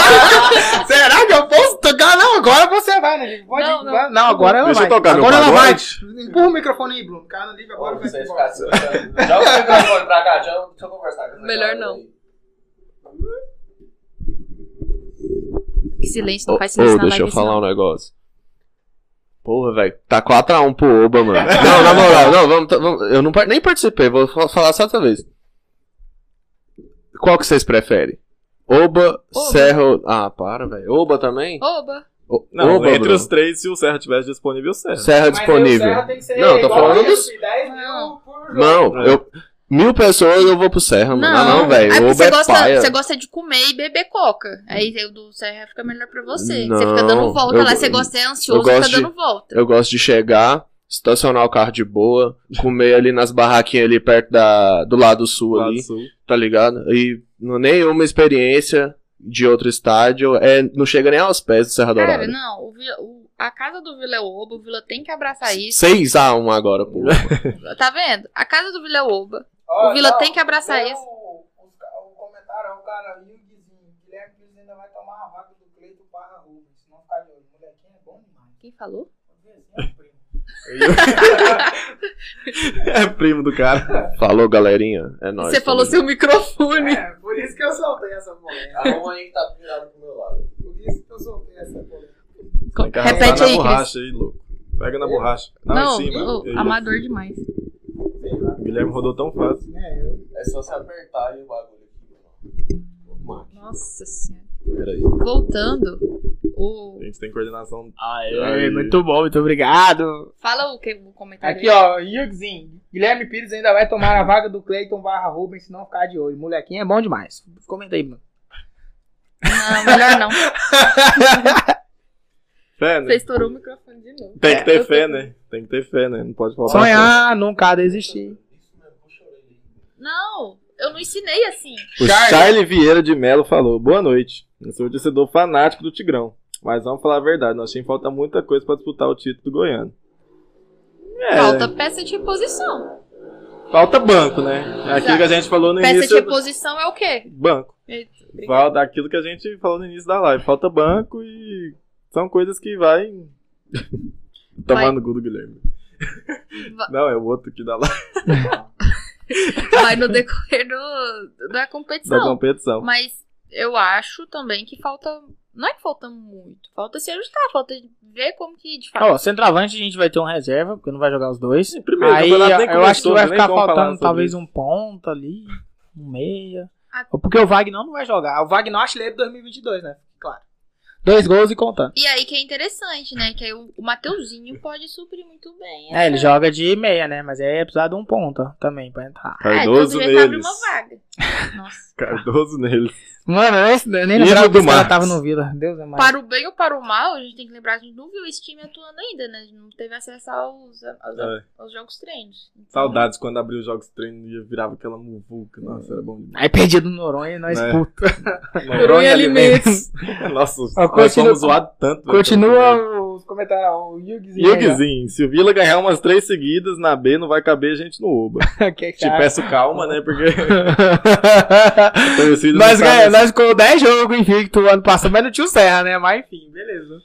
[SPEAKER 1] que eu- Será que eu posso tocar? Não, agora você vai, né, gente? Pode,
[SPEAKER 3] Não,
[SPEAKER 1] não,
[SPEAKER 3] não.
[SPEAKER 1] não. agora ela
[SPEAKER 2] Deixa
[SPEAKER 1] vai.
[SPEAKER 2] eu tocar meu
[SPEAKER 1] agora ela vai.
[SPEAKER 2] pagode.
[SPEAKER 1] Empurra o microfone aí, Bruno. Cara, liga agora.
[SPEAKER 4] Agora
[SPEAKER 1] vai
[SPEAKER 4] você
[SPEAKER 1] embora.
[SPEAKER 4] ficar assim. Joga o microfone pra cá, joga, deixa eu conversar com essa
[SPEAKER 3] Melhor
[SPEAKER 4] galera
[SPEAKER 3] não.
[SPEAKER 4] aí.
[SPEAKER 3] Que silêncio,
[SPEAKER 5] Ô,
[SPEAKER 3] não faz silêncio
[SPEAKER 5] ô,
[SPEAKER 3] na
[SPEAKER 5] deixa eu
[SPEAKER 3] live,
[SPEAKER 5] falar
[SPEAKER 3] senão-
[SPEAKER 5] um negócio. Porra, velho, tá 4x1 pro Oba, mano. Não, na moral, não, vamos, tá- vamos- eu não, par- nem participei, vou fa- falar só outra vez. Qual que vocês preferem? Oba,
[SPEAKER 3] Oba.
[SPEAKER 5] Serra. Ah, para, velho. Oba também?
[SPEAKER 3] Oba.
[SPEAKER 5] O-
[SPEAKER 2] Não,
[SPEAKER 5] Oba,
[SPEAKER 2] entre
[SPEAKER 5] Bruno.
[SPEAKER 2] os três, se o Serra tivesse disponível, o Serra.
[SPEAKER 5] Serra
[SPEAKER 1] Mas aí o
[SPEAKER 5] disponível.
[SPEAKER 1] Serra tem que ser
[SPEAKER 5] Não, tô
[SPEAKER 1] igual
[SPEAKER 5] falando
[SPEAKER 1] a isso,
[SPEAKER 5] dos-
[SPEAKER 1] de 10 mil
[SPEAKER 3] Não.
[SPEAKER 1] por jogo.
[SPEAKER 5] Não,
[SPEAKER 2] É.
[SPEAKER 5] eu. Mil pessoas eu vou pro Serra, mano. Ah, não,
[SPEAKER 3] Aí
[SPEAKER 5] velho. Oba
[SPEAKER 3] você
[SPEAKER 5] é
[SPEAKER 3] gosta,
[SPEAKER 5] paia.
[SPEAKER 3] você gosta de comer e beber coca. Aí o do Serra fica melhor pra você. você fica
[SPEAKER 5] Não,
[SPEAKER 3] dando volta
[SPEAKER 5] eu-
[SPEAKER 3] lá, você gosta, é ansioso,
[SPEAKER 5] eu
[SPEAKER 3] fica
[SPEAKER 5] gosto de-
[SPEAKER 3] dando volta.
[SPEAKER 5] Eu gosto de chegar, estacionar o carro de boa, comer ali nas barraquinhas ali perto da, do lado sul
[SPEAKER 2] Lá do
[SPEAKER 5] ali,
[SPEAKER 2] Sul.
[SPEAKER 5] tá ligado? E não- nenhuma experiência de outro estádio, é, não chega nem aos pés do Serra
[SPEAKER 3] Cara,
[SPEAKER 5] Dourada.
[SPEAKER 3] não, o Vila- o- a casa do Vila é o Oba, o Vila tem que abraçar é isso.
[SPEAKER 5] 6x1 agora, pô.
[SPEAKER 3] Tá vendo? A casa do Vila é o Oba.
[SPEAKER 4] Ó,
[SPEAKER 3] o Vila
[SPEAKER 4] não,
[SPEAKER 3] tem que abraçar
[SPEAKER 4] lê
[SPEAKER 3] isso.
[SPEAKER 4] O, os ca- o comentário é o cara ali, o Guizinho. Guilherme Guizinho ainda vai tomar a vaga do Cleiton barra Rubens. Se não ficar de olho, o molequinho é bom demais.
[SPEAKER 3] Quem falou?
[SPEAKER 4] O Guizinho é primo.
[SPEAKER 2] É primo do cara.
[SPEAKER 5] Falou, galerinha. É nóis.
[SPEAKER 3] você
[SPEAKER 5] tamo
[SPEAKER 3] falou
[SPEAKER 5] junto.
[SPEAKER 3] seu microfone.
[SPEAKER 1] É, por isso que eu soltei essa polêmica.
[SPEAKER 4] A mão aí que tá virada pro meu lado.
[SPEAKER 1] Por isso que eu soltei essa polêmica.
[SPEAKER 3] Co-
[SPEAKER 2] Tá
[SPEAKER 3] Repete
[SPEAKER 2] na
[SPEAKER 3] aí, Cris.
[SPEAKER 2] borracha aí, louco. Pega na borracha. Não,
[SPEAKER 3] Não,
[SPEAKER 2] em cima.
[SPEAKER 3] ô,
[SPEAKER 2] Ele-
[SPEAKER 3] amador demais.
[SPEAKER 4] Sei lá.
[SPEAKER 2] O Guilherme rodou um tão fácil.
[SPEAKER 1] É, eu...
[SPEAKER 4] É só se apertar e o bagulho aqui, mano. Mano.
[SPEAKER 3] Nossa senhora.
[SPEAKER 2] Peraí.
[SPEAKER 3] Voltando, o.
[SPEAKER 2] A gente tem coordenação.
[SPEAKER 1] Aê, muito bom, muito obrigado.
[SPEAKER 3] Fala o que o comentário.
[SPEAKER 1] Aqui, ó, Yugzinho. Guilherme Pires ainda vai tomar a vaga do Cleiton barra Rubens se não ficar de olho. Molequinho é bom demais. Comenta aí, Bruno.
[SPEAKER 3] Não, melhor não.
[SPEAKER 2] Fé, né?
[SPEAKER 3] Você estourou o microfone de novo.
[SPEAKER 2] Tem que ter
[SPEAKER 3] Eu
[SPEAKER 2] fé,
[SPEAKER 3] tô-
[SPEAKER 2] né? Tem que ter fé, né? Não pode faltar.
[SPEAKER 1] Sonhar nunca desistir.
[SPEAKER 4] Isso mesmo, puxa a orelha aí.
[SPEAKER 3] Não, eu não ensinei assim.
[SPEAKER 2] O Charlie. Charlie Vieira de Mello falou: Boa noite. Eu sou o torcedor fanático do Tigrão. Mas vamos falar a verdade, nós temos falta muita coisa pra disputar o título do Goiano. É, falta,
[SPEAKER 3] Falta peça de reposição.
[SPEAKER 2] banco, né? É Aquilo
[SPEAKER 3] Exato.
[SPEAKER 2] que a gente falou no
[SPEAKER 3] Peça de
[SPEAKER 2] início.
[SPEAKER 3] reposição é o quê?
[SPEAKER 2] Banco.
[SPEAKER 3] Eita, obrigada.
[SPEAKER 2] Falta aquilo que a gente falou no início da live. Falta banco e são coisas que vai.
[SPEAKER 3] Vai.
[SPEAKER 2] Tomando gol do Guilherme.
[SPEAKER 3] Va-
[SPEAKER 2] Não, é o outro que dá lá
[SPEAKER 3] Vai no decorrer do, da competição.
[SPEAKER 2] da competição.
[SPEAKER 3] Mas eu acho também que falta. Não é que falta muito, falta se ajustar, falta ver como que de fato.
[SPEAKER 1] Ó, centroavante a gente vai ter um reserva, porque não vai jogar os dois.
[SPEAKER 2] primeiro,
[SPEAKER 1] aí
[SPEAKER 2] o campeonato nem
[SPEAKER 1] eu acho que
[SPEAKER 2] começou,
[SPEAKER 1] vai
[SPEAKER 2] né? Nem
[SPEAKER 1] ficar
[SPEAKER 2] vamos falar
[SPEAKER 1] faltando
[SPEAKER 2] sobre
[SPEAKER 1] talvez
[SPEAKER 2] isso.
[SPEAKER 1] um ponta ali, um meia.
[SPEAKER 3] Ah.
[SPEAKER 1] Porque o Wagner não vai jogar. O Wagner é o artilheiro de 2022, né? Claro. Dois gols e contando.
[SPEAKER 3] E aí que é interessante, né? Que aí o, o Mateuzinho pode suprir muito bem.
[SPEAKER 1] É, ele joga de meia, né? Mas aí é precisar de um ponta também pra entrar.
[SPEAKER 2] Cardoso
[SPEAKER 3] é, então abre
[SPEAKER 2] neles.
[SPEAKER 3] uma vaga. Nossa.
[SPEAKER 2] Cardoso neles.
[SPEAKER 1] Mano, eu nem, eu nem
[SPEAKER 2] Ídolo
[SPEAKER 1] lembrava
[SPEAKER 2] do
[SPEAKER 1] que esse cara
[SPEAKER 2] Marcos.
[SPEAKER 1] tava no Vila. Deus é mais.
[SPEAKER 3] Para o bem ou para o mal, a gente tem que lembrar, a gente não viu esse time atuando ainda, né? A gente não teve acesso aos, aos,
[SPEAKER 2] É.
[SPEAKER 3] aos jogos treinos. Então,
[SPEAKER 2] Saudades quando abriu os jogos de treino e virava aquela muvuca. Nossa, era bom demais.
[SPEAKER 1] Aí perdido no Noronha e nós
[SPEAKER 2] É.
[SPEAKER 1] puto.
[SPEAKER 2] Noronha Alimentos. Nossa, nós
[SPEAKER 1] É. continua-
[SPEAKER 2] fomos zoados tanto. né, velho.
[SPEAKER 1] Continua os comentários. O Yugzinho. aí, ó.
[SPEAKER 2] Yugzinho, se o Vila ganhar umas três seguidas na B, não vai caber gente no Oba.
[SPEAKER 1] O que é que
[SPEAKER 2] Te
[SPEAKER 1] você acha?
[SPEAKER 2] peço calma, né? Porque a torcida
[SPEAKER 1] Nós,
[SPEAKER 2] não tá
[SPEAKER 1] ganha,
[SPEAKER 2] nessa-
[SPEAKER 1] nós ficou 10 jogos invicto ano passado, mas não tinha o Serra, né? Mas enfim, beleza.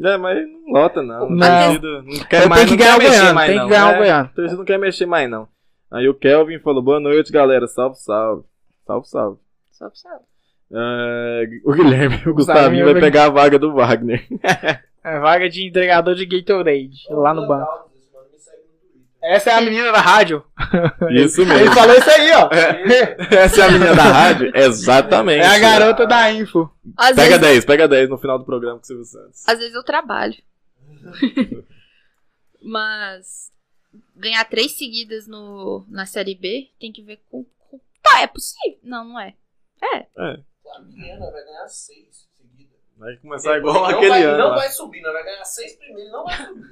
[SPEAKER 2] É, mas não lota, não.
[SPEAKER 1] Não.
[SPEAKER 2] A torcida não quer
[SPEAKER 1] Mas
[SPEAKER 2] mais,
[SPEAKER 1] tem que
[SPEAKER 2] não
[SPEAKER 1] ganhar o
[SPEAKER 2] quer mexer
[SPEAKER 1] Goiano,
[SPEAKER 2] mais,
[SPEAKER 1] tem
[SPEAKER 2] não,
[SPEAKER 1] que ganhar
[SPEAKER 2] né?
[SPEAKER 1] o Goiano.
[SPEAKER 2] A torcida não quer mexer mais, não. Aí o Kelvin falou, boa noite, galera. Salve, salve. Salve, salve.
[SPEAKER 3] Só pra saber.
[SPEAKER 2] É, o Guilherme, o Gustavinho vai pegar a vaga do Wagner.
[SPEAKER 1] É vaga de entregador de Gatorade, lá no banco.
[SPEAKER 4] Esse mano me segue no Twitter.
[SPEAKER 1] Essa é a menina da rádio.
[SPEAKER 2] Isso
[SPEAKER 1] Ele
[SPEAKER 2] mesmo.
[SPEAKER 1] falou isso aí, ó.
[SPEAKER 2] Essa é a menina da rádio? Exatamente.
[SPEAKER 1] É a garota da info.
[SPEAKER 3] Às
[SPEAKER 2] Pega
[SPEAKER 3] vezes,
[SPEAKER 2] 10, pega 10 no final do programa com o Silvio Santos.
[SPEAKER 3] às vezes eu trabalho. Mas ganhar três seguidas no, na Série B tem que ver com, com- Tá, é possível. Não, não é.
[SPEAKER 4] A menina Tá vai ganhar seis seguidas.
[SPEAKER 2] Vai começar igual
[SPEAKER 4] Não
[SPEAKER 2] aquele
[SPEAKER 4] vai-
[SPEAKER 2] ano.
[SPEAKER 4] Não
[SPEAKER 2] lá.
[SPEAKER 4] vai subir, não vai ganhar seis primeiro, não vai subir.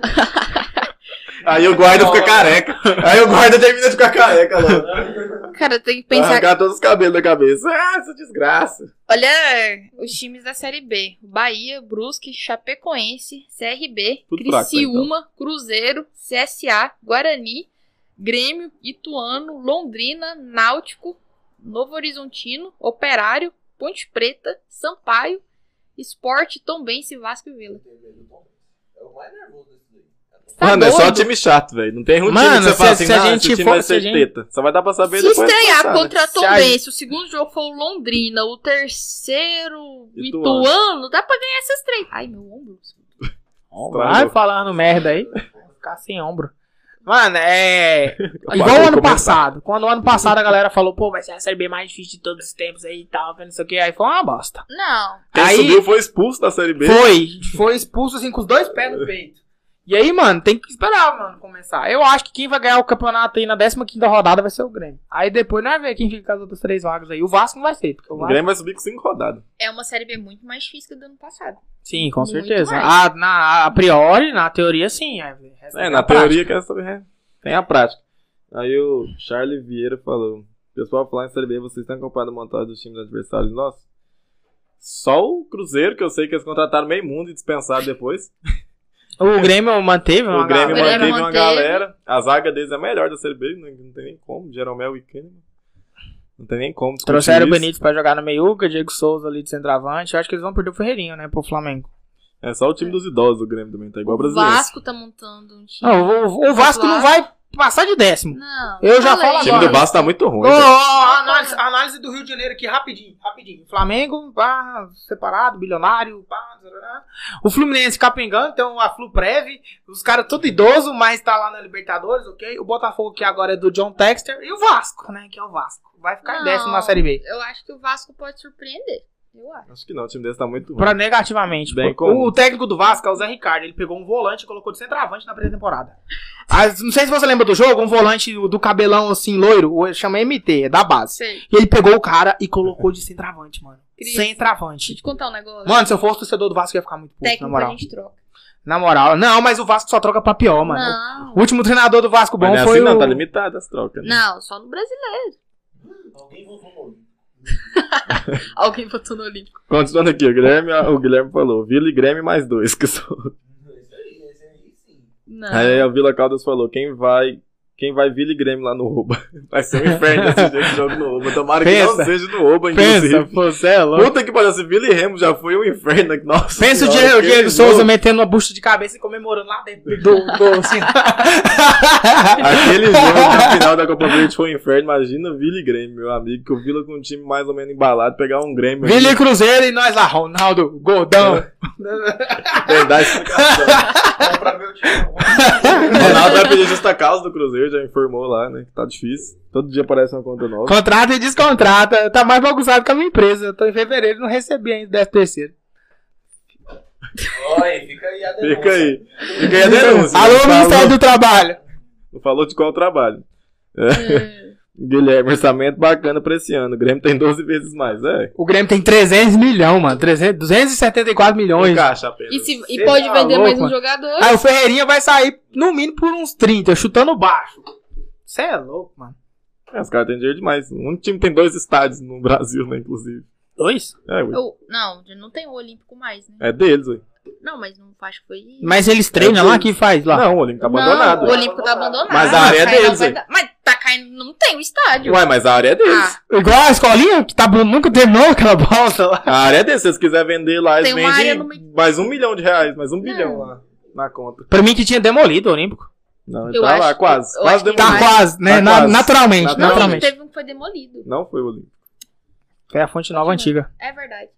[SPEAKER 2] Aí o guarda fica careca. Aí o guarda termina de ficar careca lá.
[SPEAKER 3] Cara, tem que
[SPEAKER 2] Vai
[SPEAKER 3] pensar.
[SPEAKER 2] Arrancar todos os cabelos da cabeça. Ah, essa desgraça.
[SPEAKER 3] Olha os times da Série B: Bahia, Brusque, Chapecoense, CRB,
[SPEAKER 2] Tudo fraco, então.
[SPEAKER 3] Criciúma, Cruzeiro, CSA, Guarani, Grêmio, Ituano, Londrina, Náutico, Novo Horizontino, Operário, Ponte Preta, Sampaio, Sport, Tombense, Vasco e Vila.
[SPEAKER 4] É o mais nervoso desse daí.
[SPEAKER 3] Tá
[SPEAKER 2] Mano, é só
[SPEAKER 3] doido?
[SPEAKER 2] time chato, velho. Não tem um
[SPEAKER 1] Mano,
[SPEAKER 2] time que você
[SPEAKER 1] se-
[SPEAKER 2] fala assim,
[SPEAKER 1] se a
[SPEAKER 2] não,
[SPEAKER 1] gente
[SPEAKER 2] esse time
[SPEAKER 1] for-
[SPEAKER 2] vai
[SPEAKER 1] se a
[SPEAKER 2] ser
[SPEAKER 1] gente-
[SPEAKER 2] teta. Só vai dar pra saber
[SPEAKER 3] Se
[SPEAKER 2] depois. que
[SPEAKER 3] estrear
[SPEAKER 2] passar, né?
[SPEAKER 3] contra a
[SPEAKER 1] Se a
[SPEAKER 3] Tombense, o segundo jogo foi o Londrina, o terceiro
[SPEAKER 2] Ituano.
[SPEAKER 3] Ituano, dá pra ganhar essas três. Ai, meu ombro.
[SPEAKER 1] Vai falando merda aí. Ficar sem ombro. Mano, é. Igual o ano
[SPEAKER 2] comentar.
[SPEAKER 1] passado. Quando o ano passado a galera falou, pô, vai ser a série B mais difícil de todos os tempos aí e tal, que não sei o que. Aí foi uma bosta.
[SPEAKER 3] Não.
[SPEAKER 2] Quem
[SPEAKER 1] aí
[SPEAKER 2] subiu foi expulso da Série B.
[SPEAKER 1] foi. Foi expulso assim com os dois pés no peito. E aí, mano, tem que esperar, mano, começar. Eu acho que quem vai ganhar o campeonato aí na 15 rodada vai ser o Grêmio. Aí depois nós vamos ver quem fica com as outras três vagas aí. O Vasco não vai ser, porque o
[SPEAKER 2] O
[SPEAKER 1] Vasco.
[SPEAKER 2] Grêmio vai subir com cinco rodadas.
[SPEAKER 3] É uma série B muito mais difícil que a do ano passado.
[SPEAKER 1] Sim, com
[SPEAKER 3] Muito
[SPEAKER 1] certeza.
[SPEAKER 3] mais.
[SPEAKER 1] Ah, na, a priori, na teoria, sim. É,
[SPEAKER 2] É, na teoria que essa é, tem a prática. Aí o Charlie Vieira falou: Pessoal, falar em Série B, vocês estão acompanhando a montagem dos times adversários nossos? Só o Cruzeiro, que eu sei que eles contrataram meio mundo e dispensaram depois.
[SPEAKER 1] O Grêmio manteve uma
[SPEAKER 2] o Grêmio
[SPEAKER 3] galera. O Grêmio
[SPEAKER 2] manteve uma
[SPEAKER 3] manteve.
[SPEAKER 2] galera. A zaga deles é a melhor da Série B, não, não tem nem como. Jeromel e Kahneman. Não tem nem como. discutir
[SPEAKER 1] Trouxeram o
[SPEAKER 2] isso.
[SPEAKER 1] Benítez pra jogar no meiuca, Diego Souza ali de centroavante. Eu acho que eles vão perder o Ferreirinho, né, pro Flamengo.
[SPEAKER 2] É só o time dos idosos do Grêmio também, tá igual o
[SPEAKER 3] o
[SPEAKER 2] brasileiro.
[SPEAKER 3] Vasco tá montando um time.
[SPEAKER 1] Não, o, o- o Vasco não vai passar de décimo.
[SPEAKER 3] Não.
[SPEAKER 1] Eu já
[SPEAKER 3] fala
[SPEAKER 1] falo
[SPEAKER 2] O
[SPEAKER 3] aí.
[SPEAKER 2] time do Vasco tá muito ruim.
[SPEAKER 1] Ô,
[SPEAKER 2] velho.
[SPEAKER 1] ó, análise, análise do Rio de Janeiro aqui, rapidinho, rapidinho. Flamengo, pá, separado, bilionário, pá, zarará. O Fluminense capengando, então a Fluprev, os caras tudo idoso, mas tá lá na Libertadores, ok? O Botafogo que agora é do John Texter e o Vasco, né, que é o Vasco. Vai ficar em
[SPEAKER 3] Não,
[SPEAKER 1] décimo na Série B.
[SPEAKER 3] Eu acho que o Vasco pode surpreender. Eu acho.
[SPEAKER 2] Acho que não, o time deles tá muito ruim.
[SPEAKER 1] Pra negativamente.
[SPEAKER 2] Bem
[SPEAKER 1] pô.
[SPEAKER 2] comum.
[SPEAKER 1] O técnico do Vasco é o Zé Ricardo. Ele pegou um volante e colocou de centroavante na pré-temporada. Ah, não sei se você lembra do jogo, um volante do cabelão assim, loiro, o- chama MT, é da base.
[SPEAKER 3] Sei.
[SPEAKER 1] E ele pegou o cara e colocou de centroavante, mano.
[SPEAKER 3] Cris. Deixa eu
[SPEAKER 1] Centroavante.
[SPEAKER 3] te contar um negócio.
[SPEAKER 1] Mano, se eu fosse torcedor do Vasco, eu ia ficar muito puto, na
[SPEAKER 3] Técnico a
[SPEAKER 1] moral.
[SPEAKER 3] gente troca.
[SPEAKER 1] Na moral. Não, mas o Vasco só troca pra pior, mano.
[SPEAKER 3] Não.
[SPEAKER 1] O último treinador do Vasco bom
[SPEAKER 2] Mas não é
[SPEAKER 1] foi
[SPEAKER 2] assim, não,
[SPEAKER 1] o...
[SPEAKER 2] tá limitado as trocas. né?
[SPEAKER 3] Não, só no brasileiro.
[SPEAKER 4] Alguém voltou no Olímpico.
[SPEAKER 3] Alguém botou no Olímpico.
[SPEAKER 2] Continuando aqui, o Guilherme, o Guilherme falou, Vila e Grêmio mais dois, que só.
[SPEAKER 4] Esse aí, esse aí sim.
[SPEAKER 3] Não.
[SPEAKER 1] Ah.
[SPEAKER 2] Aí o Vila Caldas falou, quem vai, quem vai Vila e Grêmio lá no Oba? Vai ser um inferno esse jeito de jogo no Oba, tomara que
[SPEAKER 1] Pensa.
[SPEAKER 2] não seja no Oba,
[SPEAKER 1] Pensa,
[SPEAKER 2] inclusive.
[SPEAKER 1] pô, cê é louco.
[SPEAKER 2] Puta que pariu, se Vila e Remo já foi um inferno, aqui, nossa
[SPEAKER 1] Pensa o
[SPEAKER 2] senhora,
[SPEAKER 1] Diego,
[SPEAKER 2] que
[SPEAKER 1] Diego
[SPEAKER 2] jogo.
[SPEAKER 1] Souza metendo uma bucha de cabeça e comemorando lá dentro do... do assim.
[SPEAKER 2] Aquele jogo na final da Copa Verde foi um inferno, imagina Vila e Grêmio, meu amigo, que o Vila com um time mais ou menos embalado, pegar um Grêmio,
[SPEAKER 1] Vila e Cruzeiro e nós lá, Ronaldo, gordão.
[SPEAKER 2] tem dar explicação.
[SPEAKER 4] Vamos pra meu time. vamos.
[SPEAKER 2] Ronaldo vai pedir justa causa do Cruzeiro, já informou lá, né, que tá difícil. Todo dia aparece uma conta nova.
[SPEAKER 1] Contrata e descontrata. Tá mais bagunçado que a minha empresa. Eu tô em fevereiro, não recebi ainda 10 terceiro.
[SPEAKER 4] Oi, fica aí a denúncia.
[SPEAKER 2] Fica aí. Fica aí a denúncia.
[SPEAKER 1] Alô,
[SPEAKER 2] Não
[SPEAKER 1] Ministério
[SPEAKER 2] falou-
[SPEAKER 1] do Trabalho.
[SPEAKER 2] Não falou de qual trabalho.
[SPEAKER 3] É.
[SPEAKER 2] Guilherme, orçamento bacana pra esse ano. O Grêmio tem 12 vezes mais, é.
[SPEAKER 1] O Grêmio tem 300 milhões, mano. 300, 274
[SPEAKER 2] Em
[SPEAKER 1] milhões.
[SPEAKER 2] caixa apenas.
[SPEAKER 3] E, se- e
[SPEAKER 1] Cê
[SPEAKER 3] pode
[SPEAKER 1] tá
[SPEAKER 3] vender
[SPEAKER 1] louco,
[SPEAKER 3] mais um
[SPEAKER 1] mano.
[SPEAKER 3] jogador.
[SPEAKER 1] Aí o Ferreirinha vai sair, no mínimo, por uns 30, chutando baixo. Você é louco, mano.
[SPEAKER 2] É, os caras têm dinheiro demais. Um time tem dois estádios no Brasil, né, inclusive.
[SPEAKER 1] Dois?
[SPEAKER 2] É, ué.
[SPEAKER 3] Eu- não, já não tem o Olímpico mais, né?
[SPEAKER 2] é deles, ué.
[SPEAKER 3] Não, mas não acho que foi.
[SPEAKER 1] Mas eles treinam lá, É que faz lá?
[SPEAKER 2] Não, o Olímpico tá
[SPEAKER 3] Não,
[SPEAKER 2] abandonado.
[SPEAKER 3] O
[SPEAKER 2] ué.
[SPEAKER 3] Olímpico tá abandonado.
[SPEAKER 2] Mas a área é
[SPEAKER 3] Caio não
[SPEAKER 2] deles,
[SPEAKER 3] vai
[SPEAKER 2] hein?
[SPEAKER 3] dar- Mas tá caindo. Não tem o estádio.
[SPEAKER 2] Ué, mas a área é deles.
[SPEAKER 3] Ah,
[SPEAKER 1] Igual a escolinha, que tá, nunca terminou aquela bosta lá.
[SPEAKER 2] A área é deles. Se vocês quiserem vender lá, eles
[SPEAKER 3] Tem uma área
[SPEAKER 2] vendem
[SPEAKER 3] no meio. É.
[SPEAKER 2] mais um milhão de reais, mais um bilhão lá na conta.
[SPEAKER 1] Pra mim que tinha demolido o Olímpo.
[SPEAKER 2] Não, ele
[SPEAKER 3] Eu
[SPEAKER 2] tá
[SPEAKER 3] acho
[SPEAKER 2] lá,
[SPEAKER 3] que-
[SPEAKER 2] quase.
[SPEAKER 3] eu
[SPEAKER 2] Quase
[SPEAKER 3] acho que
[SPEAKER 2] demorou.
[SPEAKER 1] Tá
[SPEAKER 3] Mas-
[SPEAKER 1] quase, né?
[SPEAKER 2] Tá
[SPEAKER 1] Na-
[SPEAKER 2] quase.
[SPEAKER 1] Naturalmente,
[SPEAKER 2] Naturalmente.
[SPEAKER 3] não,
[SPEAKER 1] naturalmente.
[SPEAKER 3] teve um que foi demolido.
[SPEAKER 2] Não foi o Olímpico.
[SPEAKER 1] Foi a fonte nova antiga.
[SPEAKER 3] É verdade.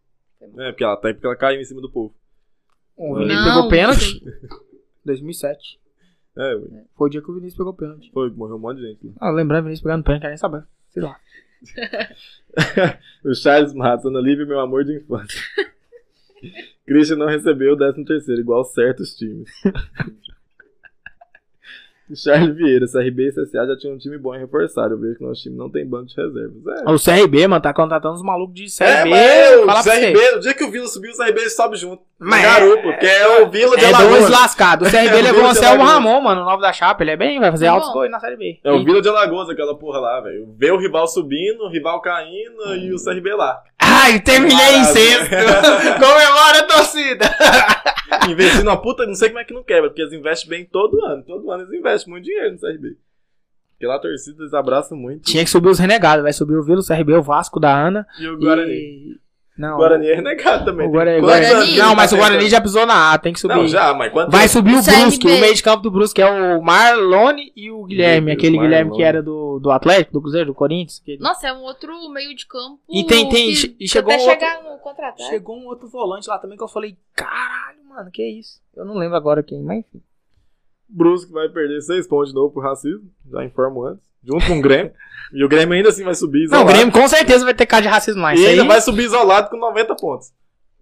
[SPEAKER 2] É, porque ela, até porque ela caiu em cima do povo.
[SPEAKER 1] O
[SPEAKER 2] Não,
[SPEAKER 1] Vinícius pegou pênalti.
[SPEAKER 3] sei.
[SPEAKER 1] 2007.
[SPEAKER 2] É, ué.
[SPEAKER 1] Foi o dia que o Vinícius pegou pênalti.
[SPEAKER 2] Foi, morreu um monte de gente. lá.
[SPEAKER 1] Ah, lembrando, o Vinícius pegando pênalti, quero nem saber. Sei lá.
[SPEAKER 2] O Charles Matos, Ana Lívia, meu amor de infância. Christian não recebeu o 13 terceiro, igual certos times. o Charles Vieira, CRB e CSA já tinha um time bom e reforçado. Eu vejo que nosso time não tem banco de reservas. É.
[SPEAKER 1] O CRB, mano, tá contratando os malucos de CRB.
[SPEAKER 2] mas
[SPEAKER 1] É, fala pra você.
[SPEAKER 2] no dia que o Vila subiu, o CRB sobe junto. Um
[SPEAKER 1] Mas
[SPEAKER 2] Garoto, porque é o Vila
[SPEAKER 1] É dois lascados. O CRB
[SPEAKER 2] É,
[SPEAKER 1] levou o
[SPEAKER 2] dois
[SPEAKER 1] Anselmo
[SPEAKER 2] jogadores.
[SPEAKER 1] Ramon, mano, o novo da chapa. Ele é bem, vai fazer
[SPEAKER 3] Tá
[SPEAKER 1] altos
[SPEAKER 3] bom.
[SPEAKER 1] gols na Série B.
[SPEAKER 2] É o
[SPEAKER 1] E-
[SPEAKER 2] Vila de Alagoas, aquela porra lá, velho. Vê o rival subindo, o rival caindo e o CRB lá.
[SPEAKER 1] Ai, terminei em
[SPEAKER 2] Maravilha.
[SPEAKER 1] sexto. Comemora a torcida.
[SPEAKER 2] Investir numa puta, não sei como é que não quebra, porque eles investem bem todo ano. Todo ano eles investem muito dinheiro no CRB. Pela torcida, eles abraçam muito.
[SPEAKER 1] Tinha que subir os renegados, vai subir o Vila, o CRB, o Vasco da Ana.
[SPEAKER 2] E o
[SPEAKER 1] e-
[SPEAKER 2] Guarani.
[SPEAKER 1] Não.
[SPEAKER 2] O Guarani é renegado também.
[SPEAKER 1] O
[SPEAKER 2] tem
[SPEAKER 1] Guarani,
[SPEAKER 2] quantos
[SPEAKER 3] Guarani.
[SPEAKER 2] anos
[SPEAKER 1] Não,
[SPEAKER 2] ele
[SPEAKER 1] mas
[SPEAKER 2] tá
[SPEAKER 1] o Guarani
[SPEAKER 2] tentando?
[SPEAKER 1] já pisou na A, tem que subir.
[SPEAKER 2] Não, já, mas quanto
[SPEAKER 1] Vai subir o
[SPEAKER 3] CRB.
[SPEAKER 1] Brusque, o meio de campo do Brusque, é o Marlone e o Guilherme,
[SPEAKER 2] Deus,
[SPEAKER 1] aquele Guilherme
[SPEAKER 2] Marlone.
[SPEAKER 1] que era do, do Atlético, do Cruzeiro, do Corinthians. aquele.
[SPEAKER 3] Nossa, é um outro meio de campo.
[SPEAKER 1] E tem- tem-
[SPEAKER 3] que-
[SPEAKER 1] e chegou
[SPEAKER 3] até
[SPEAKER 1] um
[SPEAKER 3] chegar no contratar.
[SPEAKER 1] Chegou um outro volante lá também que eu falei, caralho, mano, que isso? Eu não lembro agora quem, mas enfim.
[SPEAKER 2] Brusque vai perder seis pontos de novo pro racismo, já informo antes. Junto com o Grêmio. e o Grêmio ainda assim vai subir
[SPEAKER 1] Não, o
[SPEAKER 2] isolado.
[SPEAKER 1] Grêmio com certeza vai ter cara de racismo mais.
[SPEAKER 2] e
[SPEAKER 1] Isso
[SPEAKER 2] ainda
[SPEAKER 1] aí-
[SPEAKER 2] vai subir isolado com 90 pontos.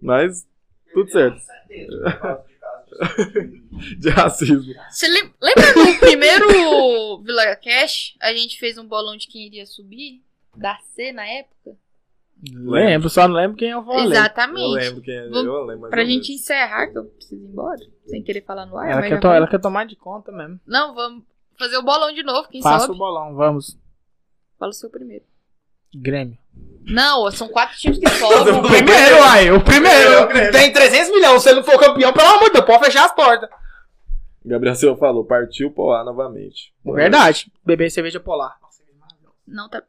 [SPEAKER 2] Mas, tudo certo. De racismo.
[SPEAKER 3] Você lem- lembra do primeiro Vila Cash? A gente fez um bolão de quem iria subir? Da C na época?
[SPEAKER 1] Lembro, só não lembro quem é eu falei.
[SPEAKER 2] Eu
[SPEAKER 3] Exatamente.
[SPEAKER 2] lembro quem é.
[SPEAKER 3] Vamos
[SPEAKER 2] Eu lembro. mas
[SPEAKER 3] Pra
[SPEAKER 2] eu
[SPEAKER 3] gente encerrar, que eu preciso ir embora. Sem querer falar no ar.
[SPEAKER 1] Ela
[SPEAKER 3] mas
[SPEAKER 1] quer,
[SPEAKER 3] já
[SPEAKER 1] to-
[SPEAKER 3] vamos.
[SPEAKER 1] ela quer tomar de conta mesmo.
[SPEAKER 3] Não, vamos fazer o bolão de novo. Quem
[SPEAKER 1] Faça o
[SPEAKER 3] sobe?
[SPEAKER 1] bolão, vamos.
[SPEAKER 3] Fala o seu primeiro.
[SPEAKER 1] Grêmio.
[SPEAKER 3] Não, são quatro times que sobem.
[SPEAKER 1] O primeiro, uai, o
[SPEAKER 2] É, o
[SPEAKER 1] primeiro.
[SPEAKER 2] Grêmio.
[SPEAKER 1] Tem 300 milhões, se ele não for campeão, pelo amor de Deus, pode fechar as portas.
[SPEAKER 2] lembro. Gabriel Silva falou, partiu pro A novamente.
[SPEAKER 1] Verdade, beber cerveja polar.
[SPEAKER 3] Não tá.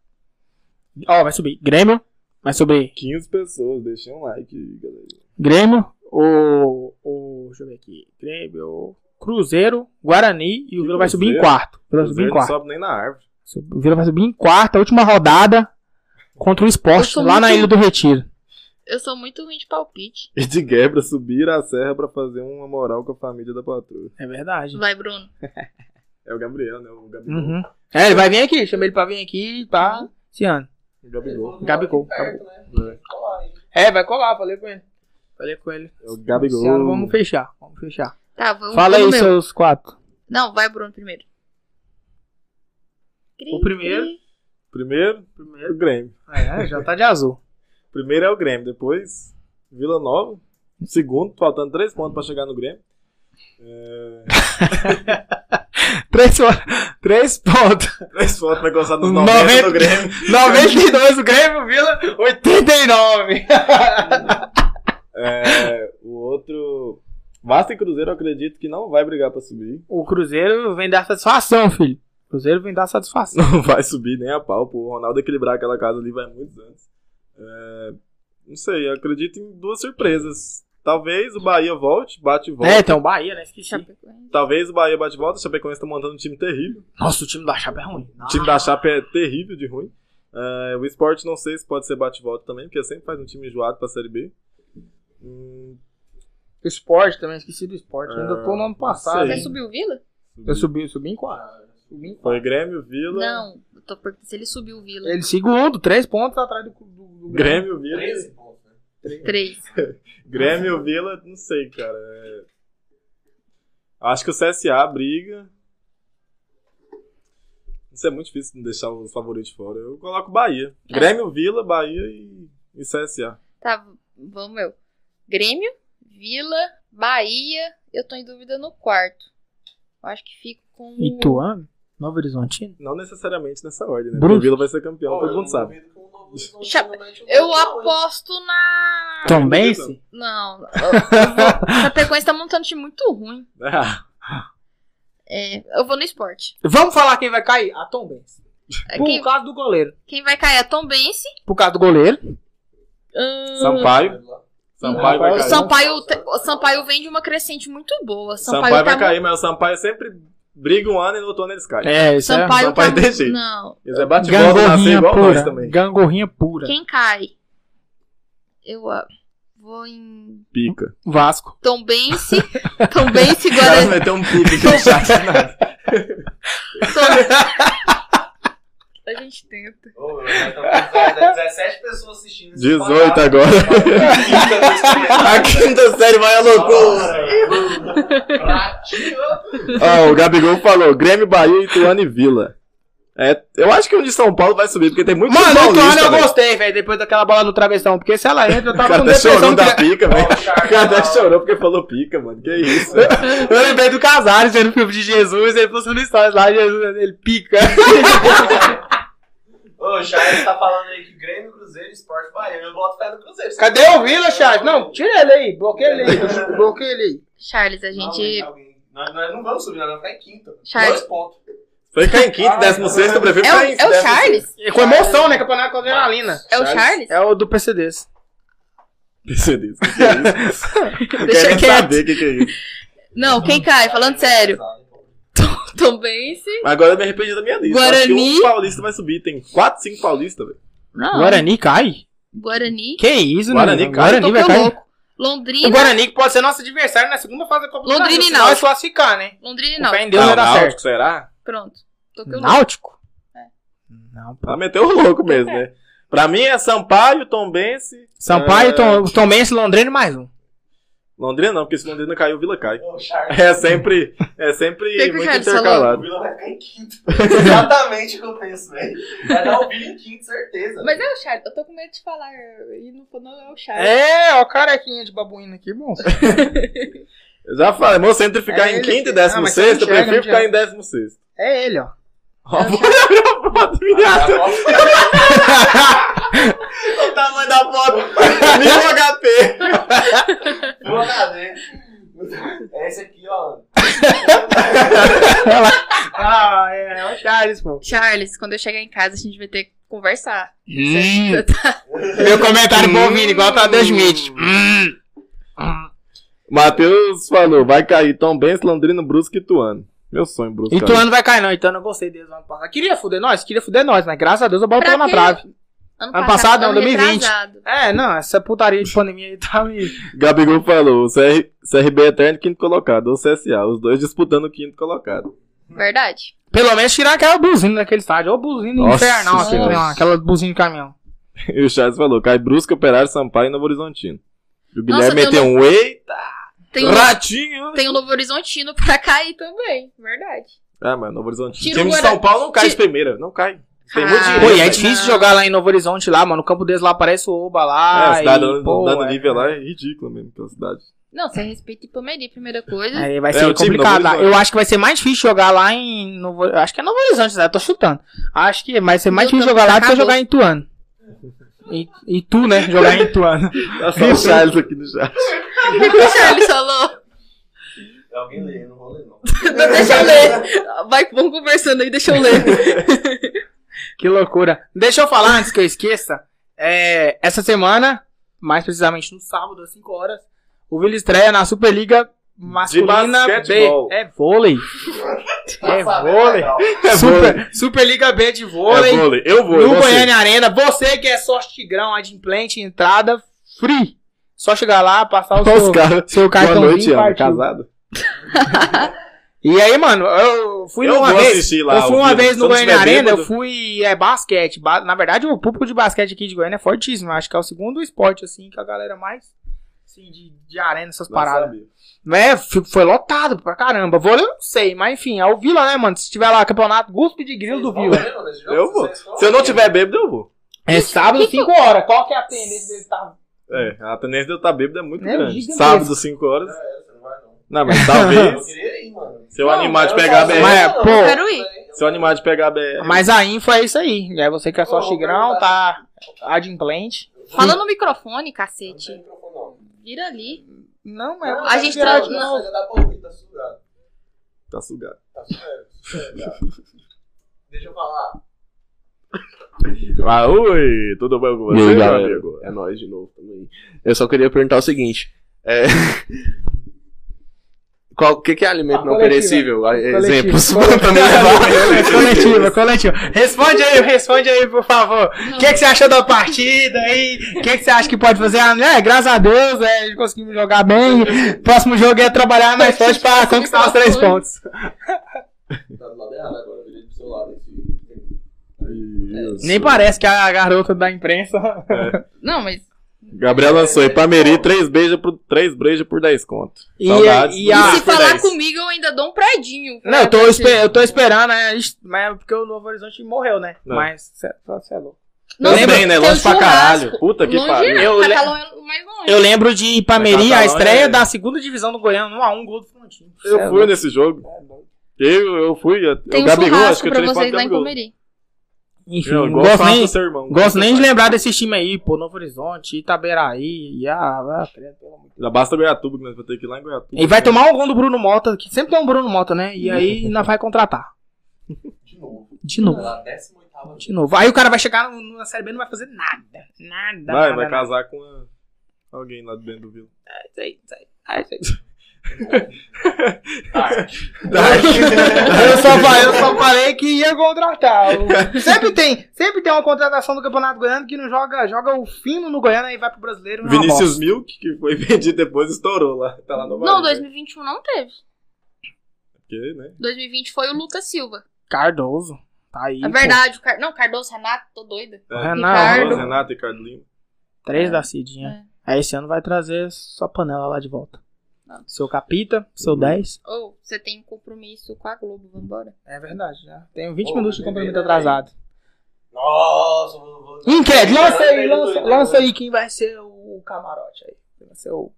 [SPEAKER 1] Ó, vai subir. Grêmio, vai subir
[SPEAKER 2] 15 pessoas, deixem um like, galera.
[SPEAKER 1] Grêmio, o, o. Deixa eu ver aqui. Grêmio, Cruzeiro, Guarani e o Vila vai subir em
[SPEAKER 2] Cruzeiro?
[SPEAKER 1] quarto. O Vila vai subir
[SPEAKER 2] Cruzeiro
[SPEAKER 1] em
[SPEAKER 2] não
[SPEAKER 1] quarto.
[SPEAKER 2] sobe nem na árvore.
[SPEAKER 1] Sub- O Vila vai subir em quarto, a última rodada contra o
[SPEAKER 3] Eu
[SPEAKER 1] esporte,
[SPEAKER 3] sou
[SPEAKER 1] lá na
[SPEAKER 3] muito-
[SPEAKER 1] Ilha do Retiro.
[SPEAKER 3] Eu sou muito ruim de palpite.
[SPEAKER 2] E de quebra, subir a serra pra fazer uma moral com a família da patroa.
[SPEAKER 1] É verdade.
[SPEAKER 3] Vai, Bruno.
[SPEAKER 2] É o Gabriel, né? O Gabigol.
[SPEAKER 1] Uhum. É, ele vai vir aqui, chamei ele pra vir aqui pra esse ano.
[SPEAKER 2] O
[SPEAKER 4] É.
[SPEAKER 2] Gabigol.
[SPEAKER 1] Gabigol,
[SPEAKER 4] Perto, né?
[SPEAKER 2] É.
[SPEAKER 4] Colar, hein?
[SPEAKER 1] É, vai colar, falei com ele. Falei com ele.
[SPEAKER 2] É o
[SPEAKER 1] Esse ano vamos
[SPEAKER 2] Gabigol.
[SPEAKER 1] fechar, vamos fechar.
[SPEAKER 3] Tá, vamos.
[SPEAKER 1] Fala aí,
[SPEAKER 3] vamos meu.
[SPEAKER 1] seus quatro.
[SPEAKER 3] Não, vai, Bruno primeiro.
[SPEAKER 1] O primeiro.
[SPEAKER 2] Primeiro, primeiro, o Grêmio.
[SPEAKER 1] É, já tá de azul.
[SPEAKER 2] Primeiro é o Grêmio, depois Vila Nova. Segundo, faltando três pontos pra chegar no Grêmio.
[SPEAKER 1] Três, po- três pontos.
[SPEAKER 2] Três pontos pra gostar dos 90
[SPEAKER 1] Noventa-
[SPEAKER 2] do Grêmio.
[SPEAKER 1] 92 o Grêmio, Vila, 89.
[SPEAKER 2] É, o outro. Vasco e Cruzeiro, eu acredito que não vai brigar pra subir.
[SPEAKER 1] O Cruzeiro vem dar satisfação, filho. O Cruzeiro vem dar satisfação.
[SPEAKER 2] Não vai subir nem a pau, pô. O Ronaldo equilibrar aquela casa ali vai muitos anos. É, não sei, eu acredito em duas surpresas. Talvez o Bahia volte, bate e volta.
[SPEAKER 1] É, tem o Bahia, né? Esqueci.
[SPEAKER 3] Chapecoense.
[SPEAKER 2] Talvez o Bahia bate e volta. O Chapecoense tá montando um time terrível.
[SPEAKER 1] Nossa, o time da Chapa é ruim.
[SPEAKER 2] O time da Chapa é terrível de ruim. É, o esporte não sei se pode ser bate-volta também, porque sempre faz um time enjoado pra Série B. Hum,
[SPEAKER 1] O esporte também, esqueci do esporte. Ainda tô no ano passado.
[SPEAKER 2] Sim.
[SPEAKER 3] Vai
[SPEAKER 1] hein?
[SPEAKER 3] subir o Vila?
[SPEAKER 1] Eu subi, eu subi em quatro. Subi em quatro.
[SPEAKER 2] Foi Grêmio, Vila.
[SPEAKER 3] Não, eu tô perguntando se ele subiu o Vila.
[SPEAKER 1] Ele segundo, três pontos atrás do, do, do Grêmio.
[SPEAKER 2] Grêmio, Vila.
[SPEAKER 4] 13 pontos, né?
[SPEAKER 3] Três.
[SPEAKER 2] Grêmio, Vila, não sei, cara. É, Acho que o CSA briga. Isso é muito difícil deixar os favoritos fora. Eu coloco Bahia. Grêmio, Vila, Bahia e, e CSA.
[SPEAKER 3] Tá, vamos eu. Grêmio, Vila, Bahia. Eu tô em dúvida no quarto. Eu acho que fico com. o-
[SPEAKER 1] Ituano? Novo Horizontino?
[SPEAKER 2] Não necessariamente nessa ordem, né?
[SPEAKER 1] Brusque.
[SPEAKER 2] Porque o Vila vai ser campeão,
[SPEAKER 4] Pô,
[SPEAKER 2] todo
[SPEAKER 4] eu
[SPEAKER 2] mundo
[SPEAKER 4] não
[SPEAKER 2] sabe.
[SPEAKER 4] duvido que o Novo Horizonte
[SPEAKER 3] Chapa-
[SPEAKER 4] não mete um
[SPEAKER 3] Eu
[SPEAKER 4] gol, não, hein?
[SPEAKER 3] aposto na.
[SPEAKER 1] Também
[SPEAKER 2] Não.
[SPEAKER 1] sim.
[SPEAKER 3] Não. O Chapecoense tá montando um time muito ruim. É, eu vou no esporte.
[SPEAKER 1] Vamos falar quem vai cair? A Tom Benz.
[SPEAKER 3] É,
[SPEAKER 1] Por
[SPEAKER 3] Quem,
[SPEAKER 1] causa do goleiro.
[SPEAKER 3] quem vai cair é Tom Bense.
[SPEAKER 1] Por causa do goleiro.
[SPEAKER 2] Ah, Sampaio. Sampaio vai
[SPEAKER 1] O
[SPEAKER 2] cair.
[SPEAKER 3] O Sampaio, tá te- o Sampaio vem de uma crescente muito boa.
[SPEAKER 2] Sampaio,
[SPEAKER 3] Sampaio, tá
[SPEAKER 2] vai
[SPEAKER 3] mo-
[SPEAKER 2] cair, mas o Sampaio sempre briga um ano e no outro ano eles caem.
[SPEAKER 1] É, isso é.
[SPEAKER 3] Sampaio,
[SPEAKER 2] Sampaio
[SPEAKER 3] tá
[SPEAKER 2] tem jeito.
[SPEAKER 3] Não.
[SPEAKER 2] Eles é bate-bola, nascer
[SPEAKER 1] Gangorrinha
[SPEAKER 2] igual nós
[SPEAKER 1] pura.
[SPEAKER 2] também.
[SPEAKER 1] Gangorrinha pura.
[SPEAKER 3] Quem cai? Eu ah, vou em
[SPEAKER 2] Pica.
[SPEAKER 1] Vasco.
[SPEAKER 3] Tombense. Tombense,
[SPEAKER 2] O cara
[SPEAKER 3] Guarani.
[SPEAKER 2] vai ter um pica aqui
[SPEAKER 3] Então,
[SPEAKER 2] no chat. nada.
[SPEAKER 3] Tom- A gente tenta.
[SPEAKER 4] Ô, tá eu já tô pensando, 17 é pessoas assistindo. esse
[SPEAKER 2] 18
[SPEAKER 4] podcast.
[SPEAKER 2] agora. A
[SPEAKER 4] Aqui.
[SPEAKER 2] quinta série vai à loucura. Ó, o Gabigol falou: Grêmio, Bahia, Ituano e Vila. É, eu acho que o de São Paulo vai subir, porque tem muito
[SPEAKER 1] Mano, o
[SPEAKER 2] paulista,
[SPEAKER 1] Ituano eu
[SPEAKER 2] velho.
[SPEAKER 1] gostei, velho, depois daquela bola no travessão. Porque se ela entra, eu
[SPEAKER 2] O
[SPEAKER 1] tava
[SPEAKER 2] cara
[SPEAKER 1] com
[SPEAKER 2] até chorou
[SPEAKER 1] depressão.
[SPEAKER 2] da
[SPEAKER 1] Que...
[SPEAKER 2] pica, velho. O cara até
[SPEAKER 4] Charles.
[SPEAKER 2] chorou porque falou pica, mano. Que isso?
[SPEAKER 1] Eu lembrei do Casares vendo o filme de Jesus, ele postando stories lá, Jesus, ele pica.
[SPEAKER 4] Ô, o Charles tá falando aí que Grêmio, Cruzeiro, Esporte Bahia. Eu boto fé no Cruzeiro.
[SPEAKER 1] Cadê o Vila, Charles? Não, tira ele aí, bloqueia ele aí, bloqueia ele aí.
[SPEAKER 3] Charles, a
[SPEAKER 4] Não,
[SPEAKER 3] gente.
[SPEAKER 4] alguém- Nós, nós não vamos subir, nós vamos ficar em quinto.
[SPEAKER 3] Charles.
[SPEAKER 4] Dois pontos.
[SPEAKER 2] Foi ficar em quinto, décimo sexto, eu prefiro
[SPEAKER 3] É o,
[SPEAKER 2] ficar em
[SPEAKER 3] é o
[SPEAKER 2] décimo
[SPEAKER 3] Charles?
[SPEAKER 1] E com emoção, né? Campeonato com adrenalina.
[SPEAKER 3] É o Charles?
[SPEAKER 1] É o do PCDs.
[SPEAKER 2] PCDs, o que que é isso? Não
[SPEAKER 3] Deixa
[SPEAKER 2] quero nem
[SPEAKER 3] quieto.
[SPEAKER 2] saber o que, que é isso.
[SPEAKER 3] Não, quem cai? Falando sério. Tombense.
[SPEAKER 2] Mas agora eu me arrependi da minha lista.
[SPEAKER 3] Guarani.
[SPEAKER 2] Acho que um paulista vai subir. Tem 4, 5 paulistas, velho.
[SPEAKER 3] Não.
[SPEAKER 1] Guarani cai?
[SPEAKER 3] Guarani.
[SPEAKER 1] Que isso,
[SPEAKER 2] Guarani
[SPEAKER 1] né?
[SPEAKER 2] cai.
[SPEAKER 1] Guarani vai
[SPEAKER 3] Tocou
[SPEAKER 1] cair.
[SPEAKER 3] louco. Londrina.
[SPEAKER 1] O Guarani que pode ser nosso adversário na segunda fase da Copa
[SPEAKER 3] Londrina
[SPEAKER 1] do Brasil.
[SPEAKER 3] e
[SPEAKER 1] se nós
[SPEAKER 3] Náutico.
[SPEAKER 1] classificar, né?
[SPEAKER 3] Londrina
[SPEAKER 1] Não.
[SPEAKER 3] não.
[SPEAKER 1] Fé em Deus
[SPEAKER 2] Ah,
[SPEAKER 1] vai dar
[SPEAKER 2] Náutico,
[SPEAKER 1] certo.
[SPEAKER 2] será?
[SPEAKER 3] Pronto. Toquei o louco.
[SPEAKER 1] Náutico?
[SPEAKER 3] É.
[SPEAKER 1] Não.
[SPEAKER 2] Ah, meteu o louco mesmo, né? Pra mim é Sampaio, Tombense.
[SPEAKER 1] Sampaio,
[SPEAKER 2] é,
[SPEAKER 1] Tom, Tom Benz, Londrina e mais um.
[SPEAKER 2] Londrina não, porque se Londrina caiu, Vila cai.
[SPEAKER 4] Ô, Charles,
[SPEAKER 2] É sempre, é
[SPEAKER 3] Que que
[SPEAKER 2] sempre
[SPEAKER 3] o
[SPEAKER 2] muito
[SPEAKER 3] Charles falou?
[SPEAKER 4] o
[SPEAKER 2] intercalado.
[SPEAKER 4] Vila vai ficar em quinto. Exatamente o que eu penso, velho. Vai dar o Vila em quinto, certeza.
[SPEAKER 3] Mas é o Charles. Eu tô com medo de falar. E não, não é o Charles.
[SPEAKER 1] É, ó, carequinha de babuína aqui, bom.
[SPEAKER 2] Eu Já falei, moço, entre ficar
[SPEAKER 1] É
[SPEAKER 2] em
[SPEAKER 1] ele
[SPEAKER 2] quinto e
[SPEAKER 1] que- Ah,
[SPEAKER 2] décimo
[SPEAKER 1] mas você
[SPEAKER 2] sexto, eu
[SPEAKER 1] não enxerga,
[SPEAKER 2] prefiro
[SPEAKER 1] não enxerga.
[SPEAKER 2] ficar em décimo sexto.
[SPEAKER 1] É ele, ó.
[SPEAKER 2] Ó, Vou olhar a foto,
[SPEAKER 4] Ah,
[SPEAKER 2] viado.
[SPEAKER 4] tá
[SPEAKER 2] O tamanho da foto. Mil HP.
[SPEAKER 4] bom. Vou fazer. Esse aqui, ó.
[SPEAKER 1] Ah, é, é o Charles, pô.
[SPEAKER 3] Charles, quando eu chegar em casa, a gente vai ter que conversar.
[SPEAKER 1] Hum,
[SPEAKER 3] Você tá-
[SPEAKER 1] meu comentário pro Vini, igual tá Deus Schmidt.
[SPEAKER 2] Matheus falou, vai cair Tom Benz, Londrina, Brusque e Ituano. Meu sonho, Brusque.
[SPEAKER 1] Ituano não vai cair, não. Ituano eu gostei deles no ano passado. Queria fuder nós, queria fuder nós, mas graças a Deus a bola
[SPEAKER 3] Pra
[SPEAKER 1] pegou na
[SPEAKER 3] quê?
[SPEAKER 1] trave. Ano passado, não,
[SPEAKER 3] ano
[SPEAKER 1] 2020.
[SPEAKER 3] retrasado.
[SPEAKER 1] É, não, essa putaria de pandemia aí tá me.
[SPEAKER 2] Gabigol falou, CR, CRB Eterno, é quinto colocado, ou CSA, os dois disputando o quinto colocado.
[SPEAKER 3] Verdade.
[SPEAKER 1] Pelo menos tirar aquela buzina daquele estádio. Ô, buzina
[SPEAKER 2] Nossa
[SPEAKER 1] infernal aquele
[SPEAKER 2] Senhora.
[SPEAKER 1] lá, aquela buzina de caminhão.
[SPEAKER 2] E o Charles falou, cai Brusque, Operário, Sampaio e Novo Horizontino. E o
[SPEAKER 3] Nossa,
[SPEAKER 2] Guilherme meteu um eita,
[SPEAKER 3] Tem o,
[SPEAKER 2] ratinho.
[SPEAKER 3] tem o Novo Horizontino pra cair também. Verdade.
[SPEAKER 2] Ah, mano, Novo Horizontino.
[SPEAKER 3] Tira
[SPEAKER 2] time
[SPEAKER 3] o
[SPEAKER 2] de
[SPEAKER 3] Guarani.
[SPEAKER 2] São Paulo não cai
[SPEAKER 3] Ti-
[SPEAKER 2] de primeira, não cai. Tem muito
[SPEAKER 3] Ah,
[SPEAKER 2] dinheiro.
[SPEAKER 1] Pô,
[SPEAKER 2] né?
[SPEAKER 1] e é
[SPEAKER 2] velho.
[SPEAKER 1] difícil
[SPEAKER 3] não.
[SPEAKER 1] jogar lá em Novo Horizonte, lá, mano. O campo deles lá parece o Oba lá.
[SPEAKER 2] É, a cidade
[SPEAKER 1] e,
[SPEAKER 2] dando,
[SPEAKER 1] pô,
[SPEAKER 2] dando
[SPEAKER 1] é.
[SPEAKER 2] nível lá é ridícula mesmo, aquela cidade.
[SPEAKER 3] Não, você respeita Ipameri, primeira coisa.
[SPEAKER 1] Aí vai
[SPEAKER 2] É,
[SPEAKER 1] ser
[SPEAKER 2] o time do
[SPEAKER 1] complicado lá.
[SPEAKER 2] Novo
[SPEAKER 1] Eu acho que vai ser mais difícil jogar lá em Novo Acho que é Novo Horizonte, né? Eu tô chutando. Acho que vai ser mais
[SPEAKER 3] Meu
[SPEAKER 1] difícil
[SPEAKER 3] campo
[SPEAKER 1] jogar lá do que
[SPEAKER 3] acabou.
[SPEAKER 1] jogar em Tuano. E, e tu, né? Jogar em Tuano.
[SPEAKER 2] Tá só o Charles aqui no chat.
[SPEAKER 3] O que que o Charles falou?
[SPEAKER 4] É Alguém lê, eu não vou ler, não.
[SPEAKER 2] É
[SPEAKER 3] Não, deixa eu ler. Vai, vamos conversando aí, deixa eu ler.
[SPEAKER 1] Que loucura. Deixa eu falar antes que eu esqueça. É, essa semana, mais precisamente no sábado, às 5 horas, o Vila estreia na Superliga Masculina B.
[SPEAKER 2] basquetebol.
[SPEAKER 1] É vôlei.
[SPEAKER 4] Tá
[SPEAKER 1] É
[SPEAKER 4] sabendo,
[SPEAKER 1] vôlei.
[SPEAKER 4] legal.
[SPEAKER 2] né?
[SPEAKER 1] Super, Superliga B de vôlei.
[SPEAKER 2] É vôlei. Eu vou,
[SPEAKER 1] no
[SPEAKER 2] eu vou
[SPEAKER 1] Goiânia Arena. Você que é só tigrão, adimplente, entrada free. Só chegar lá, passar o
[SPEAKER 2] Os
[SPEAKER 1] seu,
[SPEAKER 2] caras.
[SPEAKER 1] seu
[SPEAKER 2] Boa noite,
[SPEAKER 1] cartãozinho e
[SPEAKER 2] Ana.
[SPEAKER 1] partiu.
[SPEAKER 2] Casado?
[SPEAKER 1] E aí, mano, eu fui
[SPEAKER 2] Eu
[SPEAKER 1] numa
[SPEAKER 2] vou
[SPEAKER 1] vez.
[SPEAKER 2] assistir lá
[SPEAKER 1] eu
[SPEAKER 2] ao
[SPEAKER 1] fui uma
[SPEAKER 2] vivo.
[SPEAKER 1] vez
[SPEAKER 2] Se
[SPEAKER 1] no
[SPEAKER 2] eu não
[SPEAKER 1] Goiânia
[SPEAKER 2] tiver
[SPEAKER 1] Arena, eu
[SPEAKER 2] bêbado.
[SPEAKER 1] fui. É basquete. Ba- Na verdade, o público de basquete aqui de Goiânia é fortíssimo. Eu acho que é o segundo esporte, assim, que a galera mais. Assim, de, de arena, essas
[SPEAKER 2] Não
[SPEAKER 1] paradas.
[SPEAKER 2] sabia.
[SPEAKER 1] É, fi- foi lotado pra caramba. Vôlei eu não sei, mas enfim, é o Vila, né, mano? Se tiver lá campeonato, Guspe de Grilo do Vila.
[SPEAKER 4] Vocês vão ler, não,
[SPEAKER 2] né? Eu vou.
[SPEAKER 4] vocês vão
[SPEAKER 2] Se eu não
[SPEAKER 4] ler.
[SPEAKER 2] tiver bêbado, eu vou.
[SPEAKER 1] É sábado, 5 horas. Qual que é a tendência dele estar
[SPEAKER 2] É, a tendência de eu estar bêbado é muito
[SPEAKER 1] É
[SPEAKER 2] grande.
[SPEAKER 1] gigantesco.
[SPEAKER 2] Sábado, 5 horas.
[SPEAKER 4] É, você não vai, não.
[SPEAKER 2] Não, mas
[SPEAKER 4] Eu
[SPEAKER 2] talvez.
[SPEAKER 4] queria ir, mano.
[SPEAKER 2] se eu animar de
[SPEAKER 4] eu
[SPEAKER 2] pegar a
[SPEAKER 4] não
[SPEAKER 2] BR.
[SPEAKER 1] Mas,
[SPEAKER 4] não,
[SPEAKER 1] pô,
[SPEAKER 4] eu
[SPEAKER 3] quero ir.
[SPEAKER 2] Se eu animar de pegar a BR.
[SPEAKER 1] Mas a info é isso aí. É você que é só
[SPEAKER 4] Ô,
[SPEAKER 1] tigrão, tá adimplente.
[SPEAKER 3] Fala no microfone,
[SPEAKER 4] Não tem
[SPEAKER 3] cacete.
[SPEAKER 4] microfone, não.
[SPEAKER 3] Vira ali.
[SPEAKER 1] Não, mas...
[SPEAKER 3] A gente
[SPEAKER 4] tá.
[SPEAKER 3] tá- não.
[SPEAKER 4] Dá pra ouvir, tá sugado.
[SPEAKER 2] Tá sugado.
[SPEAKER 4] Tá sugado, sugado. Deixa eu falar. tá
[SPEAKER 2] Ah, oi, tudo bem com você,
[SPEAKER 5] E aí,
[SPEAKER 2] meu
[SPEAKER 5] galera?
[SPEAKER 2] amigo?
[SPEAKER 5] É nóis de novo também. Eu só queria perguntar o seguinte. É... Qual, o que, que é alimento
[SPEAKER 1] Ah,
[SPEAKER 5] não
[SPEAKER 1] coletivo.
[SPEAKER 5] perecível? Ah,
[SPEAKER 1] Coletivo. É,
[SPEAKER 5] Exemplos.
[SPEAKER 1] Coletivo.
[SPEAKER 5] Pra me levar.
[SPEAKER 1] coletiva, coletiva. Responde aí, responde aí, por favor. O
[SPEAKER 3] Não.
[SPEAKER 1] que, que você achou da partida aí? O que, que você acha que pode fazer? Ah, é, graças a Deus, é, conseguimos jogar bem. Próximo jogo é trabalhar mais forte pra conquistar os três pontos.
[SPEAKER 4] Tá do lado errado agora, eu virei pro seu lado. esse-
[SPEAKER 2] Isso.
[SPEAKER 1] Nem parece que a garota da imprensa...
[SPEAKER 3] Não, mas
[SPEAKER 2] Gabriel lançou aí, Pameri, 3 beijos por, três beijos por 10 conto.
[SPEAKER 1] E-
[SPEAKER 2] Saudades.
[SPEAKER 1] e a-
[SPEAKER 2] Ah,
[SPEAKER 3] se
[SPEAKER 2] por
[SPEAKER 3] falar
[SPEAKER 2] 10.
[SPEAKER 3] comigo, eu ainda dou um predinho.
[SPEAKER 1] Não, eu tô,
[SPEAKER 3] Pra
[SPEAKER 1] espe-
[SPEAKER 3] você.
[SPEAKER 1] eu tô esperando, né? Isso- Mas é porque o Novo Horizonte morreu, né?
[SPEAKER 2] Não.
[SPEAKER 1] Mas cê- só cê é louco.
[SPEAKER 3] Não,
[SPEAKER 1] Também,
[SPEAKER 3] lembra-
[SPEAKER 2] né?
[SPEAKER 3] tem
[SPEAKER 2] Longe
[SPEAKER 3] um
[SPEAKER 2] pra caralho.
[SPEAKER 3] churrasco.
[SPEAKER 2] Puta que
[SPEAKER 3] longe,
[SPEAKER 2] pariu.
[SPEAKER 1] Eu le-
[SPEAKER 3] Catalão é mais longe.
[SPEAKER 1] Eu lembro de Ipameri,
[SPEAKER 2] Mas
[SPEAKER 1] a
[SPEAKER 2] Catalão
[SPEAKER 1] estreia
[SPEAKER 2] é-
[SPEAKER 1] da segunda divisão do Goiânia, 1x1, gol do Frontino.
[SPEAKER 2] Eu
[SPEAKER 1] Cê é
[SPEAKER 2] fui
[SPEAKER 1] louco.
[SPEAKER 2] nesse jogo. Eu, eu fui. Eu,
[SPEAKER 3] Tem
[SPEAKER 2] o
[SPEAKER 3] um
[SPEAKER 2] Gabigol, acho
[SPEAKER 3] churrasco
[SPEAKER 2] que eu
[SPEAKER 3] pra
[SPEAKER 2] tirei
[SPEAKER 3] vocês
[SPEAKER 2] foto do
[SPEAKER 3] lá em
[SPEAKER 2] Gabigol.
[SPEAKER 3] Comeri.
[SPEAKER 1] Enfim,
[SPEAKER 2] Eu,
[SPEAKER 1] não
[SPEAKER 2] igual
[SPEAKER 1] gosto
[SPEAKER 2] faço
[SPEAKER 1] nem,
[SPEAKER 2] seu irmão.
[SPEAKER 1] gosto nem de lembrar desses times aí, pô. Novo Horizonte, Itaberaí, e a... a- credo, pelo amor de Deus.
[SPEAKER 2] Já basta Goiatuba, que nós vamos ter que ir lá em Goiatuba.
[SPEAKER 1] E vai tomar um gol do Bruno Mota, que sempre tem um Bruno Mota, né? E aí ainda vai contratar.
[SPEAKER 4] de novo. é
[SPEAKER 1] De novo.
[SPEAKER 4] Pela 18ª vez.
[SPEAKER 1] De novo. Aí o cara vai chegar no- na série B e não vai fazer nada. Nada.
[SPEAKER 2] Vai,
[SPEAKER 1] nada, né?
[SPEAKER 2] vai
[SPEAKER 1] nada.
[SPEAKER 2] casar com a- alguém lá dentro do Vila.
[SPEAKER 1] Isso aí, isso aí. Ah, isso aí.
[SPEAKER 4] Dark.
[SPEAKER 5] Tá
[SPEAKER 1] eu, só falei, eu só falei que ia contratar. O- Sempre tem, sempre tem uma contratação do Campeonato Goiano que não joga, joga o fino no Goiano e vai pro brasileiro. é uma
[SPEAKER 2] Vinícius
[SPEAKER 1] bosta.
[SPEAKER 2] Milk, que foi vendido depois, estourou lá. Tá lá no
[SPEAKER 3] Não,
[SPEAKER 2] Bahia.
[SPEAKER 3] 2021 não teve.
[SPEAKER 2] Porque, né?
[SPEAKER 3] 2020 foi o Lucas Silva.
[SPEAKER 1] Cardoso. Tá aí.
[SPEAKER 3] É verdade. o Car- Não, Cardoso, Renato, tô doida.
[SPEAKER 2] É,
[SPEAKER 1] Renato.
[SPEAKER 2] Rose, Renato e Carlinho.
[SPEAKER 1] pô. Três da Cidinha. Aí esse ano vai trazer sua panela lá de volta. Seu Capita, seu 10.
[SPEAKER 3] Ou você tem compromisso com a Globo, vambora.
[SPEAKER 1] É verdade, já. Tenho 20
[SPEAKER 4] Ô,
[SPEAKER 1] minutos de
[SPEAKER 4] bebê,
[SPEAKER 1] compromisso
[SPEAKER 4] né,
[SPEAKER 1] atrasado. é
[SPEAKER 4] Nossa, vou, vou...
[SPEAKER 1] Enquete, lança aí, lança,
[SPEAKER 4] Vai
[SPEAKER 1] lança aí quem vai ser o camarote aí. Quem vai ser o-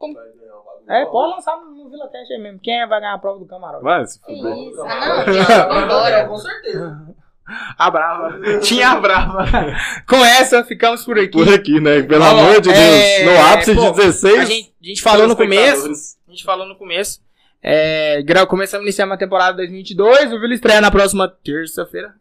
[SPEAKER 4] ganhar o um bagulho.
[SPEAKER 1] É, pode lançar no- no Vila Teste aí mesmo. Quem vai ganhar a prova do camarote?
[SPEAKER 2] Vai, se
[SPEAKER 3] Que
[SPEAKER 2] fuder.
[SPEAKER 3] isso? Ah,
[SPEAKER 4] Vai
[SPEAKER 3] não,
[SPEAKER 4] ganhar,
[SPEAKER 3] gente,
[SPEAKER 4] vai ganhar,
[SPEAKER 3] vambora.
[SPEAKER 4] Com certeza.
[SPEAKER 1] A brava. Tinha a brava. Com essa, ficamos por aqui.
[SPEAKER 2] Por aqui, né? Pelo
[SPEAKER 1] Ó,
[SPEAKER 2] amor de
[SPEAKER 1] é,
[SPEAKER 2] Deus. No ápice
[SPEAKER 1] pô,
[SPEAKER 2] de 16.
[SPEAKER 1] A gente, a gente falou no começo.
[SPEAKER 2] telespectadores.
[SPEAKER 1] A gente falou no começo. É, gra- começamos a iniciar uma temporada 2022. O Vila estreia na próxima terça-feira.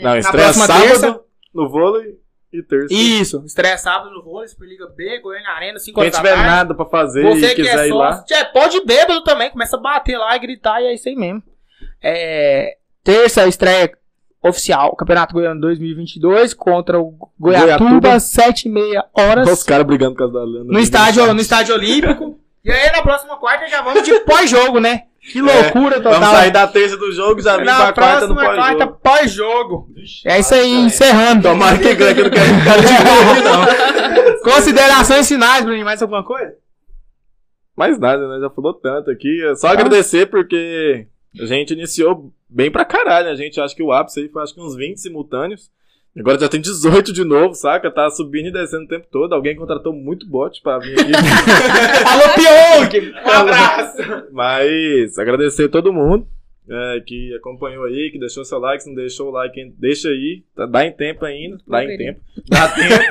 [SPEAKER 2] Não, estreia
[SPEAKER 1] próxima
[SPEAKER 2] sábado
[SPEAKER 1] terça.
[SPEAKER 2] no vôlei e terça.
[SPEAKER 1] Isso. Estreia sábado no vôlei, Superliga B, Goiânia Arena, 5
[SPEAKER 2] Quem
[SPEAKER 1] horas da
[SPEAKER 2] tiver
[SPEAKER 1] tarde.
[SPEAKER 2] nada pra fazer
[SPEAKER 1] Você
[SPEAKER 2] e
[SPEAKER 1] que
[SPEAKER 2] quiser
[SPEAKER 1] é
[SPEAKER 2] ir lá.
[SPEAKER 1] sócio, é, pode ir bêbado também. Começa a bater lá e gritar e é isso aí mesmo. É, terça estreia oficial, Campeonato Goiano 2022 contra o Goiatuba,
[SPEAKER 2] Goiatuba.
[SPEAKER 1] 7 e meia horas.
[SPEAKER 2] Os caras brigando por causa da lana.
[SPEAKER 1] no estádio, no estádio Olímpico. E aí na próxima quarta já vamos de pós-jogo, né? Que loucura total.
[SPEAKER 2] É, Vamos sair da terça do jogo e já vim
[SPEAKER 1] na
[SPEAKER 2] pra quarta no
[SPEAKER 1] próxima quarta
[SPEAKER 2] pós-jogo.
[SPEAKER 1] pós-jogo.
[SPEAKER 4] Vixe,
[SPEAKER 1] É isso aí,
[SPEAKER 4] vai,
[SPEAKER 1] encerrando.
[SPEAKER 2] Tomara que ganhe, que eu não quero ficar de novo, não.
[SPEAKER 1] Considerações finais, Bruninho, mais alguma coisa?
[SPEAKER 2] Mais nada, né? Já falou tanto aqui. É Só agradecer porque a gente iniciou bem pra caralho. né? A gente acha que o ápice aí foi acho que uns 20 simultâneos. Agora já tem 18 de novo, saca? Tá subindo e descendo o tempo todo. Alguém contratou muito bot pra vir aqui.
[SPEAKER 1] Alô, Pyong! Um abraço!
[SPEAKER 2] Mas agradecer a todo mundo é, que acompanhou aí, que deixou seu like, se não deixou o like, deixa aí. Tá- dá em tempo ainda, dá em tempo. Dá tempo.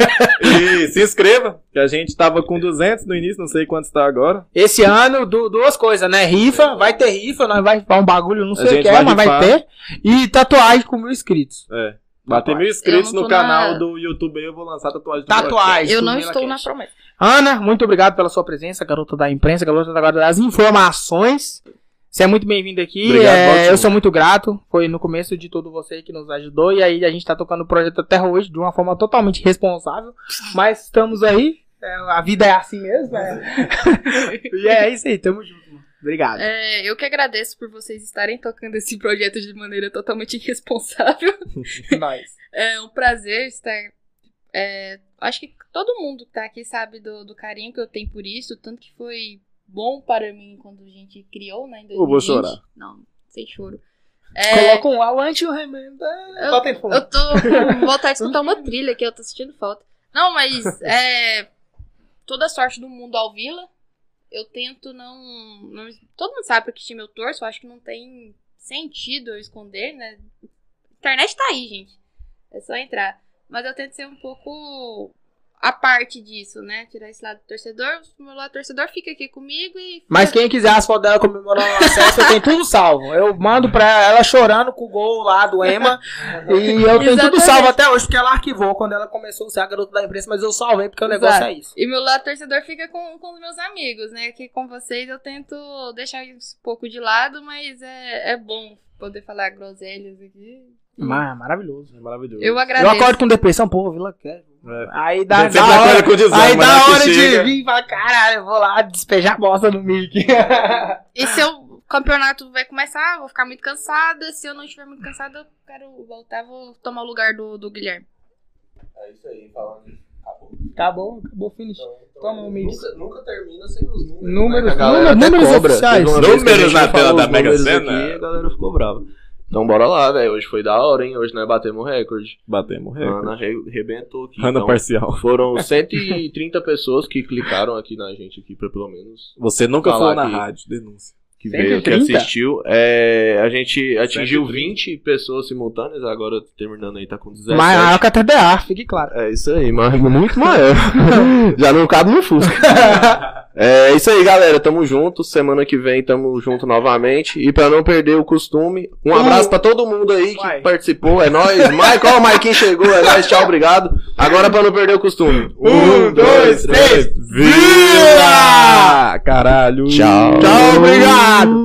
[SPEAKER 2] E se inscreva, que a gente tava com 200 no início, não sei quanto está agora.
[SPEAKER 1] Esse ano, du- duas coisas, né? Rifa, vai ter rifa, nós vai rifar um bagulho, não
[SPEAKER 2] A
[SPEAKER 1] sei o
[SPEAKER 2] gente
[SPEAKER 1] que é,
[SPEAKER 2] vai
[SPEAKER 1] mas vai
[SPEAKER 2] rifar.
[SPEAKER 1] ter. E tatuagem com mil inscritos.
[SPEAKER 2] É. Bater mil
[SPEAKER 3] Eu
[SPEAKER 2] inscritos
[SPEAKER 3] não tô
[SPEAKER 2] no canal
[SPEAKER 3] na-
[SPEAKER 2] do YouTube aí, eu vou lançar tatuagem Ah, do
[SPEAKER 1] Tatuagem.
[SPEAKER 3] Eu
[SPEAKER 1] do
[SPEAKER 3] não
[SPEAKER 1] Mila
[SPEAKER 3] estou
[SPEAKER 1] Cash.
[SPEAKER 3] na promessa.
[SPEAKER 1] Ana, muito obrigado pela sua presença, garota da imprensa, garota da guarda das informações. Você é muito bem-vindo aqui.
[SPEAKER 2] Obrigado,
[SPEAKER 1] é,
[SPEAKER 2] Valtinho.
[SPEAKER 1] eu sou muito grato. Foi no começo de tudo você que nos ajudou. E aí a gente tá tocando o projeto até hoje de uma forma totalmente responsável. Mas estamos aí. É, a vida é assim mesmo. É. e é isso aí, tamo junto. mano. Obrigado.
[SPEAKER 3] É, eu que agradeço por vocês estarem tocando esse projeto de maneira totalmente irresponsável.
[SPEAKER 1] Nós.
[SPEAKER 3] É um prazer estar. é, acho que todo mundo que tá aqui sabe do, do carinho que eu tenho por isso, tanto que foi bom para mim quando a gente criou, né? Em 2020.
[SPEAKER 2] Eu vou chorar.
[SPEAKER 3] Não, sem choro.
[SPEAKER 1] Coloca um I want you remember. Bota aí, por favor.
[SPEAKER 3] É, Eu tô com vontade de escutar uma trilha aqui, eu tô sentindo falta. Não, mas é. Toda a sorte do mundo ao Vila. Eu tento não, não- Todo mundo sabe pra que time eu torço. Eu acho que não tem sentido eu esconder, né? Internet tá aí, gente. É só entrar. Mas eu tento ser um pouco a parte disso, né? Tirar esse lado do torcedor. O meu lado torcedor fica aqui comigo e.
[SPEAKER 1] Mas quem quiser as fotos dela comemorando o acesso, eu tenho tudo salvo. Eu mando pra ela chorando com o gol lá do Ema. e eu tenho tudo
[SPEAKER 3] Exatamente.
[SPEAKER 1] salvo até hoje, porque ela arquivou quando ela começou a ser a garota da imprensa, mas eu salvei porque o negócio
[SPEAKER 3] Exato.
[SPEAKER 1] é isso.
[SPEAKER 3] E meu lado torcedor fica com, com os meus amigos, né? Que com vocês eu tento deixar isso um pouco de lado, mas é, é bom poder falar groselhas aqui.
[SPEAKER 1] Mas, maravilhoso.
[SPEAKER 2] É maravilhoso.
[SPEAKER 3] Eu
[SPEAKER 1] Eu
[SPEAKER 3] agradeço.
[SPEAKER 1] acordo com depressão, pô, Vila Cash.
[SPEAKER 2] É.
[SPEAKER 1] Aí
[SPEAKER 2] A
[SPEAKER 1] dá,
[SPEAKER 2] gente
[SPEAKER 1] dá
[SPEAKER 2] sempre acorda
[SPEAKER 1] hora,
[SPEAKER 2] com desânimo,
[SPEAKER 1] aí
[SPEAKER 5] né,
[SPEAKER 2] mas
[SPEAKER 1] dá
[SPEAKER 2] na hora
[SPEAKER 1] hora
[SPEAKER 2] que
[SPEAKER 1] de
[SPEAKER 2] chega-
[SPEAKER 1] vir e falar, caralho, eu vou lá despejar bosta no Mickey.
[SPEAKER 3] E se o campeonato vai começar, eu vou ficar muito cansada. Se eu não estiver muito cansada, eu quero voltar, vou tomar o lugar do, do Guilherme.
[SPEAKER 4] É isso aí, falando. disso, Acabou.
[SPEAKER 1] acabou, Tá acabou, finish.
[SPEAKER 4] Então, então,
[SPEAKER 1] Toma um mix.
[SPEAKER 4] nunca, nunca termina sem os números.
[SPEAKER 1] Números,
[SPEAKER 5] A galera
[SPEAKER 2] é
[SPEAKER 1] números,
[SPEAKER 5] até
[SPEAKER 1] números
[SPEAKER 5] cobra.
[SPEAKER 1] oficiais.
[SPEAKER 5] Teve uma vez que a
[SPEAKER 2] Números
[SPEAKER 5] gente
[SPEAKER 2] na
[SPEAKER 5] falou
[SPEAKER 2] tela
[SPEAKER 5] os
[SPEAKER 2] da Mega
[SPEAKER 5] números
[SPEAKER 2] Sena.
[SPEAKER 5] aqui, A galera ficou brava. Então bora lá, velho. Hoje foi da hora, hein? Hoje nós batemos recorde.
[SPEAKER 2] Batemos
[SPEAKER 5] A
[SPEAKER 2] recorde.
[SPEAKER 5] Ana re- rebentou aqui.
[SPEAKER 2] Ana
[SPEAKER 5] Ah, então,
[SPEAKER 2] parcial.
[SPEAKER 5] foram 130 pessoas que clicaram aqui na gente aqui, pra pelo menos.
[SPEAKER 2] Você nunca
[SPEAKER 5] Falar
[SPEAKER 2] falou na
[SPEAKER 5] aqui.
[SPEAKER 2] rádio, denúncia.
[SPEAKER 5] Que veio, que
[SPEAKER 1] 130?
[SPEAKER 5] assistiu. É, a gente atingiu
[SPEAKER 2] 130.
[SPEAKER 5] 20 pessoas simultâneas, agora terminando aí, tá com 17.
[SPEAKER 1] Maior que a TDA, fique claro.
[SPEAKER 5] É isso aí, mas muito maior. Já não cabe no Fusca. É isso aí, galera. Tamo junto. Semana que vem tamo junto novamente. E pra não perder o costume, um abraço pra todo mundo aí que
[SPEAKER 1] Uh! Vai.
[SPEAKER 5] participou. É nóis. Michael, o Maiquinho chegou. É nóis. Tchau, obrigado. Agora pra não perder o costume.
[SPEAKER 1] Um, dois, três.
[SPEAKER 5] Vila!
[SPEAKER 2] Ah, Caralho.
[SPEAKER 5] Tchau.
[SPEAKER 2] Tchau, obrigado.